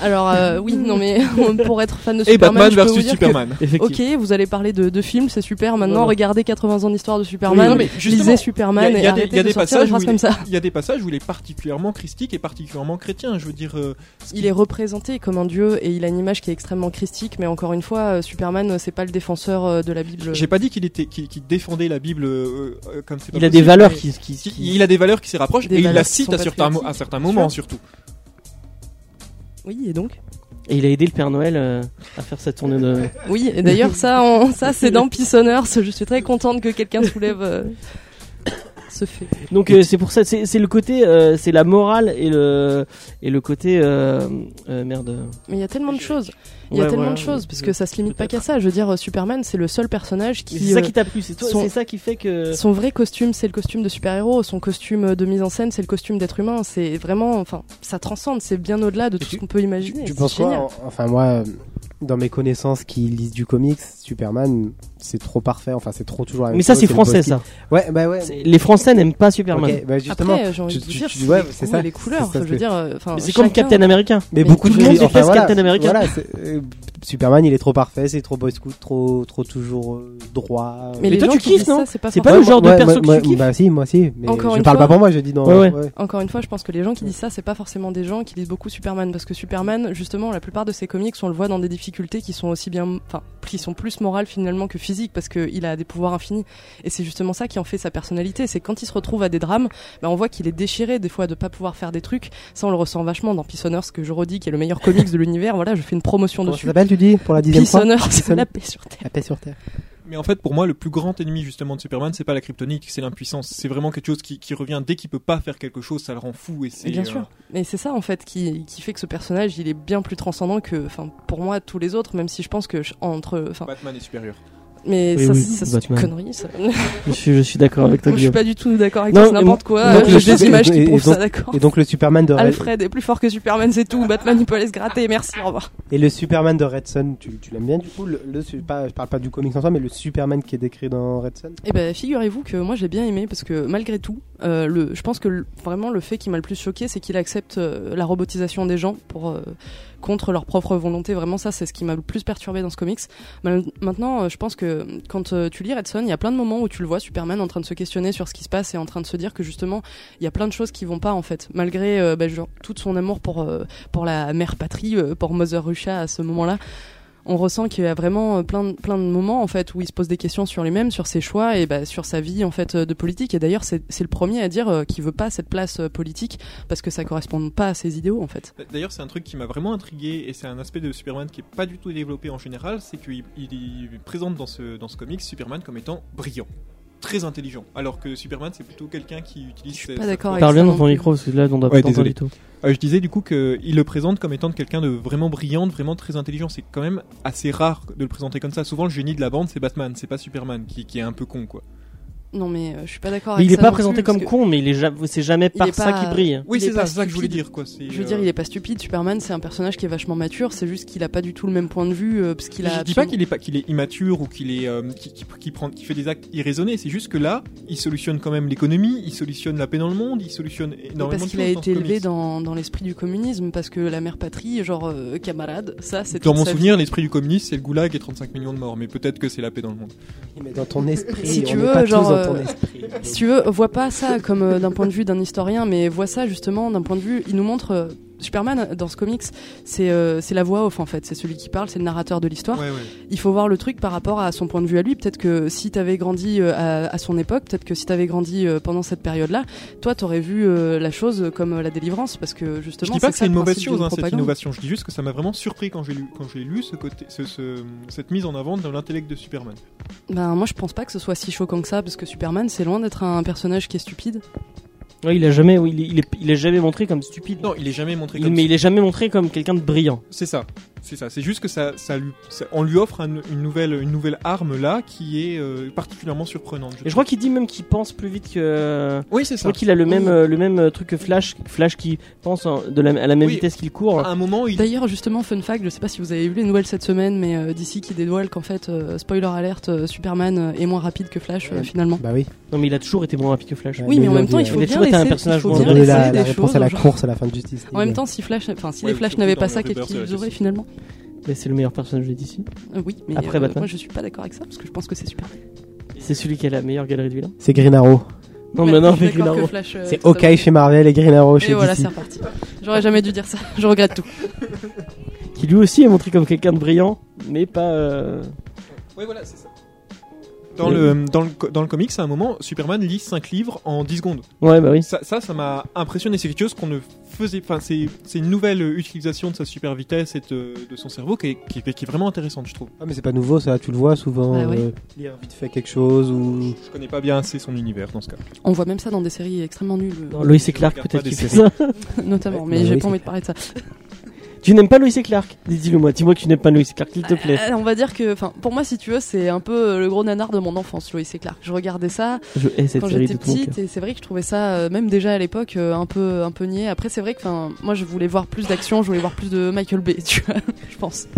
Alors euh, oui, non mais pour être fan de
Et
Superman,
Batman
je peux vous
versus
dire
Superman.
que-
effectivement.
Ok, vous allez parler de, de films, c'est super. Maintenant,
Voilà.
regardez 80 ans d'histoire de Superman,
non, mais justement,
lisez Superman
Il y a- il
et
y a
arrêtez
des- il y a
de
des
sortir des
passages où
phrases
il
comme
est-
ça.
il y a des passages où il est particulièrement christique et particulièrement chrétien. Je veux dire, euh, ce
Il
qui-
est représenté comme un dieu et il a une image qui est extrêmement christique, mais encore une fois, euh, Superman, euh, c'est pas le défenseur euh, de la Bible.
j'ai pas dit qu'il était, qu'il qu'il défendait la Bible euh, euh, comme c'est. pas
Il a des
possible,
valeurs
mais-
qui. qui- qui-
Il a des valeurs qui s'y rapprochent
Des
et il la
valeurs qui
cite
sont
à certains, mo- à
patriotiques,
certains
bien
moments surtout.
Oui, et donc
Et il a aidé le Père Noël euh, à faire sa tournée de.
Oui, et d'ailleurs, ça, on- ça c'est dans Peace on Earth. Je suis très contente que quelqu'un soulève euh, ce fait.
Donc euh, c'est pour ça, c'est c'est le côté, euh, c'est la morale et le et le côté euh, euh, merde.
Mais il y a tellement de choses. Il y a
Ouais,
tellement
voilà.
de choses, parce que ça se limite pas qu'à ça. Je veux dire, euh, Superman, c'est le seul personnage
C'est
qui.
ça
euh,
qui t'a plu, c'est toi-
son-
c'est ça qui fait que.
Son vrai costume, c'est le costume de super-héros. Son costume euh, de mise en scène, c'est le costume d'être humain. C'est vraiment, enfin, ça transcende. C'est bien au-delà de tout ce qu'on peut imaginer.
Tu
c'est
penses
génial.
quoi en- Enfin, moi, euh, dans mes connaissances qui lisent du comics, Superman, c'est trop parfait. Enfin, c'est trop toujours la même
Mais ça
chose,
c'est
le boss
français
qui-
ça.
Ouais, bah ouais.
C'est- Les Français n'aiment pas Superman.
Ok, bah justement.
Après, j'ai envie
tu-
de vous
tu-
dire,
tu-
c'est
ouais,
les
c'est
goûts
ça.
et les couleurs.
C'est ça,
je veux
c'est-
dire, euh, enfin,
Mais C'est comme
chacun-
Captain America.
mais
Mais
beaucoup
tout
de
le monde
cri-
déteste
enfin, voilà,
Captain America.
voilà, c'est- euh, Superman, il est trop parfait, c'est trop boy scout, trop, trop toujours euh, droit. euh.
Mais, les
toi,
gens
tu
qui
kiffes,
disent
non
ça, c'est pas
C'est
forcément-
pas le genre de
Ouais,
perso
moi-
que
moi-
tu kiffes
Bah si, moi si, mais
Encore
je
une
parle
fois-
pas pour moi, je dis non.
Ouais, ouais.
Encore une fois, je pense que les gens qui disent ça, c'est pas forcément des gens qui lisent beaucoup Superman, parce que Superman, justement, la plupart de ses comics, on le voit dans des difficultés qui sont aussi bien, enfin, qui sont plus morales finalement que physiques, parce qu'il a des pouvoirs infinis. Et c'est justement ça qui en fait sa personnalité. C'est quand il se retrouve à des drames, bah, on voit qu'il est déchiré des fois de pas pouvoir faire des trucs. Ça, on le ressent vachement dans Peace on Earth, que je redis, qui est le meilleur comics de l'univers. Voilà, je fais une promotion
Comment ça
dessus.
s'appelle, tu dis, pour la dixième
Peace
fois
on Earth,
Peace on-
la paix sur terre.
La paix sur Terre.
Mais en fait, pour moi, le plus grand ennemi justement de Superman, c'est pas la kryptonite, c'est l'impuissance. C'est vraiment quelque chose qui, qui revient dès qu'il peut pas faire quelque chose, ça le rend fou. Et c'est
Mais bien
euh,
sûr. Mais c'est ça en fait qui, qui fait que ce personnage il est bien plus transcendant que, enfin, pour moi tous les autres. Même si je pense que je- entre, enfin,
Batman est supérieur.
Mais
Oui,
ça,
oui,
ça, c'est une
Batman.
connerie. Ça. Moi,
Je suis, je suis d'accord avec toi.
je suis
Guillaume.
pas du tout d'accord avec
Non,
ça, c'est
et
n'importe quoi.
donc,
Euh,
le-
J'ai des images
et-
qui
et
prouvent
donc-
ça, d'accord.
Et donc le Superman de Red...
Alfred est plus fort que Superman, c'est tout. Batman, il peut aller se gratter. Merci, au revoir.
et le Superman de Red Son, tu, tu l'aimes bien du coup le, le su- pas, Je parle pas du comics en soi, mais le Superman qui est décrit dans Red Son.
Eh ben, figurez-vous que moi j'ai bien aimé parce que malgré tout, euh, le, je pense que le- vraiment le fait qui m'a le plus choqué, c'est qu'il accepte euh, la robotisation des gens pour euh, contre leur propre volonté. Vraiment, ça, c'est ce qui m'a le plus perturbé dans ce comics. Mal- maintenant, euh, je pense que quand euh, tu lis Red Son, il y a plein de moments où tu le vois Superman en train de se questionner sur ce qui se passe et en train de se dire que justement, il y a plein de choses qui vont pas en fait, malgré euh, bah, genre, tout son amour pour euh, pour la mère patrie, euh, pour Mother Russia à ce moment-là on ressent qu'il y a vraiment euh, plein de, plein de moments en fait où il se pose des questions sur lui-même, sur ses choix et bah, sur sa vie en fait euh, de politique. Et d'ailleurs, c'est c'est le premier à dire euh, qu'il veut pas cette place euh, politique parce que ça correspond pas à ses idéaux en fait.
D'ailleurs, c'est un truc qui m'a vraiment intrigué et c'est un aspect de Superman qui est pas du tout développé en général, c'est qu'il il- il présente dans ce, dans ce comic Superman comme étant brillant, très intelligent, alors que Superman c'est plutôt quelqu'un qui utilise.
Je suis
ses-
pas
sa
d'accord
force.
avec
Parle bien
ça
dans
non
ton
plus.
micro parce que là on doit
Ouais,
pas t'entendre
désolé.
du tout.
Euh, je disais du coup qu'il le présente comme étant quelqu'un de vraiment brillant, de vraiment très intelligent. C'est quand même assez rare de le présenter comme ça. Souvent, le génie de la bande, c'est Batman, c'est pas Superman qui, qui est un peu con, quoi.
Non, mais euh, je suis pas d'accord
Mais
avec
il est
ça
pas
non plus,
présenté
parce
comme
que
con, mais il est ja- c'est jamais
Il
par
est
ça
pas-
qu'il brille.
Oui,
Il
c'est
est
ça,
pas
c'est ça que je voulais
stupide.
dire. Quoi. C'est,
Je veux dire,
euh,
il est pas stupide. Superman, c'est un personnage qui est vachement mature. C'est juste qu'il a pas du tout le même point de vue. euh, parce qu'il a.
Je dis pas qu'il est pas qu'il est immature ou qu'il est euh, qui, qui- qui prend qui fait des actes irraisonnés. C'est juste que là, il solutionne quand même l'économie, il solutionne la paix dans le monde, il solutionne
Mais
énormément
parce
de
qu'il a
choses dans
été
ce
élevé
comics.
dans, dans l'esprit du communisme, parce que la mère patrie, genre euh, camarade, ça c'est
Dans
toute
mon
sa
souvenir, l'esprit du communiste, c'est le goulag et 35 millions de morts, mais peut-être que c'est la paix dans le monde.
Mais dans ton esprit,
Si tu
on n'est
veux,
pas
genre,
tous dans ton esprit.
euh, vie. Si tu veux, vois pas ça comme euh, d'un point de vue d'un historien, mais vois ça justement d'un point de vue. Il nous montre euh, Superman dans ce comics, c'est euh, c'est la voix off en fait, c'est celui qui parle, c'est le narrateur de l'histoire.
Ouais, ouais.
il faut voir le truc par rapport à son point de vue à lui. Peut-être que si t'avais grandi euh, à, à son époque, peut-être que si t'avais grandi euh, pendant cette période-là, toi t'aurais vu euh, la chose comme euh, la délivrance, parce que
Je
justement.
dis pas
ça
que c'est une
le
mauvaise
principe
chose,
d'une
hein, cette
propagande.
innovation. Je dis juste que ça m'a vraiment surpris quand j'ai lu, quand j'ai lu ce côté, ce- ce- cette mise en avant de l'intellect de Superman.
Ben moi je pense pas que ce soit si choquant que ça, parce que Superman c'est loin d'être un personnage qui est stupide.
Ouais, il a jamais, oui, il est, il est- il est jamais montré comme stupide.
Non, il est jamais montré
Il-
comme
mais il est jamais montré comme quelqu'un de brillant.
C'est ça, c'est ça. C'est juste que ça, ça lui, ça- on lui offre un- une nouvelle, une nouvelle arme là qui est euh, particulièrement surprenante.
Et je crois qu'il dit même qu'il pense plus vite que.
trouve. Oui, c'est
Je
ça.
crois qu'il a le même, euh, le même euh, truc que Flash, Flash qui pense en- de la, à la même
Oui. Ah.
vitesse qu'il court.
À un moment, il.
D'ailleurs justement fun fact, je sais pas si vous avez vu les nouvelles cette semaine, mais euh, d'ici qui dévoile qu'en fait euh, spoiler alerte, euh, Superman euh, est moins rapide que Flash euh,
Ouais.
finalement.
Bah oui.
Non, mais il a toujours été moins rapide que Flash.
Ouais.
Oui
mais
mais en
ils
même
ont
temps
dit,
il
euh,
faut
il a
bien
toujours été un
laisser, il
personnage
faut
moins
On
bien
a donné la,
laisser
la
des
réponse
choses.
à la
aux gens.
course à la fin de Justice.
En même
League.
temps, si Flash, enfin, si
Ouais,
les Flash
surtout
n'avaient
dans
pas
le
ça,
Rebirth,
qu'est-ce
c'est la
qu'ils auraient
question.
finalement
Mais c'est le meilleur personnage d'ici.
Euh, Oui, mais
Après
euh,
Batman.
moi je suis pas d'accord avec ça parce que je pense que c'est super.
C'est celui qui a la meilleure galerie de vilain.
C'est Green Arrow.
Non, mais non, mais
D'accord
Green
que
Arrow.
Flash, euh,
C'est
tout
OK chez Marvel et Green Arrow
ça. Et
chez
voilà, c'est
DC.
reparti. J'aurais jamais dû dire ça. Je regrette tout.
qui lui aussi est montré comme quelqu'un de brillant, mais pas. euh,
Ouais, voilà, c'est ça. Dans le, dans, le, co- dans le comics, à un moment, Superman lit 5 livres en 10 secondes.
Ouais, bah oui.
Ça, ça ça m'a impressionné. C'est quelque chose qu'on ne faisait. Enfin, c'est c'est une nouvelle euh, utilisation de sa super vitesse et de, de son cerveau qui est, qui, est- qui est vraiment intéressante, je trouve.
Ah, mais c'est pas nouveau, ça, tu le vois souvent.
Ouais, ouais.
euh, lire vite fait quelque chose ou.
Je connais pas bien assez son univers dans ce cas.
On voit même ça dans des séries extrêmement nulles, euh,
Non, Lois et Clark,
regarde
peut-être
pas
qu'il
des
fait ça.
notamment.
Ouais,
Mais
bah
j'ai
oui,
pas
c'est
envie de parler de ça.
tu n'aimes pas Lois et Clark Dis-le moi, dis-moi que tu n'aimes pas Lois et Clark, s'il te plaît.
Euh, on va dire que, enfin, pour moi, si tu veux, c'est un peu euh, le gros nanar de mon enfance, Lois et Clark. Je regardais ça
Je hais cette
quand
série
j'étais
de tout mon cœur.
petite et c'est vrai que je trouvais ça, euh, même déjà à l'époque, euh, un peu, un peu niais. Après, c'est vrai que, enfin, moi, je voulais voir plus d'action, je voulais voir plus de Michael Bay, tu vois, je pense.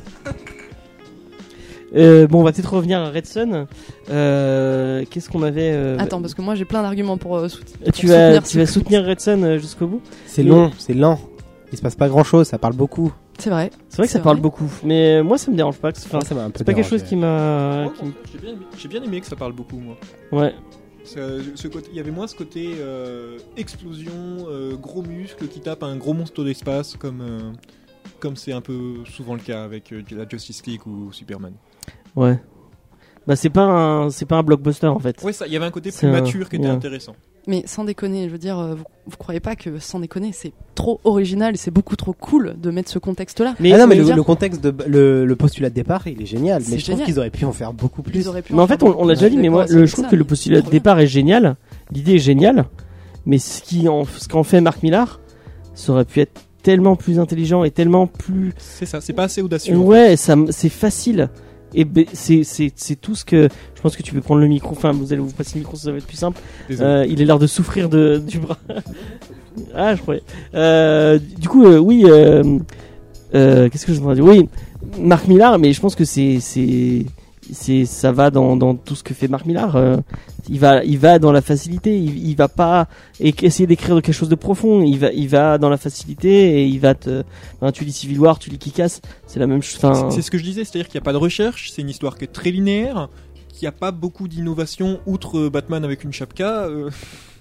Euh, bon, on va peut-être revenir à Red Sun. Euh, Qu'est-ce qu'on avait euh,
Attends, parce que moi, j'ai plein d'arguments pour, euh, sout- pour
tu vas,
soutenir
tu
ce-
vas soutenir Red Sun euh, jusqu'au bout
C'est
Mais-
long, c'est lent. Il se passe pas grand chose, ça parle beaucoup.
C'est vrai.
C'est vrai que
C'est
ça parle
vrai.
beaucoup, mais euh, moi ça me dérange pas. que- enfin,
Moi, Ah, ça m'a un peu
c'est pas quelque
dérangé.
chose qui m'a.
Moi,
Ah, qui m-
J'ai bien, aimé- j'ai bien aimé que ça parle beaucoup, moi.
Ouais.
Ce- ce côté- Il y avait moins ce côté euh, explosion, euh, gros muscle qui tape un gros monstre d'espace comme euh, comme c'est un peu souvent le cas avec euh, la Justice League ou Superman.
Ouais. Bah c'est pas un c'est pas un blockbuster en fait.
Ouais, ça, il y avait un côté
C'est
plus
un-
mature qui était
ouais.
intéressant.
Mais sans déconner, je veux dire, euh, vous, vous croyez pas que sans déconner, c'est trop original et c'est beaucoup trop cool de mettre ce contexte-là.
Mais,
ah non, mais
je
le,
veux dire-
le contexte, de, le, le postulat de départ, il est génial. Mais
C'est
je trouve
génial.
qu'ils auraient pu en faire beaucoup plus.
Ils auraient pu
mais en fait
faire
on, on l'a déjà
beaucoup
dit,
de
mais moi
décorations
le,
avec
je trouve
ça,
que le
mais
postulat
c'est
de
trop bien.
départ est génial, l'idée est géniale, mais ce qui en ce qu'en fait Marc Millar, ça aurait pu être tellement plus intelligent et tellement plus
C'est ça, c'est pas assez audacieux.
ouais ça m- c'est facile et ben, c'est c'est c'est tout ce que je pense que tu peux prendre le micro. Enfin vous allez vous passer le micro, ça va être plus simple.
hein, Désolé.
Euh, il est l'air de souffrir de, du bras. ah, je croyais. Euh, du coup, euh, oui. euh, euh, Qu'est-ce que je voudrais dire Oui, Marc Millar, mais je pense que c'est c'est c'est ça va dans, dans tout ce que fait Marc Millar. euh, il va il va dans la facilité. Il, il va pas é- essayer d'écrire quelque chose de profond. Il va il va dans la facilité et il va te. Enfin, tu lis Civil War, tu lis Kikas, c'est la même chose. Enfin,
C'est- C'est ce que je disais, c'est-à-dire qu'il n'y a pas de recherche, c'est une histoire qui est très linéaire, qu'il n'y a pas beaucoup d'innovation outre euh, Batman avec une chapka. euh,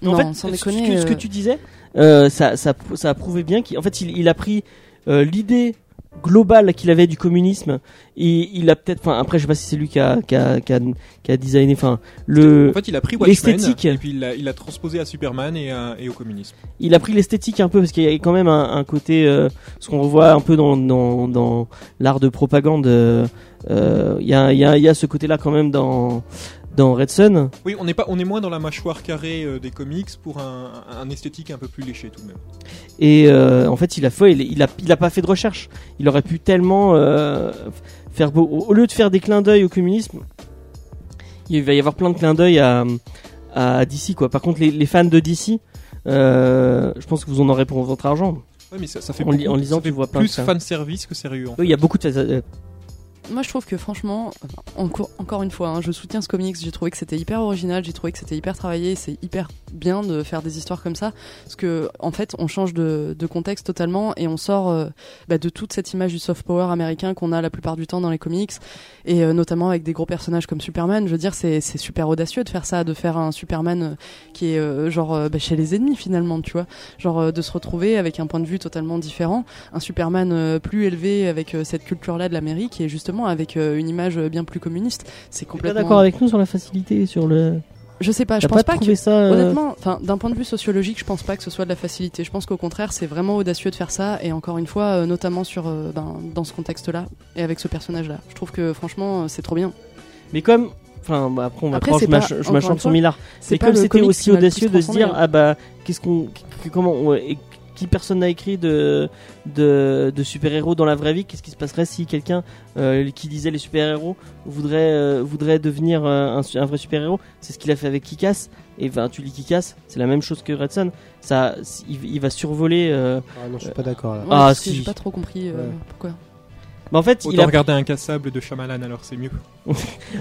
Non,
en fait,
sans
ce,
déconner.
que, ce que
euh,
tu disais, euh, ça, ça, prou- ça a prouvé bien qu'en fait, il, il a pris euh, l'idée globale qu'il avait du communisme. Et il a peut-être, enfin, après, je sais pas si c'est lui qui a, qui a, qui a, qui a designé, enfin, le,
En fait, il a pris Watchmen
Euh, l'esthétique.
et puis il l'a il l'a transposé à Superman et, à- et au communisme.
il a pris l'esthétique un peu parce qu'il y a quand même un, un côté, euh, ce qu'on voit un peu dans, dans, dans l'art de propagande. euh, euh, Il y, a, il y, a, il y a ce côté-là quand même dans, dans Red Sun.
Oui, on est pas, on est moins dans la mâchoire carrée euh, des comics pour un, un- un esthétique un peu plus léché tout de même.
Et euh, en fait, il a fait, il, il a, il a pas fait de recherche. Il aurait pu tellement euh, faire beau. Au lieu de faire des clins d'œil au communisme, il va y avoir plein de clins d'œil à, à, à DC quoi. Par contre les, les fans de DC, euh, je pense que vous en aurez pour votre argent.
Ouais, mais ça, ça fait
En li-
beaucoup-
en lisant,
ça fait
tu vois plein de
plus
ça.
fan service que sérieux. en
Oui, il y a beaucoup de euh,
Moi, je trouve que franchement, encore, encore une fois, hein, je soutiens ce comics. J'ai trouvé que c'était hyper original, j'ai trouvé que c'était hyper travaillé. C'est hyper bien de faire des histoires comme ça, parce que en fait, on change de, de contexte totalement et on sort euh, bah, de toute cette image du soft power américain qu'on a la plupart du temps dans les comics, et euh, notamment avec des gros personnages comme Superman. Je veux dire, c'est c'est super audacieux de faire ça, de faire un Superman euh, qui est euh, genre euh, bah, chez les ennemis finalement, tu vois, genre euh, de se retrouver avec un point de vue totalement différent un Superman euh, plus élevé avec euh, cette culture-là de l'Amérique et justement avec euh, une image euh, bien plus communiste. C'est
t'es pas
complètement.
d'accord avec nous sur la facilité, sur le.
Je sais pas, je
T'as
pense
pas,
pas, que.
trouvé ça. euh,
Honnêtement, enfin, d'un point de vue sociologique, je pense pas que ce soit de la facilité. Je pense qu'au contraire, c'est vraiment audacieux de faire ça, et encore une fois, euh, notamment sur, euh, ben, dans ce contexte-là et avec ce personnage-là. Je trouve que franchement, euh, c'est trop bien.
Mais comme. Enfin, bah, après, on va
Après,
prendre-
c'est
je mach-
pas-
je
encore
m'achante
une
sur
fois,
Millard.
C'est
Mais
pas
comme
le
c'était
comics
aussi
qui m'a le plus
audacieux de se
transcendé,
dire
hein.
ah bah qu'est-ce qu'on que- comment on- et qui personne n'a écrit de de, de super héros dans la vraie vie qu'est-ce qui se passerait si quelqu'un euh, qui disait les super héros voudrait euh, voudrait devenir euh, un, su- un vrai super héros c'est ce qu'il a fait avec Kikas et ben tu lis Kikas c'est la même chose que Red Son ça il, il va survoler euh,
Ah non, je suis pas d'accord là.
hein. Ouais,
Ah,
parce que
si.
J'ai pas trop compris euh,
Ouais.
pourquoi.
mais bah, en fait
Autant
il a
regarder Incassable de Shyamalan, alors c'est mieux.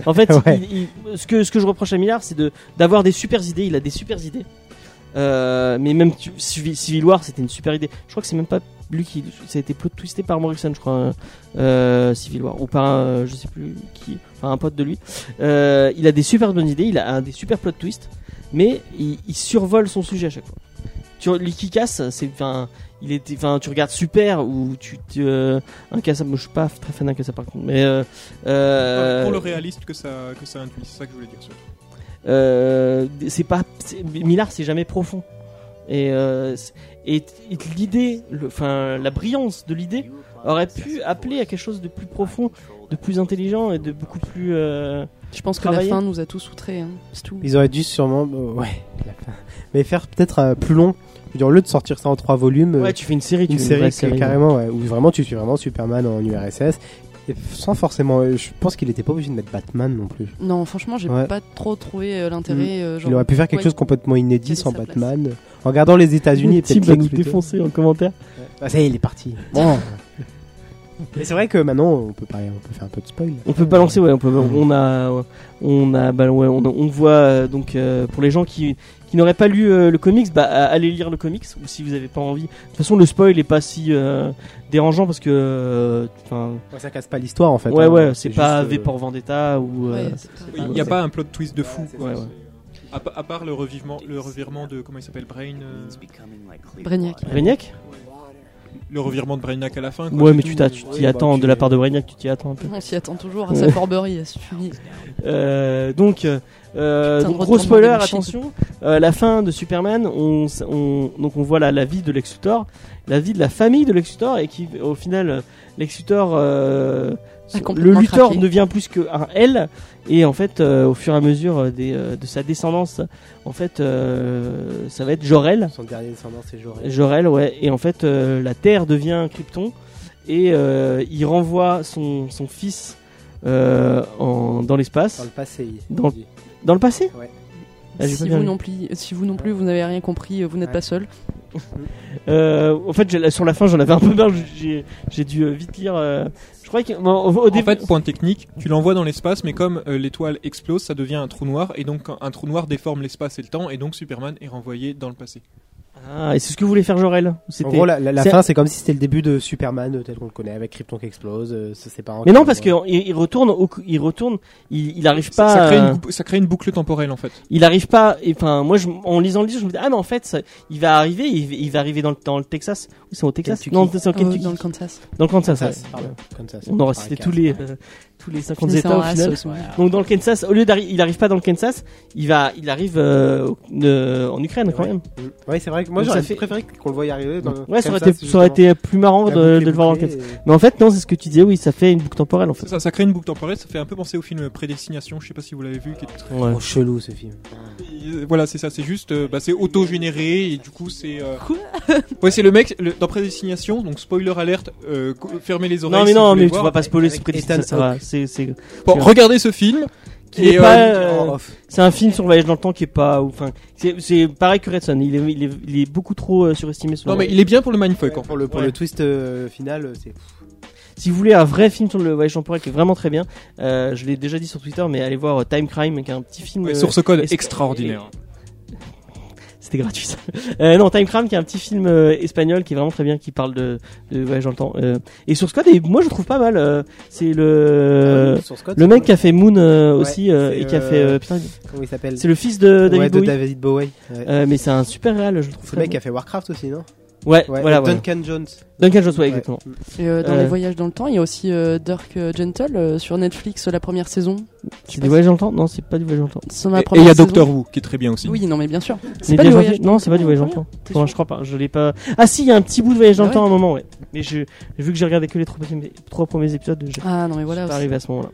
En fait,
Ouais.
il- il- ce, que, ce que je reproche à Millard, c'est de- d'avoir des super idées. Il a des super idées. Euh, mais même tu- Civi- Civil War, c'était une super idée. Je crois que c'est même pas lui qui. Ça a été plot twisté par Morrison, je crois. euh, euh, Civil War. Ou par, un- euh, je sais plus qui. Enfin, un pote de lui. Euh, il a des super bonnes idées. Il a un des super plot twists. Mais il, il survole son sujet à chaque fois. Tu, vois, lui qui casse, c'est. Enfin, il était. Enfin, tu regardes super ou tu. tu euh, un je suis pas très fan d'un casse par contre. Mais. euh, euh,
Pour le réaliste que ça, que ça induit, c'est ça que je voulais dire. surtout.
euh, c'est pas c'est- Millard c'est jamais profond et, euh, c'est- et, et l'idée le- enfin la brillance de l'idée aurait pu appeler à quelque chose de plus profond de plus intelligent et de beaucoup plus euh,
Je pense que
Travailler.
la fin nous a tous outrés, hein. c'est tout.
Ils auraient dû sûrement. euh, ouais, la fin. Mais faire peut-être euh, plus long. Je veux dire, au lieu de sortir ça en trois volumes, euh,
ouais tu fais une série tu
une
fais
série,
vraie
que- carrément, ouais, où vraiment tu suis vraiment Superman en URSS. Et sans forcément. euh, Je pense qu'il était pas obligé de mettre Batman non plus.
Non, franchement, j'ai
Ouais.
pas trop trouvé euh, l'intérêt. euh, genre,
Il aurait pu faire quelque
ouais.
chose complètement inédit
Quelle
sans
est sa place
Batman. En regardant les États-Unis, et
Tim
peut-être
va
Lex
nous
Luthor.
défoncer en commentaire
Ah, ça y est, il est parti. Bon. Mais c'est vrai que maintenant, on peut, parler, on peut faire un peu de spoil.
on peut balancer ouais on peut on a ouais, on a bah, ouais, on, on voit euh, donc euh, pour les gens qui qui n'auraient pas lu euh, le comics, bah à- allez lire le comics ou si vous avez pas envie. De toute façon, le spoil est pas si euh, dérangeant parce que euh, enfin
Ouais, ça casse pas l'histoire en fait.
ouais,
hein.
ouais, c'est pas
juste, euh,
V pour Vendetta ou. euh,
Ouais, c'est pas-
Il n'y a pas un plot twist de fou.
ouais, ouais.
À, pa- à part le, revivement, le revirement de. Comment il s'appelle Brain euh,
Brainiac.
Brainiac
Le revirement de Brainiac à la fin. quoi,
Ouais,
c'est
mais
tout.
tu t'as- tu t'y
Ouais, bah,
attends,
tu
de la
les-
part de Brainiac, tu t'y attends un peu.
On s'y attend toujours à sa forberie, à ce fini.
Euh, donc, euh, euh,
Putain,
donc,
retournement
gros
des
spoiler,
machines.
attention, euh, la fin de Superman, on, s- on- donc on voit la, la vie de Lex Luthor, la vie de la famille de Lex Luthor, et qui au final, euh, Lex Luthor, euh,
A
le
complètement
Luthor
craqué.
devient plus qu'un L, et en fait, euh, au fur et à mesure euh, des, euh, de sa descendance, en fait, euh, ça va être Jor-El,
Son dernier descendant, c'est Jorel.
Jorel, ouais. Et en fait, euh, la Terre devient Krypton et euh, il renvoie son, son fils euh, en, dans
Dans
l'espace.
le passé. il
Dans-
dit.
Dans le passé
Ouais.
Ah, j'ai pas
si,
bien
vous
lu.
non plus, si vous non plus, vous n'avez rien compris, euh, vous n'êtes
Ouais.
pas seul.
Euh, en fait, j'ai- sur la fin, j'en avais un peu marre. J'ai, j'ai dû euh, vite lire. euh, je croyais qu'au au, au
En
début.
fait, point technique, tu l'envoies dans l'espace, mais comme euh, l'étoile explose, ça devient un trou noir, et donc quand un trou noir déforme l'espace et le temps, et donc Superman est renvoyé dans le passé.
Ah, et c'est ce que voulait faire Jorel. C'était...
En gros, la, la- la
c'est-
fin, c'est comme si c'était le début de Superman euh, tel qu'on le connaît, avec Krypton qui explose, euh, ça, c'est pas. un
Mais non,
qui
parce que
voit.
il, il retourne, au, il retourne, il, il arrive pas.
ça, ça crée
euh,
une, bou- ça crée une boucle temporelle en fait.
il arrive pas et enfin moi je, en lisant le livre je me dis ah mais en fait ça- il va arriver il, il va arriver dans le, dans le Texas Ou c'est au Texas
Kentucky.
non c'est au Kentucky
Euh, dans le Kansas.
dans le Kansas,
Kansas,
ouais.
pardon, Kansas.
on aurait
Par
cité
quatre,
tous les
ouais.
euh, tous les 50
Finissez
états
en
au
race,
final
euh, souvent.
donc dans le Kansas au lieu d'arriver il arrive pas dans le Kansas il va il arrive euh, au- euh, en Ukraine quand
Ouais.
même
Ouais, c'est vrai que moi
Donc, ça
j'aurais
fait-
préféré qu'on le voie y arriver. Dans
ouais ça aurait,
Kansas,
été, ça aurait été plus marrant
justement.
de,
La boucle
de
est
le voir dans le
bouclée,
Kansas
et-
mais en fait non c'est ce que tu disais oui ça fait une boucle temporelle en fait
Ça, ça crée une boucle temporelle, ça fait un peu penser au film Prédestination, je sais pas si vous l'avez vu, qui est très...
Ouais.
Trop Oh, chelou ce film.
Euh, Voilà, c'est ça, c'est juste, euh, bah, c'est auto-généré, et du coup c'est... euh, Ouais, c'est le mec, le- dans Prédestination, donc spoiler alerte, euh, co- fermez les oreilles
non mais
si
non
vous voulez
mais tu
voir.
vas pas spoiler c'est
Avec
prédestiné,
Ethan
ça va c'est c'est
Bon, regardez ce film,
qu'il est
Et, euh,
pas.
En
euh,
Oh, off.
c'est un film sur le voyage dans le temps qui est pas. Enfin, c'est- c'est pareil que Redson. Il est, il est, il est beaucoup trop euh, surestimé. sur-
Non, mais il est bien pour le mindfuck. en fait.
Pour le, pour
Ouais.
le twist euh, final, c'est.
Si vous voulez un vrai film sur le voyage temporel qui est vraiment très bien, euh, je l'ai déjà dit sur Twitter, mais allez voir euh, Time Crime, qui est un petit film.
Ouais,
euh,
sur ce code
est-ce-
extraordinaire.
C'était gratuit. ça. Euh, non, Time Crime, qui est un petit film euh, espagnol qui est vraiment très bien, qui parle de, de voyage dans le temps. Euh, et sur Squad, et moi je le trouve pas mal. euh, c'est le
Sur Scott,
Euh, le mec qui a fait Moon euh,
Euh, Ouais,
aussi euh,
c'est,
et qui a
euh,
fait euh, putain,
Comment il s'appelle
c'est le fils de David
Ouais, de
Bowie.
David Bowie. Ouais.
Euh, mais c'est un super réal, je le trouve.
Ce
très
mec
bon.
a fait Warcraft aussi, non
Ouais,
Ouais,
voilà.
et
voilà.
Duncan Jones.
Duncan Jones, ouais,
Ouais.
exactement.
Et, euh, dans
Euh,
les voyages dans le temps, il y a aussi euh, Dirk euh, Gentle euh, sur Netflix, euh, la première saison.
C'est du voyage dans le temps Non, c'est pas du voyage dans le temps.
Sur
Et
la
et
première
il y a
saison.
Doctor Who qui est très bien aussi.
Oui, non, mais bien sûr.
Mais
C'est pas du
Voyage-
voyage dans
Non,
le
c'est pas
temps,
du voyage dans le
ouais.
temps.
T'es
Enfin,
sûr
je crois pas. Je l'ai pas. Ah si, il y a un petit bout de voyage dans le
Ah
temps à un moment, ouais. Mais je vu que j'ai regardé que les trois premiers, trois premiers épisodes, je
Ah non, mais
je
voilà.
suis pas
aussi.
arrivé à ce moment-là.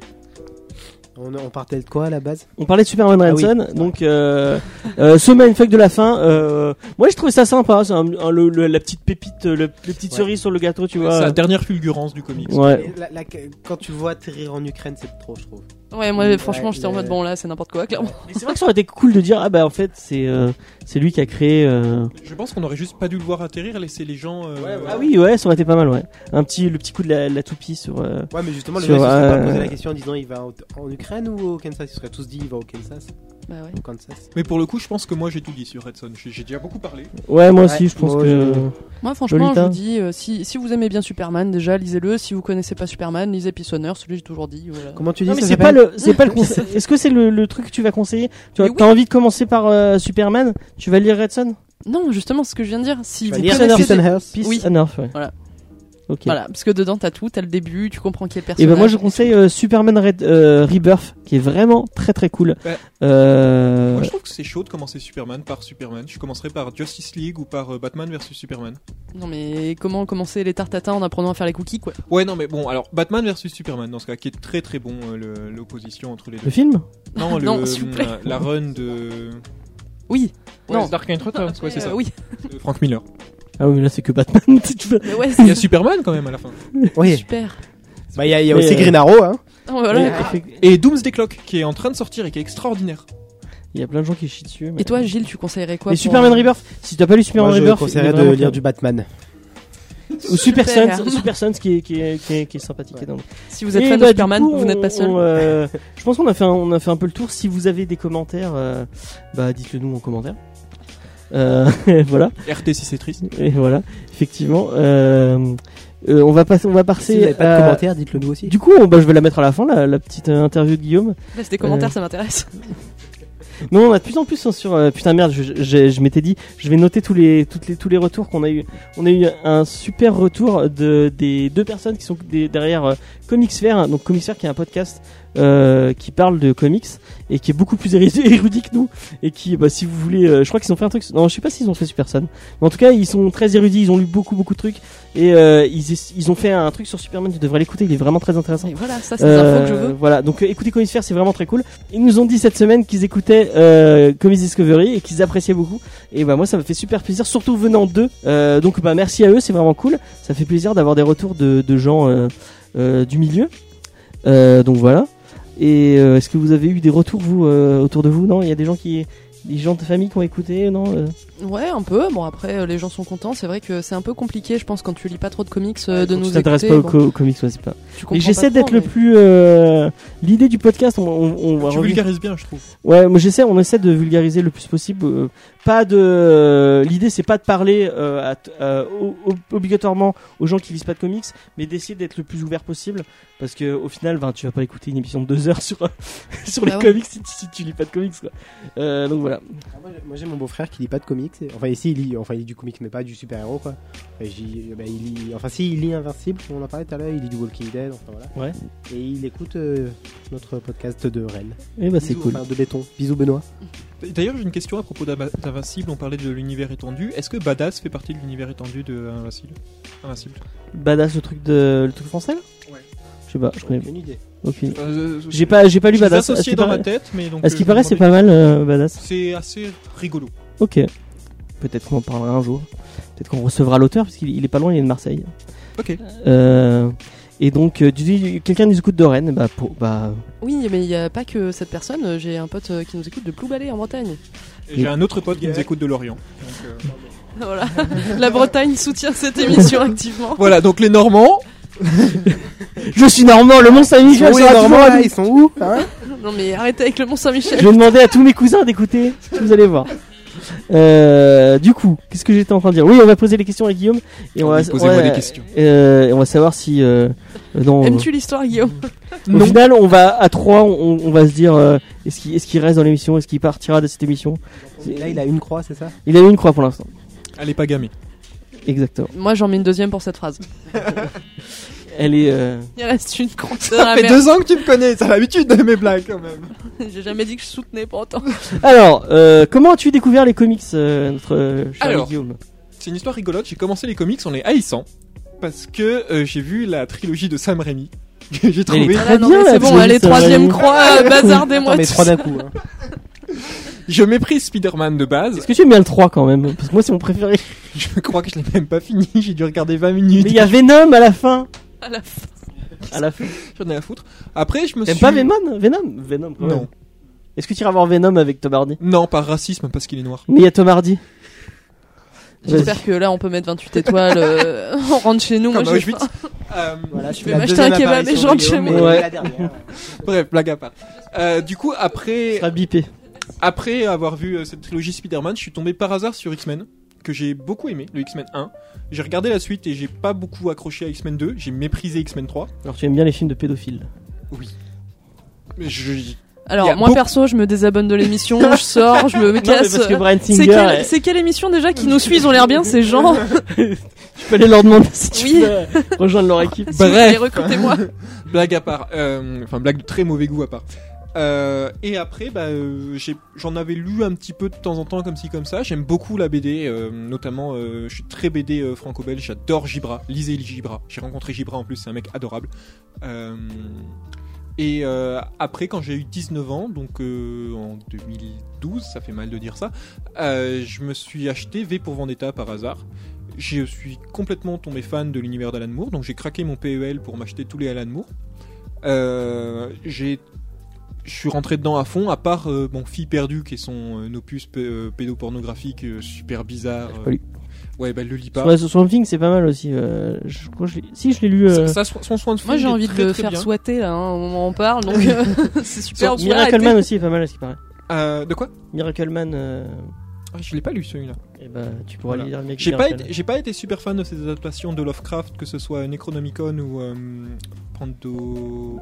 On, on partait de quoi à la base
On parlait de Superman
Ah
Ransom, donc euh, euh, ce mindfuck de la fin. Euh, moi, je trouvais ça sympa, c'est un- un- le- le- la petite pépite, euh, le, les petites
Ouais.
cerises sur le gâteau, tu
C'est
vois.
la dernière fulgurance du comics.
ouais.
La- la- Quand tu le vois atterrir en Ukraine, c'est trop, je trouve.
Ouais, moi,
Ouais,
franchement, j'étais en
mais-
mode, bon, là, c'est n'importe quoi, clairement.
Mais c'est vrai que ça aurait été cool de dire ah bah en fait c'est euh, c'est lui qui a créé. euh,
Je pense qu'on aurait juste pas dû le voir atterrir, laisser les gens. euh,
Ah oui ouais, ça aurait été pas mal ouais. Un petit le petit coup de la, la toupie sur. euh,
Ouais, mais justement, les
Sur,
gens ils se sont
euh,
pas posé la question en disant il va en, en Ukraine ou au Kansas Ils se seraient tous dit il va au Kansas.
Bah ouais.
Au Kansas.
Mais pour le coup, je pense que moi j'ai tout dit sur Redson. J'ai j'ai déjà beaucoup parlé.
Ouais moi
Ouais,
aussi je pense
moi,
que.
Moi, franchement, je
Lolita.
vous dis, euh, si, si vous aimez bien Superman, déjà, lisez-le. Si vous connaissez pas Superman, lisez Pissonneur, celui que j'ai toujours dit. Voilà.
Comment tu dis
Non, mais
ça
c'est pas
s'appelle
le c'est pas le conseil. Est-ce que c'est le, le truc que tu vas conseiller Tu as
Mais oui.
envie de commencer par euh, Superman Tu vas lire Redson
Non, justement, c'est ce que je viens de dire. Si
Tu
vous
vas lire
connaissez-
Kristen Hearst
Peace
Oui.
and Earth, ouais.
Voilà.
Ok.
Voilà, parce que dedans, t'as tout, t'as le début, tu comprends qui est
Et
le personnage.
ben moi je conseille euh, Superman Red- euh, Rebirth qui est vraiment très très cool.
Ouais.
Euh,
Moi je trouve que c'est chaud de commencer Superman par Superman. Je commencerai par Justice League ou par euh, Batman versus Superman.
Non, mais comment commencer les tartatins en apprenant à faire les cookies, quoi
Ouais, non, mais bon, alors Batman versus Superman dans ce cas, qui est très très bon euh, le- l'opposition entre les deux.
Le film
Non, le-
Non, s'il vous plaît.
euh, la run de.
Oui. non.
Dark Knight Returns, ouais, c'est
Euh,
ça.
Oui.
De Frank Miller.
Ah oui mais là c'est que Batman. Tu vois.
Mais ouais,
Il y
c'est
a Superman quand même à la fin.
Oui.
super.
Bah, il y a, il y a
Mais,
aussi
euh,
Green Arrow, hein.
Ah, voilà.
Et-
Et Doomsday Clock qui est en train de sortir et qui est extraordinaire.
Il y a plein de gens qui chient dessus. Mais... euh,
Et toi, Gilles, tu conseillerais quoi
Mais
pour- euh,
Superman Rebirth Si t'as pas lu
Moi,
Superman
je
Rebirth,
conseillerais
il est
de
vraiment
lire
très-
du Batman.
ou Super
Super.
Sons, Super Sons qui est qui est qui est, qui est sympathique.
Ouais.
et dingue.
Si vous êtes
Et
fan
bah,
de
du
Superman,
coup,
vous
on-
n'êtes pas seul.
on, euh, je pense qu'on a fait un, on a fait un peu le tour. Si vous avez des commentaires, euh, bah dites-le nous en commentaire. Euh, voilà.
RT si c'est triste.
Et voilà. Effectivement. Euh, euh, on va passer. On va
Si vous
passer.
n'avez pas de
à-
commentaire, dites-le nous aussi.
euh, du coup, on- bah, je vais la mettre à la fin, la, la petite euh, interview de Guillaume.
Laisse des commentaires,
euh,
ça m'intéresse.
Non, on a de plus en plus hein, sur. euh, putain merde, je, je- je m'étais dit, je vais noter tous les, toutes les, tous les retours qu'on a eu. On a eu un super retour de des deux personnes qui sont des- derrière euh, Comics Fair, donc Comics Fair qui est un podcast euh, qui parle de comics et qui est beaucoup plus érudit, érudit que nous et qui, bah, si vous voulez, euh, je crois qu'ils ont fait un truc. Non, je sais pas s'ils ont fait Super Sun, mais en tout cas, ils sont très érudits, ils ont lu beaucoup beaucoup de trucs et euh, ils, es- ils ont fait un truc sur Superman. Tu devrais l'écouter, il est vraiment très intéressant.
Et voilà, ça, c'est les infos que je
Euh,
veux.
Voilà, donc euh, écoutez Comics Fair, c'est vraiment très cool. Ils nous ont dit cette semaine qu'ils écoutaient euh, Comics Discovery et qu'ils appréciaient beaucoup. Et bah moi, ça me fait super plaisir, surtout venant d'eux. Euh, donc bah merci à eux, c'est vraiment cool. Ça fait plaisir d'avoir des retours de, de gens euh, euh, du milieu. Euh, donc voilà. Et euh, est-ce que vous avez eu des retours vous euh, autour de vous Non, il y a des gens qui, des gens de famille qui ont écouté, non euh
Ouais, un peu. Bon, après, euh, les gens sont contents. C'est vrai que c'est un peu compliqué, je pense, quand tu lis pas trop de comics, euh, de
Quand
nous
Tu t'intéresses pas
écouter.
aux,
bon,
co- aux comics, ouais, c'est pas.
tu comprends
Et
pas
j'essaie
trop,
d'être le
mais-
plus. euh, L'idée du podcast, on, on, on va
Tu
revenir-
vulgarises bien, je trouve.
Ouais, moi j'essaie, on essaie de vulgariser le plus possible. euh, pas de, euh, l'idée c'est pas de parler euh, à t- euh, o- o- obligatoirement aux gens qui lisent pas de comics, mais d'essayer d'être le plus ouvert possible, parce que au final, ben, tu vas pas écouter une émission de deux heures sur sur les
Bah ouais.
comics si, tu- si tu lis pas de comics. Quoi. Euh, donc voilà.
Ah, Moi, j'ai- moi, j'ai mon beau-frère qui lit pas de comics. et- Enfin, ici, il lit, enfin, il lit du comics, mais pas du super-héros, quoi. Enfin, j'y- bah, il lit... enfin, si, il lit Invincible, on en parlait tout à l'heure, il lit du Walking Dead, enfin voilà.
Ouais.
Et il écoute euh, notre podcast de Rennes.
Et bah c'est
Bisous,
cool.
enfin, de béton. Bisous, Benoît.
D'ailleurs, j'ai une question à propos d'Ava- d'Invincible. On parlait de l'univers étendu. Est-ce que Badass fait partie de l'univers étendu de Invincible Invincible.
Badass le truc de le truc français là
Ouais.
Je sais pas, je connais.
Aucune idée.
Ok.
Euh,
J'ai pas j'ai pas lu
je les
Badass. Est-ce
associe
qu'il
dans
paraît,
ma tête, mais donc.
à ce qu'il
euh,
paraît,
je
c'est
me
pas mal euh, Badass.
demandais- C'est assez rigolo.
Ok. Peut-être qu'on en parlera un jour. Peut-être qu'on recevra l'auteur, parce qu'il il est pas loin, il est de Marseille.
Ok.
Euh, Et donc, euh, tu dis, quelqu'un nous écoute de Rennes, bah, pour, bah,
Oui, mais il n'y a pas que cette personne. J'ai un pote euh, qui nous écoute de Ploubalais en Bretagne.
Et J'ai un autre pote qui nous écoute de Lorient. Donc, euh,
Voilà. La Bretagne soutient cette émission activement.
voilà, donc les Normands,
je suis normand, le Mont Saint-Michel
Où les
sera toujours
Normands,
à
là,
nous.
ils sont où hein
Non, mais arrêtez avec le Mont-Saint-Michel.
Je vais demander à tous mes cousins d'écouter, vous allez voir. Euh, du coup, qu'est-ce que j'étais en train de dire Oui, on va poser les questions à Guillaume et on va,
Oui, posez-moi
on va-
des questions.
euh, et on va savoir si euh, dans, au
Aimes-tu l'histoire, Guillaume
non.
final on va à trois, on, on va se dire euh, est-ce qu'il est-ce qu'il reste dans l'émission, est-ce qu'il partira de cette émission
Là, il a une croix, c'est ça
Il a eu une croix pour l'instant.
elle est pas gamée.
Exactement.
Moi, j'en mets une deuxième pour cette phrase.
Elle est euh,
Il reste une crotte
Ah,
dans
Ça
la
fait
merde.
deux ans que tu me connais, t'as l'habitude de mes blagues quand même.
J'ai jamais dit que je soutenais pour autant.
Alors, euh, comment as-tu découvert les comics, euh, notre euh, cher
Alors.
Guillaume
C'est une histoire rigolote, j'ai commencé les comics en les haïssant parce que euh, j'ai vu la trilogie de Sam Raimi que j'ai
Mais elle est
trouvé.
Très
non,
bien,
mais
la
c'est bon, allez,
petite
troisième
Marie.
croix, euh, bazardez-moi.
Attends, mais
tout
trois
ça.
d'un coup. hein.
Je méprise Spider-Man de base,
Est-ce que tu aimes bien le 3 quand même Parce que moi c'est mon préféré.
je crois que je l'ai même pas fini, j'ai dû regarder 20 minutes.
Mais il y a Venom à la fin.
À la fin.
À la fin.
J'en ai à foutre. Après, je me suis.
T'aimes pas Venom Venom Venom quand même.
Non.
Est-ce que tu iras voir Venom avec Tom Hardy
Non, par racisme, parce qu'il est noir.
Mais il y a Tom Hardy.
J'espère que là, on peut mettre 28 étoiles. euh, on rentre chez nous. Moi,
Comme à
j'ai
Auschwitz.
faim.
Euh,
Voilà,
vais m'acheter un kebab et je rentre chez moi.
Ouais.
hein.
bref, blague à part. Euh, du coup,
Tu
après,
seras bipé.
après avoir vu euh, cette trilogie Spider-Man, je suis tombé par hasard sur X-Men, que j'ai beaucoup aimé, le X-Men 1. J'ai regardé la suite et j'ai pas beaucoup accroché à X-Men 2, j'ai méprisé X-Men 3.
Alors tu aimes bien les films de pédophiles.
Mais je- Il y a
Alors, moi,
beaucoup-
perso, je me désabonne de l'émission, je sors, je me
Non, mais
casse.
parce que Brian
C'est
Singer,
quelle,
euh,
c'est quelle émission déjà qui nous suit Ils ont l'air bien, ces gens.
tu peux aller leur demander si tu
Oui.
veux euh, rejoindre leur équipe.
Si vous
Bref.
voulez, recrutez-moi.
Blague à part. euh, Enfin, blague de très mauvais goût à part. Euh, et après, bah, euh, j'ai- j'en avais lu un petit peu de temps en temps, comme ci, comme ça. J'aime beaucoup la BD, euh, notamment, euh, je suis très BD euh, franco-belge, j'adore Gibra, lisez Gibra. J'ai rencontré Gibra en plus, c'est un mec adorable. Euh, et euh, après, quand j'ai eu 19 ans, donc euh, en 2012, ça fait mal de dire ça, euh, je me suis acheté V pour Vendetta par hasard. Je suis complètement tombé fan de l'univers d'Alan Moore, donc j'ai craqué mon PEL pour m'acheter tous les Alan Moore. Euh, j'ai je suis rentré dedans à fond, à part euh, bon, Fille perdue, qui est son euh, opus p- euh, pédopornographique euh, super bizarre.
pas lu.
euh, ouais, bah, elle le lit pas.
Sur la- sur Swamp Thing, c'est pas mal aussi. euh, je crois que je l'ai- si je l'ai lu. euh,
Ça, son soin de fond,
Moi, j'ai
il est
envie
très,
de le
très
faire
bien.
souhaiter, là, hein, au moment où on parle, donc euh, c'est super. vous pourrez
Miracle
arrêter.
Man aussi est pas mal à ce qui paraît.
Euh, de quoi
Miracle Man, euh,
Ah, Je l'ai pas lu celui-là.
eh ben, tu pourras
Voilà.
lire Miracle
J'ai pas,
Man.
été, j'ai pas été super fan de ces adaptations de Lovecraft, que ce soit Necronomicon ou euh, Pando...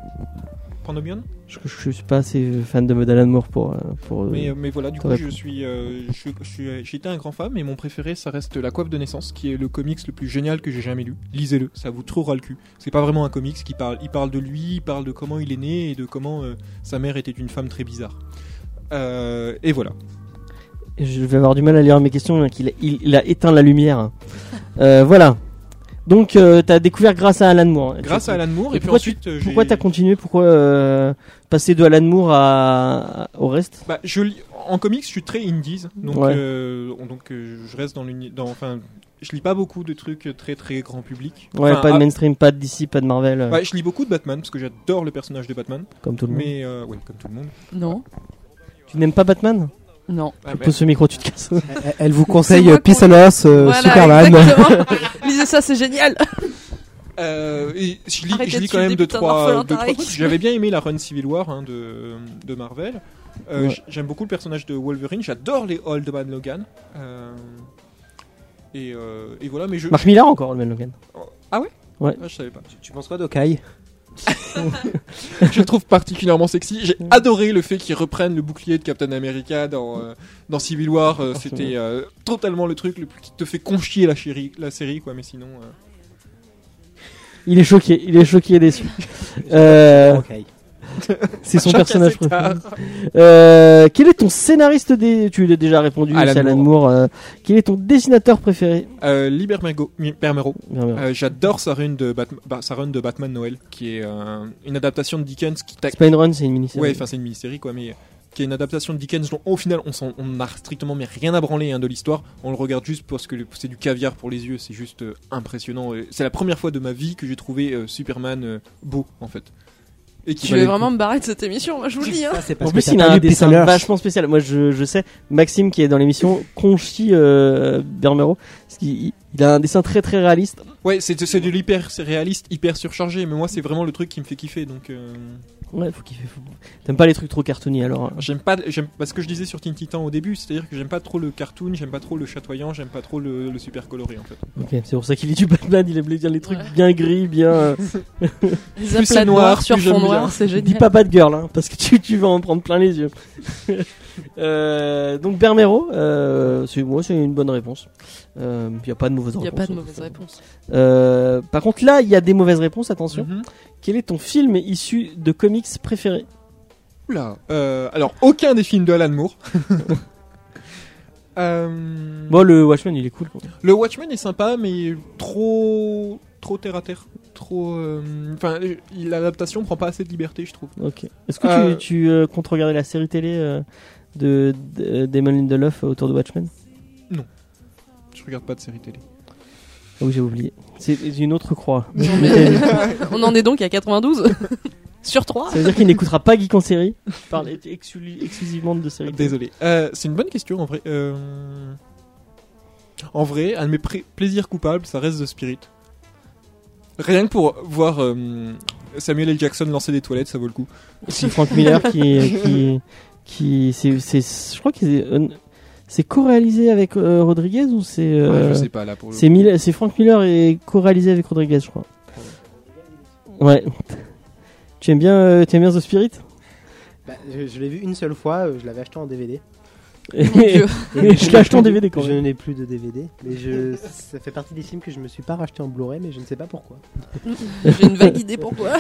Pandomion.
Je, je suis pas assez fan de Maud Alan Moore pour. euh, pour euh,
Mais, mais voilà, du
t'as
coup, je
raison.
suis, euh, je, je suis, j'étais un grand fan, mais mon préféré, ça reste La Coiffe de naissance, qui est le comics le plus génial que j'ai jamais lu. Lisez-le, ça vous trouvera le cul. C'est pas vraiment un comics qui parle, il parle de lui, il parle de comment il est né et de comment euh, sa mère était une femme très bizarre. Euh, et voilà. euh,
Je vais avoir du mal à lire mes questions, hein, qu'il a- il, il a éteint la lumière. Euh, voilà. Donc, euh, t'as découvert grâce à Alan Moore.
Grâce à Alan Moore,
Et
et, puis
pourquoi tu-
ensuite, euh,
Pourquoi
j'ai-
t'as continué Pourquoi euh, passer de Alan Moore à, à- au reste
Bah, je lis- en comics, je suis très indies, donc
Ouais.
euh, on- donc euh, je reste dans l'uni, dans enfin, je lis pas beaucoup de trucs très très grand public.
Ouais,
Enfin,
pas de
ah,
mainstream, pas de DC, pas de Marvel, euh,
bah, je lis beaucoup de Batman parce que j'adore le personnage de Batman,
comme tout le monde.
mais euh, ouais, comme tout le monde.
Non,
Tu n'aimes pas Batman
non.
Ah, mais-
Pose ce micro, tu te casses.
Elle- Elle vous
C'est
conseille
moi
euh, Peace on Earth, euh,
Voilà,
Superman.
exactement. Lisez ça, c'est génial.
Euh, et je lis,
Arrêtez
je
de
lis quand
suivre
même
des
deux
putains
trois,
d'orphelins
deux, trois
tarés.
trucs. J'avais bien aimé la run Civil War hein, de, de Marvel. Euh,
Ouais.
j- J'aime beaucoup le personnage de Wolverine. J'adore les Old Man Logan. Euh, et, euh, et voilà, mais je.
Mark Millar encore, le Man Logan.
Ah, je savais pas.
Tu penses quoi
Euh,
d'Okai
je le trouve particulièrement sexy. J'ai adoré le fait qu'ils reprennent le bouclier de Captain America dans, euh, dans Civil War. euh, C'était euh, totalement le truc le plus qui te fait conchier la, chérie, la série, quoi. Mais sinon, euh,
Il est choqué, il est choqué et déçu. Euh,
Ah, Okai.
c'est son
chacun
personnage
ses
préféré.
tares.
Euh, quel est ton scénariste des... Tu l'as déjà répondu,
Alan
c'est Alan
Moore.
Moore. euh, quel est ton dessinateur préféré
Euh, Lee Bermago- Mi- Bermero.
Bien, bien.
Euh, J'adore sa run de Batman, bah, sa run de Batman Noël, qui est euh, une adaptation de Dickens qui t'a
Spain Run, c'est une mini-série.
Ouais, enfin c'est une mini-série quoi, mais euh, qui est une adaptation de Dickens dont au final on s'en- on n'a strictement mais rien à branler hein, de l'histoire. On le regarde juste parce que le- c'est du caviar pour les yeux, c'est juste euh, impressionnant. Et C'est la première fois de ma vie que j'ai trouvé euh, Superman euh, beau en fait. Et qui
Je
valait
vais
le coup.
vraiment me barrer de cette émission, moi, je vous le dis. Hein.
Ça, c'est parce
En
que
plus,
t'as
il
pas
a un
lu
dessin
Peter Lurch.
vachement spécial. Moi, je, je sais, Maxime qui est dans l'émission, conchit euh, Bermero, parce qu'il il a un dessin très très réaliste.
Ouais, c'est c'est de l'hyper c'est réaliste, hyper surchargé, mais moi c'est vraiment le truc qui me fait kiffer donc. euh,
Ouais, faut kiffer. Faut... T'aimes pas les trucs trop cartonnés alors hein.
J'aime pas, j'aime pas ce que je disais sur Teen Titan au début, c'est-à-dire que j'aime pas trop le cartoon, j'aime pas trop le chatoyant, j'aime pas trop le, le super coloré en fait.
Ok, c'est pour ça qu'il est du Batman, il aime bien les trucs bien gris, bien. euh,
Les
Plus c'est
aplats
noir,
noirs sur
plus
fond
j'aime bien.
noir, c'est
Dis
génial.
pas Bad Girl, hein, parce que tu, tu vas en prendre plein les yeux. Euh, donc Bermero, euh, c'est moi, c'est une bonne réponse. Il n'y a pas de mauvaise
Il
réponse.
n'y a pas de
hein,
mauvaise
toute façon.
réponse.
Euh, par contre, là, il y a des mauvaises réponses, attention.
Mm-hmm.
Mhm.
Quel est ton film issu de comics préféré
Oula. Euh, alors aucun des films de Alan Moore. Euh,
Mm.
Bon, le Watchmen, il est cool. quoi.
Le Watchmen est sympa, mais trop, trop terre à terre, trop. euh, Enfin, euh, l'adaptation prend pas assez de liberté, je trouve.
Ok. Est-ce que
Euh,
tu, tu euh, comptes regarder la série télé euh, de, de- Damon Lindelof euh, autour de Watchmen
Je regarde pas de série télé.
Ah oui, j'ai oublié. C'est une autre croix.
Non, mais- On en est donc à 92 sur 3.
Ça veut dire qu'il n'écoutera pas Geek en série. Il parle exclu- exclusivement de série. télé.
Désolé. Euh, c'est une bonne question en vrai. Euh, En vrai, un de mes pré- plaisirs coupables, ça reste The Spirit. Rien que pour voir euh, Samuel L. Jackson lancer des toilettes, ça vaut le coup.
C'est Frank Miller qui. qui, qui c'est, c'est- je crois que c'est, euh, c'est co-réalisé avec euh, Rodriguez ou c'est. euh,
je sais pas là pour le.
c'est, Mil- c'est Frank Miller et co-réalisé avec Rodriguez, je crois. Ouais. Tu aimes bien, euh, tu aimes bien The Spirit
Bah, je je l'ai vu une seule fois, euh, je l'avais acheté en DVD.
Dieu.
Et je l'ai acheté en DVD quand
Je
même.
n'ai plus de DVD, mais je... ça fait partie des films que je me suis pas racheté en Blu-ray, mais je ne sais pas pourquoi.
euh, J'ai une vague idée pourquoi.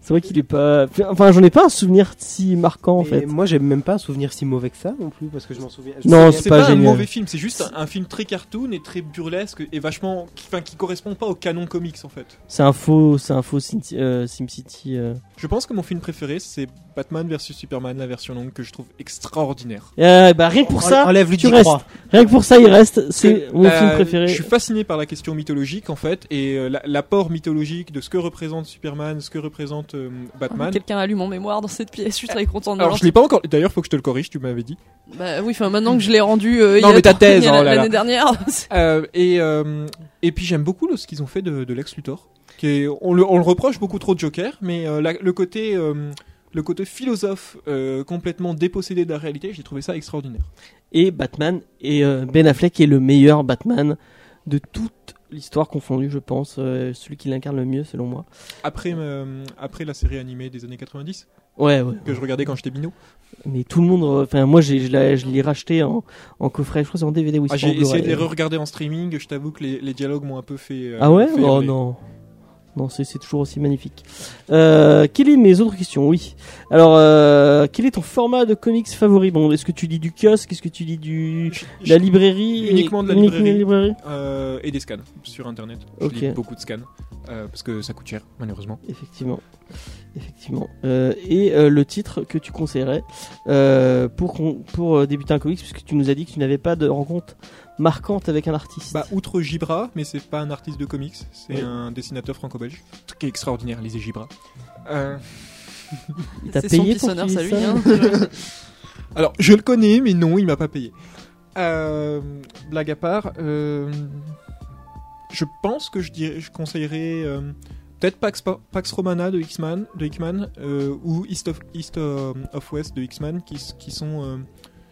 C'est vrai qu'il est pas. Enfin, j'en ai pas un souvenir si marquant en
Et
fait.
moi, j'ai même pas un souvenir si mauvais que ça non plus, parce que je m'en souviens. je
Non,
me
c'est
C'est
souviens-
pas
pas, un
génial.
mauvais film, c'est juste un, un film très cartoon et très burlesque et vachement. qui- Enfin, qui correspond pas au canon comics en fait.
C'est un faux, c'est un faux Sin- euh, SimCity. euh.
Je pense que mon film préféré, c'est Batman vs Superman, la version longue, que je trouve extraordinaire.
Euh, bah rien que pour
Oh,
Enlè-
ça,
enlève lui
tu
10
restes.
croix.
rien que pour ça, il reste. C'est
que,
mon film
euh,
préféré.
Je suis fasciné par la question mythologique en fait et euh, la- l'apport mythologique de ce que représente Superman, ce que représente euh,
Ah,
Batman.
Quelqu'un a lu mon mémoire dans cette pièce, je suis très contente de
Alors
voir
je l'ai pas encore. D'ailleurs, faut que je te le corrige. Tu m'avais dit.
Bah oui, enfin maintenant que je l'ai rendu euh,
Non,
il y a
mais ta
trois-
thèse,
il y a
oh
la-
là là.
l'année dernière, c'est-
Euh, et euh, et puis j'aime beaucoup le- ce qu'ils ont fait de, de Lex Luthor. Qui est- on, le, on le reproche beaucoup trop de Joker, mais euh, la- le côté euh, le côté philosophe euh, complètement dépossédé de la réalité, j'ai trouvé ça extraordinaire.
et Batman et euh, Ben Affleck est le meilleur Batman de toute l'histoire confondue, je pense, euh, celui qui l'incarne le mieux selon moi.
Après euh, après la série animée des années 90
Ouais, ouais.
que je regardais quand j'étais minot.
Mais tout le monde, euh, enfin moi, j'ai, je, l'ai, je l'ai racheté en, en coffret, je crois que c'est en DVD ou
Ah,
c'est en
j'ai essayé
Blu-ray.
de les re-regarder en streaming. Je t'avoue que les, les dialogues m'ont un peu fait. euh,
Ah ouais,
fait
oh
hurler.
non. Non, c'est, c'est toujours aussi magnifique. Euh, quelles est mes autres questions Oui. Alors, euh, quel est ton format de comics favori Bon, est-ce que tu dis du kiosque Est-ce que tu dis du
Je- je-
la librairie
Uniquement de la
Uniquement
librairie. Euh, et des scans sur internet. Je
Ok.
lis beaucoup de scans euh, parce que ça coûte cher, malheureusement.
Effectivement. Effectivement. Euh, et euh, le titre que tu conseillerais euh, pour, qu'on- pour euh, débuter un comics, puisque tu nous as dit que tu n'avais pas de rencontre marquante avec un artiste.
Bah, outre Gibra, mais c'est pas un artiste de comics, c'est
Oui.
un dessinateur franco-belge qui est extraordinaire, lisez Gibra. Euh,
Il t'a
c'est son
payé pour
pissonneur,
qu'il
ça
dise
lui.
ça
hein.
alors, je le connais, mais non, il m'a pas payé. Euh, blague à part, euh, je pense que je, dirais, je conseillerais euh, peut-être Pax, Pax Romana de X-Man, de Hickman, euh, ou East of, East euh, of West de X-Man, qui, s- qui sont euh,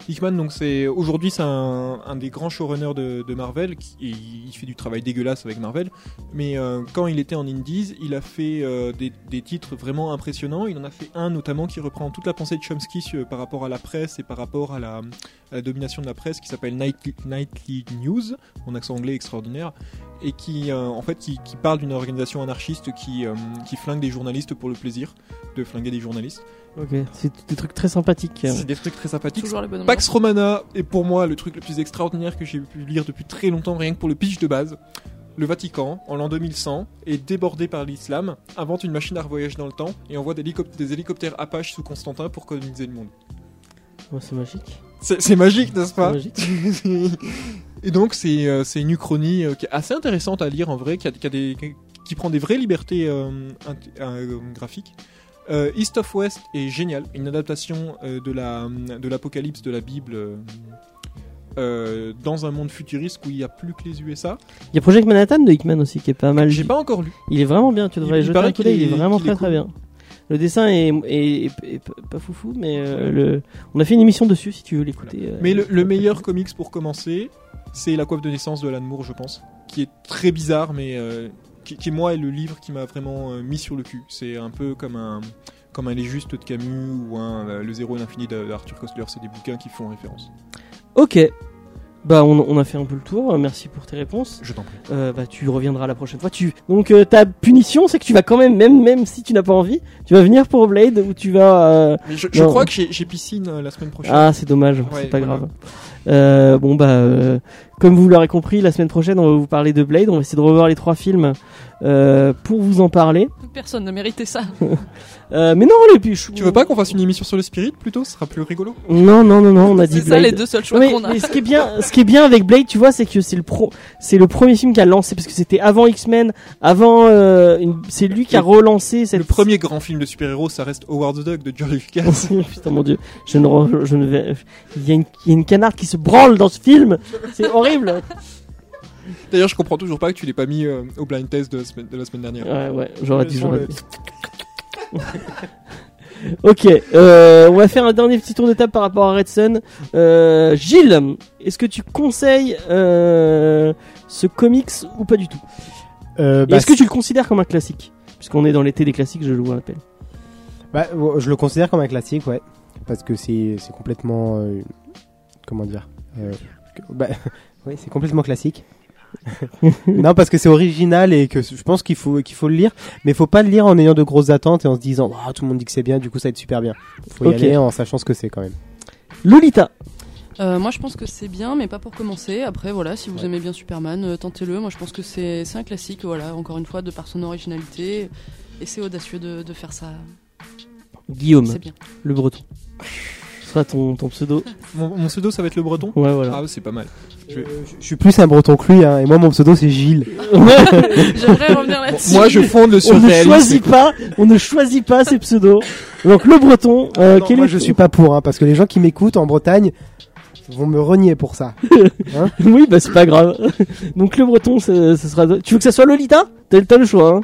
Hickman, donc c'est aujourd'hui c'est un, un des grands showrunners de, de Marvel. Qui, et il fait du travail dégueulasse avec Marvel, mais euh, quand il était en Indies, il a fait euh, des, des titres vraiment impressionnants. Il en a fait un notamment qui reprend toute la pensée de Chomsky sur- par rapport à la presse et par rapport à la, à la domination de la presse, qui s'appelle Nightly, Nightly News, en accent anglais extraordinaire, et qui euh, en fait qui, qui parle d'une organisation anarchiste qui, euh, qui flingue des journalistes pour le plaisir de flinguer des journalistes.
Ok, c'est des trucs très sympathiques. hein.
C'est des trucs très sympathiques.
Toujours les
hein.
bonnes
Pax Romana est pour moi le truc le plus extraordinaire que j'ai pu lire depuis très longtemps, rien que pour le pitch de base. Le Vatican, en l'an 2100, est débordé par l'islam, invente une machine à revoyager dans le temps et envoie des, hélicop- des hélicoptères Apache sous Constantin pour coloniser le monde.
Ouais, c'est magique.
C'est c'est magique, n'est-ce pas
C'est magique.
Et donc, c'est euh, c'est une uchronie euh, qui est assez intéressante à lire en vrai, qui, a- qui a des, qui- qui prend des vraies libertés euh, int- euh, graphiques. Euh, East of West est génial, une adaptation euh, de la de l'Apocalypse de la Bible euh, euh, dans un monde futuriste où il n'y a plus que les USA.
Il y a Project Manhattan de Hickman aussi qui est pas mal.
J'ai pas encore lu.
Il est vraiment bien, tu devrais
Il-
le
il
jeter
paraît
un coup d'œil, il,
qu'il
est
est-
vraiment
qu'il
très
est
très
cool.
bien. Le dessin est, est- est- est p- pas foufou, mais euh, le... on a fait une émission dessus si tu veux l'écouter. euh,
Mais le,
c'est
le
pas
meilleur
très-
comics pour commencer, c'est La coiffe de naissance de Alan Moore, je pense, qui est très bizarre, mais euh, qui, qui, moi est le livre qui m'a vraiment euh, mis sur le cul. C'est un peu comme un comme un Les Justes de Camus ou un euh, Le Zéro et l'Infini d'A- d'Arthur Koestler. C'est des bouquins qui font référence.
Ok. Bah on, on a fait un peu le tour, euh, merci pour tes réponses.
Je t'en prie.
Euh, bah tu reviendras la prochaine fois. Tu donc euh, ta punition c'est que tu vas quand même même même si tu n'as pas envie, tu vas venir pour Blade ou tu vas euh,
Mais je, je
Non.
crois que j'ai j'ai piscine euh, la semaine prochaine.
Ah, c'est dommage,
Ouais,
c'est pas
voilà.
grave. Euh, bon bah, euh, comme vous l'aurez compris, la semaine prochaine, on va vous parler de Blade. On va essayer de revoir les trois films euh, pour vous en parler.
Personne ne méritait ça.
Euh, mais non, les pichous.
Tu veux pas qu'on fasse une émission sur le spirit plutôt Ce sera plus rigolo.
Non, non, non, non, on a dit
C'est ça
Blade.
les deux seuls choix
Mais,
qu'on a.
mais ce qui est bien, ce qui est bien avec Blade, tu vois, c'est que c'est le pro, c'est le premier film qui a lancé parce que c'était avant X-Men, avant, euh, une- c'est lui qui a relancé cette
Le premier grand film de super-héros, ça reste Howard the Duck de George Lucas.
Putain, mon dieu, je ne, re- je ne vais. Il y, a une- il y a une canarde qui se branle dans ce film, c'est horrible.
D'ailleurs, je comprends toujours pas que tu l'aies pas mis euh, au blind test de, la semaine- de la semaine dernière.
Ouais, ouais, j'aurais
Ils
dû.
sont
j'aurais
le-
dû. ok, euh, on va faire un dernier petit tour de table par rapport à Red Sun. Euh, Gilles, est-ce que tu conseilles euh, ce comics ou pas du tout
Euh,
Et
bah,
Est-ce que tu le considères comme un classique Puisqu'on est dans l'été des classiques, je le vois à l'appel.
Bah, ouais, je le considère comme un classique, ouais. Parce que c'est c'est complètement. euh, comment dire euh, que- bah, Oui, c'est complètement classique. non, parce que c'est original et que je pense qu'il faut, qu'il faut le lire. Mais il faut pas le lire en ayant de grosses attentes et en se disant Waouh, tout le monde dit que c'est bien, du coup ça va être super bien. faut y
Ok.
aller en sachant ce que c'est quand même.
Lolita
Euh, moi, je pense que c'est bien, mais pas pour commencer. Après, voilà, si vous aimez bien Superman, euh, tentez-le. Moi, je pense que c'est c'est un classique, voilà, encore une fois, de par son originalité. Et c'est audacieux de, de faire ça.
Guillaume,
C'est bien.
le breton. Ce sera ton, ton pseudo.
Mon, mon pseudo, ça va être le breton
Ouais, voilà.
Ah, c'est pas mal. Je vais-
Je suis plus un breton que lui, hein, et moi mon pseudo c'est Gilles.
J'aimerais revenir là-dessus.
Ah, Moi, Ah, je fonde
on
le
ne
surréalisme.
choisit pas, on ne choisit pas ses pseudos. Donc le breton, euh,
Ah, Non,
quel
moi
est
je suis pas pour, hein, parce que les gens qui m'écoutent en Bretagne vont me renier pour ça.
Oui, bah c'est pas grave. Donc le breton, ce, ce sera. Tu veux que ça soit Lolita T'as t'as le choix. Hein.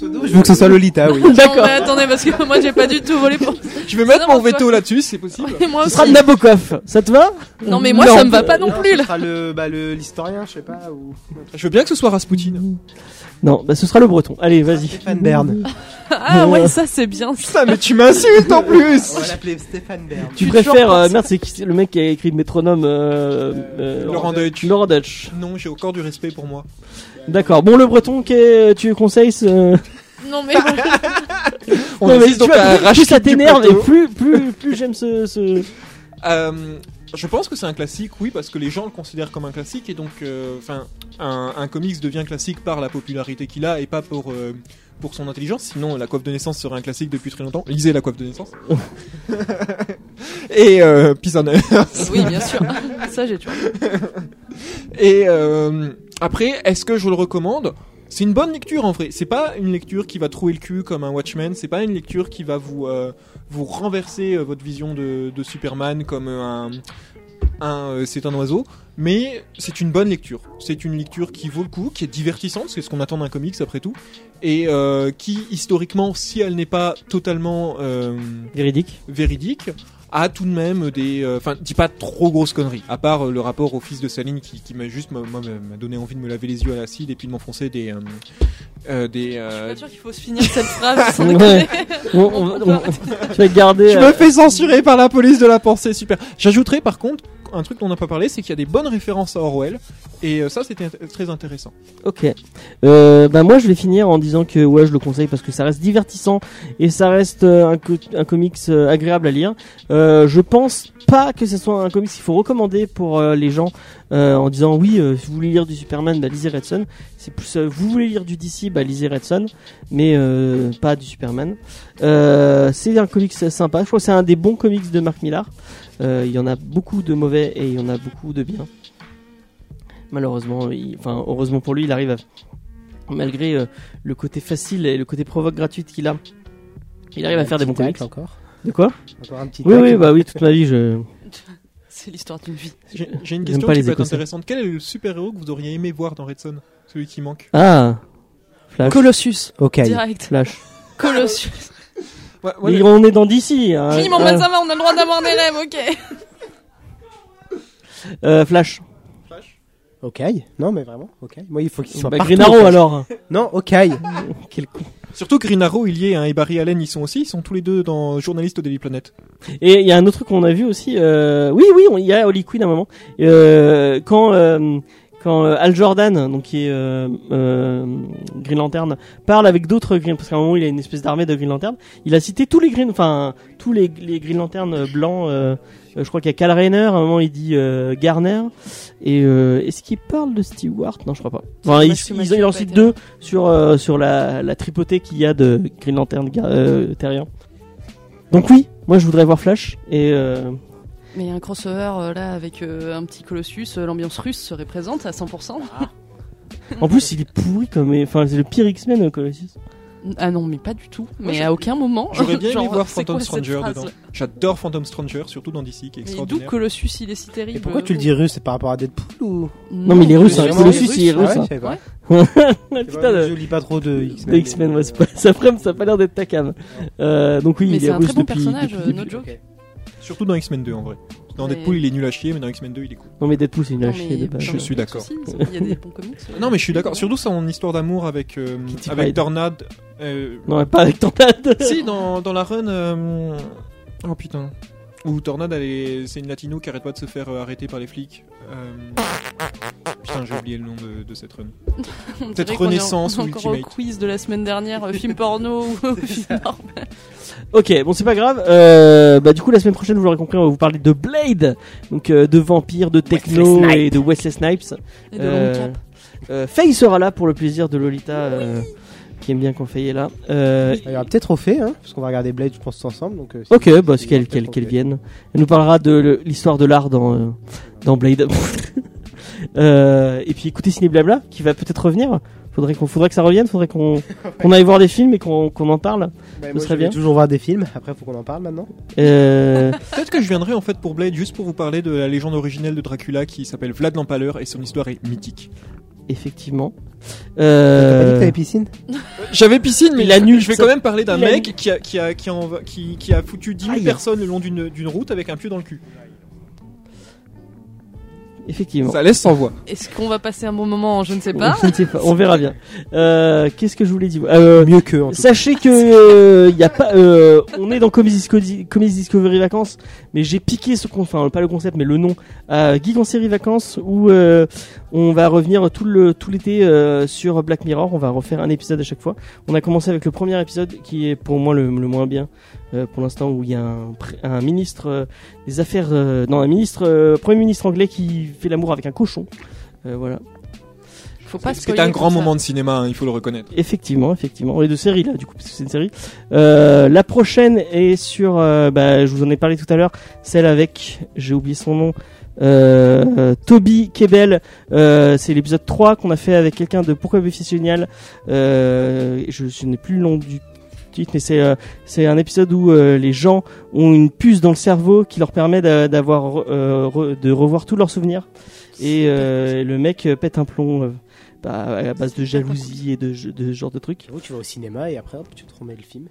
Je veux que
euh,
ce soit Lolita, oui.
Attendez, attendez, parce que moi j'ai pas du tout volé pour.
Je vais mettre
Non,
mon
toi-
veto là-dessus, c'est possible.
moi
Ce
aussi.
sera Nabokov. Ça te va
Non, mais moi
Non.
ça me va pas non plus là.
le bah le l'historien, je sais pas ou
Je veux bien que ce soit Rasputin.
Non, bah ce sera le breton. Allez, vas-y.
Stéphane Bern.
Ah ouais, ça c'est bien. ça.
Putain, mais tu m'insultes en plus
On va l'appeler Stéphane Bern.
Tu
J'ai
préfères
toujours
euh,
pensé-
merde, c'est qui c'est le mec qui a écrit le métronome euh, euh,
Laurent Deutsch.
Laurent Dutch.
Non, j'ai encore du respect pour moi.
D'accord. Bon, le breton, qu'est- tu conseilles ce...
Non, mais bon.
On
Non, mais
hésite
tu vois, plus- plus
Rachid
ça t'énerve
du
et
poteau.
plus plus plus j'aime ce, ce...
Euh, je pense que c'est un classique, oui, parce que les gens le considèrent comme un classique, et donc, euh, enfin, un, un comics devient classique par la popularité qu'il a et pas pour. euh, pour son intelligence, sinon la coiffe de naissance serait un classique depuis très longtemps. Lisez la coiffe de naissance. et euh, Peace and-
Oui, bien sûr. Ça j'ai toujours.
Et euh, après, est-ce que je le recommande C'est une bonne lecture en vrai. C'est pas une lecture qui va trouer le cul comme un Watchmen. C'est pas une lecture qui va vous euh, vous renverser euh, votre vision de, de Superman comme euh, un un euh, c'est un oiseau. Mais c'est une bonne lecture. C'est une lecture qui vaut le coup, qui est divertissante, c'est ce qu'on attend d'un comics après tout, et euh, qui historiquement, si elle n'est pas totalement euh,
Véridique.
véridique a tout de même des euh, enfin dis pas trop grosses conneries à part euh, le rapport au fils de Saline qui, qui m'a juste m'a- m'a m'a donné envie de me laver les yeux à l'acide et puis de m'enfoncer des euh, euh, des
Je suis
euh,
pas sûre qu'il faut se finir cette phrase sans
Ouais.
déconner.
On, on- on- tu vas garder.
je
euh,
me fais censurer par la police de la pensée super j'ajouterai par contre un truc dont on n'a pas parlé c'est qu'il y a des bonnes références à Orwell et euh, ça c'était int- très intéressant
Ok. Euh, bah moi je vais finir en disant que ouais je le conseille parce que ça reste divertissant et ça reste euh, un, co- un comics euh, agréable à lire. Euh, je pense pas que ce soit un comics qu'il faut recommander pour euh, les gens euh, en disant oui euh, si vous voulez lire du Superman bah lisez Red Son. C'est plus euh, vous voulez lire du DC bah lisez Red Son mais euh, pas du Superman. Euh, c'est un comics sympa. Je crois que c'est un des bons comics de Mark Millar. Euh, Il y en a beaucoup de mauvais et il y en a beaucoup de bien. Malheureusement, il- enfin heureusement pour lui, il arrive à, malgré euh, le côté facile et le côté provoque gratuite qu'il a, il arrive à faire des bons
Petit tacle
comics.
encore.
De quoi
Encore un petit
Oui,
tacle.
oui, bah oui, toute ma vie, je.
C'est l'histoire d'une vie.
J'ai j'ai
J'aime
une question
pas
qui
les
peut être
Écossais.
intéressante. Quel est le super-héros que vous auriez aimé voir dans Red Son Celui qui manque.
Ah Flash.
Colossus.
Ok.
Direct.
Flash.
Colossus.
Ouais, ouais,
Mais on est dans d'ici. hein.
J'ai dit, bon,
Euh,
bah ça va, on a le droit d'avoir des rêves, ok.
euh, Flash.
Ok. Non, mais vraiment. Ok. Moi, il faut qu'il soit
Bah,
partout,
Green Arrow,
en fait.
alors. Ah,
Non, ok.
Quel con.
Surtout que Green Arrow, il y est, hein, et Barry Allen, ils sont aussi, ils sont tous les deux dans journalistes au Daily Planet.
Et il y a un autre truc qu'on a vu aussi. euh, Oui, oui, on- il y a Holly Quinn à un moment. Euh, Quand euh, quand euh, Al Jordan, donc qui est euh, euh, Green Lantern, parle avec d'autres Green, parce qu'à un moment il a une espèce d'armée de Green Lantern. Il a cité tous les Green, enfin tous les, les Green Lantern blancs. euh, euh, je crois qu'il y a Kal Rayner. À un moment il dit euh, Garner. Et euh, est-ce qu'il parle de Stewart Non, je crois pas. Enfin,
C'est
il,
parce que
il,
Mathieu
il en
n'a pas
cite
été là.
deux sur euh, sur la, la tripotée qu'il y a de Green Lantern Ga- euh, terrien. Donc oui, moi je voudrais voir Flash et euh,
Mais un crossover euh, là avec euh, un petit Colossus, euh, l'ambiance russe serait présente à 100%.
en plus il est pourri comme enfin c'est le pire X-Men euh, Colossus.
Ah non, mais pas du tout.
Moi,
mais
j'ai-
à aucun moment.
J'aurais bien aimé
Genre,
voir
c'est
Phantom
quoi cette
Stranger
phrase
dedans. J'adore Phantom Stranger, surtout dans DC, qui est
Mais d'où
extraordinaire.
Colossus, il est si terrible.
Et pourquoi tu le dis russe C'est par rapport à Deadpool ou
Non, mais il est bah, russe, hein,
mais
Colossus,
c'est
il est
Ah ouais,
russe.
je savais pas.
Ouais.
Ah,
C'est
putain,
vrai,
de-
Je lis pas trop de X-Men.
de X-Men, ouais, c'est pas- ça frame, ça a pas l'air d'être ta cam. Euh, donc oui,
Mais
il
c'est
est
un très
russe
bon
depuis.
personnage,
depuis le
euh,
début.
no joke.
Surtout dans X-Men 2, en vrai. Dans
Mais-
Deadpool, il est nul à chier, mais dans X-men 2, il est cool.
Non mais Deadpool c'est une
Non,
à
mais-
chier de base.
non,
Je suis
pas de
d'accord.
soucis, Il y a des bons comics. euh.
Non, mais je suis d'accord. Surtout son histoire d'amour avec, euh,
Kitty Pryde.
avec Tornade. euh,
Non, pas avec ton date.
si, dans, dans la run. euh, Oh putain. Où Tornade, elle est- c'est une latino qui arrête pas de se faire euh, arrêter par les flics. Euh, Putain, j'ai oublié le nom de, de cette run.
On
Peut-être
dirait qu'on est
Renaissance
en-
ou
Encore au
Ultimate.
quiz de la semaine dernière, euh, film porno ou film normal.
Ok, bon c'est pas grave. Euh, bah du coup la semaine prochaine, vous l'aurez compris, on va vous parler de Blade, donc euh, de vampires, de techno et de Wesley Snipes.
Et de
Euh,
Long Cap.
euh, Faye sera là pour le plaisir de Lolita, euh, qui aime bien quand Faye est là. Euh,
Il y aura peut-être fait, hein, parce qu'on va regarder Blade, je pense, ensemble. Donc, euh, si-
ok, bah c'est qu'elle
peut-être
qu'elle-
on
qu'elle
fait.
vienne. Elle nous parlera de le- l'histoire de l'art dans euh, dans Blade. Euh, et puis écoutez Ciné Blabla, qui va peut-être revenir. Faudrait qu'on faudrait que ça revienne, faudrait qu'on qu'on aille voir des films et qu'on qu'on en parle.
Bah,
ce
moi,
serait
je vais
bien.
toujours voir des films. Après, faut qu'on en parle maintenant.
Euh,
Peut-être que je viendrai en fait pour Blade juste pour vous parler de la légende originelle de Dracula qui s'appelle Vlad l'Empaleur et son histoire est mythique.
effectivement.
T'as pas dit que
Euh,
t'avais piscine
J'avais piscine,
mais Il annule
je vais
ça.
quand même parler d'un
Il annule.
mec qui a, qui, a, qui, en va- qui, qui a foutu 10 000
Aïe.
personnes le long d'une d'une route avec un pieu dans le cul.
Effectivement.
Ça laisse sans voix.
Est-ce qu'on va passer un bon moment Je ne sais pas.
Je ne sais pas, on verra bien. Euh, Qu'est-ce que je voulais dire Euh,
Mieux que, en tout
Sachez que euh, y a pas, euh, on est dans Comics, Disco- Comics Discovery Vacances, mais j'ai piqué ce con- enfin pas le concept, mais le nom à Geek en série Vacances où euh, on va revenir tout le tout l'été euh, sur Black Mirror. On va refaire un épisode à chaque fois. On a commencé avec le premier épisode qui est pour moi le, le moins bien euh, pour l'instant où il y a un, pré- un ministre euh, des affaires, euh, non un ministre euh, premier ministre anglais qui fait l'amour avec un cochon. Euh, voilà.
Faut pas
C'était
spoiler
un grand
comme ça.
moment de cinéma, hein, il faut le reconnaître.
Effectivement, effectivement. Et de série, là, du coup, parce que c'est une série. Euh, la prochaine est sur, euh, bah, je vous en ai parlé tout à l'heure, celle avec, j'ai oublié son nom, euh, euh, Toby Kebel. Euh, c'est l'épisode 3 qu'on a fait avec quelqu'un de Pourquoi Buffy c'est génial. Euh, je, je n'ai plus le nom du titre, mais c'est euh, c'est un épisode où euh, les gens ont une puce dans le cerveau qui leur permet d'a- d'avoir euh, re- de revoir tous leurs souvenirs. Et euh, le mec euh, pète un plomb. euh, bah, à la base de jalousie et de, je- de ce genre de trucs.
J'avoue, tu vas au cinéma et après, hop, tu te remets le film.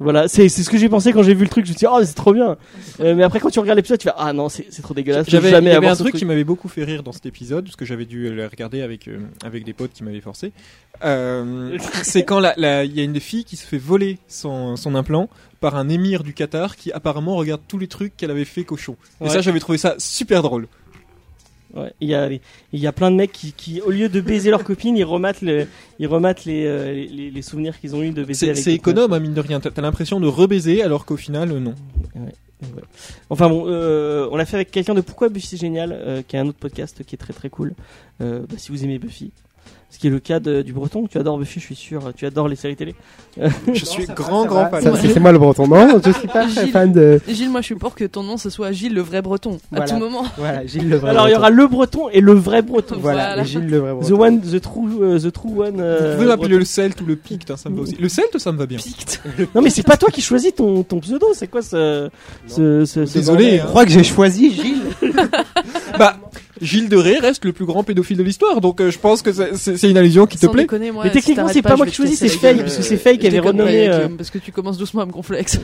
Voilà, c'est c'est ce que j'ai pensé quand j'ai vu le truc. Je me suis dit, oh, c'est trop bien. Euh, mais après, quand tu regardes l'épisode, tu fais, ah non, c'est c'est trop dégueulasse. je vais
J'avais il
jamais
y avait
avoir
un
ce
truc
truc.
qui m'avait beaucoup fait rire dans cet épisode, parce que j'avais dû le regarder avec, euh, avec des potes qui m'avaient forcé. Euh, c'est quand la- la- il y a une fille qui se fait voler son, son implant par un émir du Qatar qui apparemment regarde tous les trucs qu'elle avait fait cochon.
Ouais.
Et ça, j'avais trouvé ça super drôle.
Ouais, Il y, a, il y a plein de mecs qui, qui, au lieu de baiser leur copine, ils rematent, le, ils rematent les, euh, les, les- les souvenirs qu'ils ont eu de baiser
C'est
avec d'autres
c'est
meufs.
économe, hein, mine de rien. T'as t'as l'impression de rebaiser alors qu'au final, euh, non.
Enfin bon, euh, on l'a fait avec quelqu'un de Pourquoi Buffy c'est génial, euh, qui a un autre podcast qui est très très cool. Euh, bah, si vous aimez Buffy, Ce qui est le cas de- du breton. Tu adores Buffy, je suis sûr. Tu adores les séries télé.
Je suis grand, grand fan.
Ça, c'est c'est moi le breton. Non, je suis pas très
Gilles.
fan de.
Gilles, moi je suis pour que ton nom ce soit Gilles le vrai breton. À
Voilà.
tout moment.
Voilà, Gilles le vrai.
Alors il y
breton.
aura le breton et le vrai breton.
Voilà,
Voilà.
Gilles le vrai
The
breton.
one, the true, euh, the true one. euh,
Vous pouvez m'appeler
breton.
le Celt ou le Pict, hein, ça me va aussi. Le Celt, ça me va bien.
Pict.
Non mais c'est pas toi qui choisis ton, ton pseudo. C'est quoi ce, ce, ce- ce
Désolé.
bordel
hein.
Je crois que j'ai choisi Gilles.
Bah, Gilles de Ré reste le plus grand pédophile de l'histoire, donc euh, je pense que c'est- c'est c'est une allusion qui te
Sans
plaît.
déconner, moi,
Mais
si
techniquement,
t'arrêtes
c'est pas
je
moi
vais
qui
te
choisis,
casser
c'est
la
Faye,
gueule.
parce que c'est Faye qui
Je
avait
déconne pas,
renommé,
Guillaume,
euh,
Parce que tu commences doucement à me gonfler avec ça.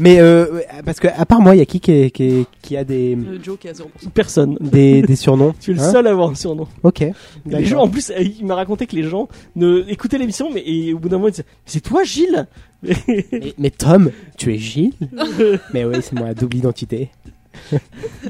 Mais euh, parce que à part moi, il y a qui qui, est- qui est- qui a des
Le joke est à 0%.
Personne.
des, des surnoms
Tu es le
Hein
seul à avoir un surnom.
Ok.
Et Les gens, en plus, euh, il m'a raconté que les gens ne écoutaient l'émission, mais et au bout d'un moment, ils disaient Mais C'est toi, Gilles
Mais, mais Tom, tu es Gilles Mais oui, c'est moi, double identité.
Il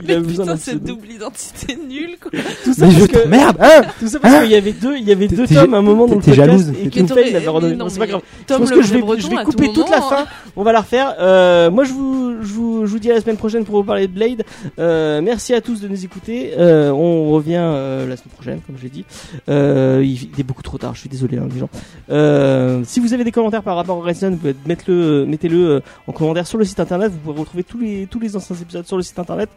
Mais
avait besoin
putain,
d'un
cette
pseudo.
double identité nulle, quoi.
Tout ça
Mais
parce
je
que-
t'emmerde hein
tout ça parce qu'il y avait deux, il y avait
T'es-
deux
t'es-
tomes à un moment dans le
t'es
podcast
jalouse.
et
Mais
que Faye
t'aurais-
l'avait renommé.
mais non,
Non, c'est pas
mais
grave.
Tom
je pense
le
que je
vrai
vais,
breton,
je vais
à tout
couper toute la
moment, hein.
fin. On va la refaire. Euh, moi, je vous, je vous, je vous dis à la semaine prochaine pour vous parler de Blade. Euh, merci à tous de nous écouter. Euh, on revient euh, la semaine prochaine, comme je l'ai dit. Euh, il il est beaucoup trop tard. Je suis désolé, hein, les gens. Euh, si vous avez des commentaires par rapport au Redstone, vous pouvez mettre le, mettez-le euh, en commentaire sur le site internet. Vous pouvez retrouver tous les, tous les anciens épisodes sur le site internet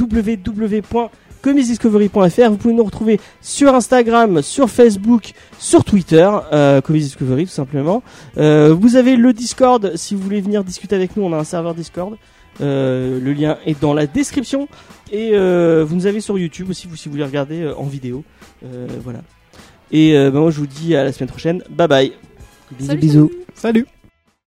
www.comicsdiscovery.fr. Vous pouvez nous retrouver sur Instagram, sur Facebook, sur Twitter, euh, Comics Discovery tout simplement. Euh, vous avez le Discord si vous voulez venir discuter avec nous. On a un serveur Discord. Euh, le lien est dans la description. Et euh, vous nous avez sur YouTube aussi vous, si vous voulez regarder euh, en vidéo. Euh, voilà. Et euh, bah, moi je vous dis à la semaine prochaine. Bye bye.
Bisous,
Salut,
bisous.
Salut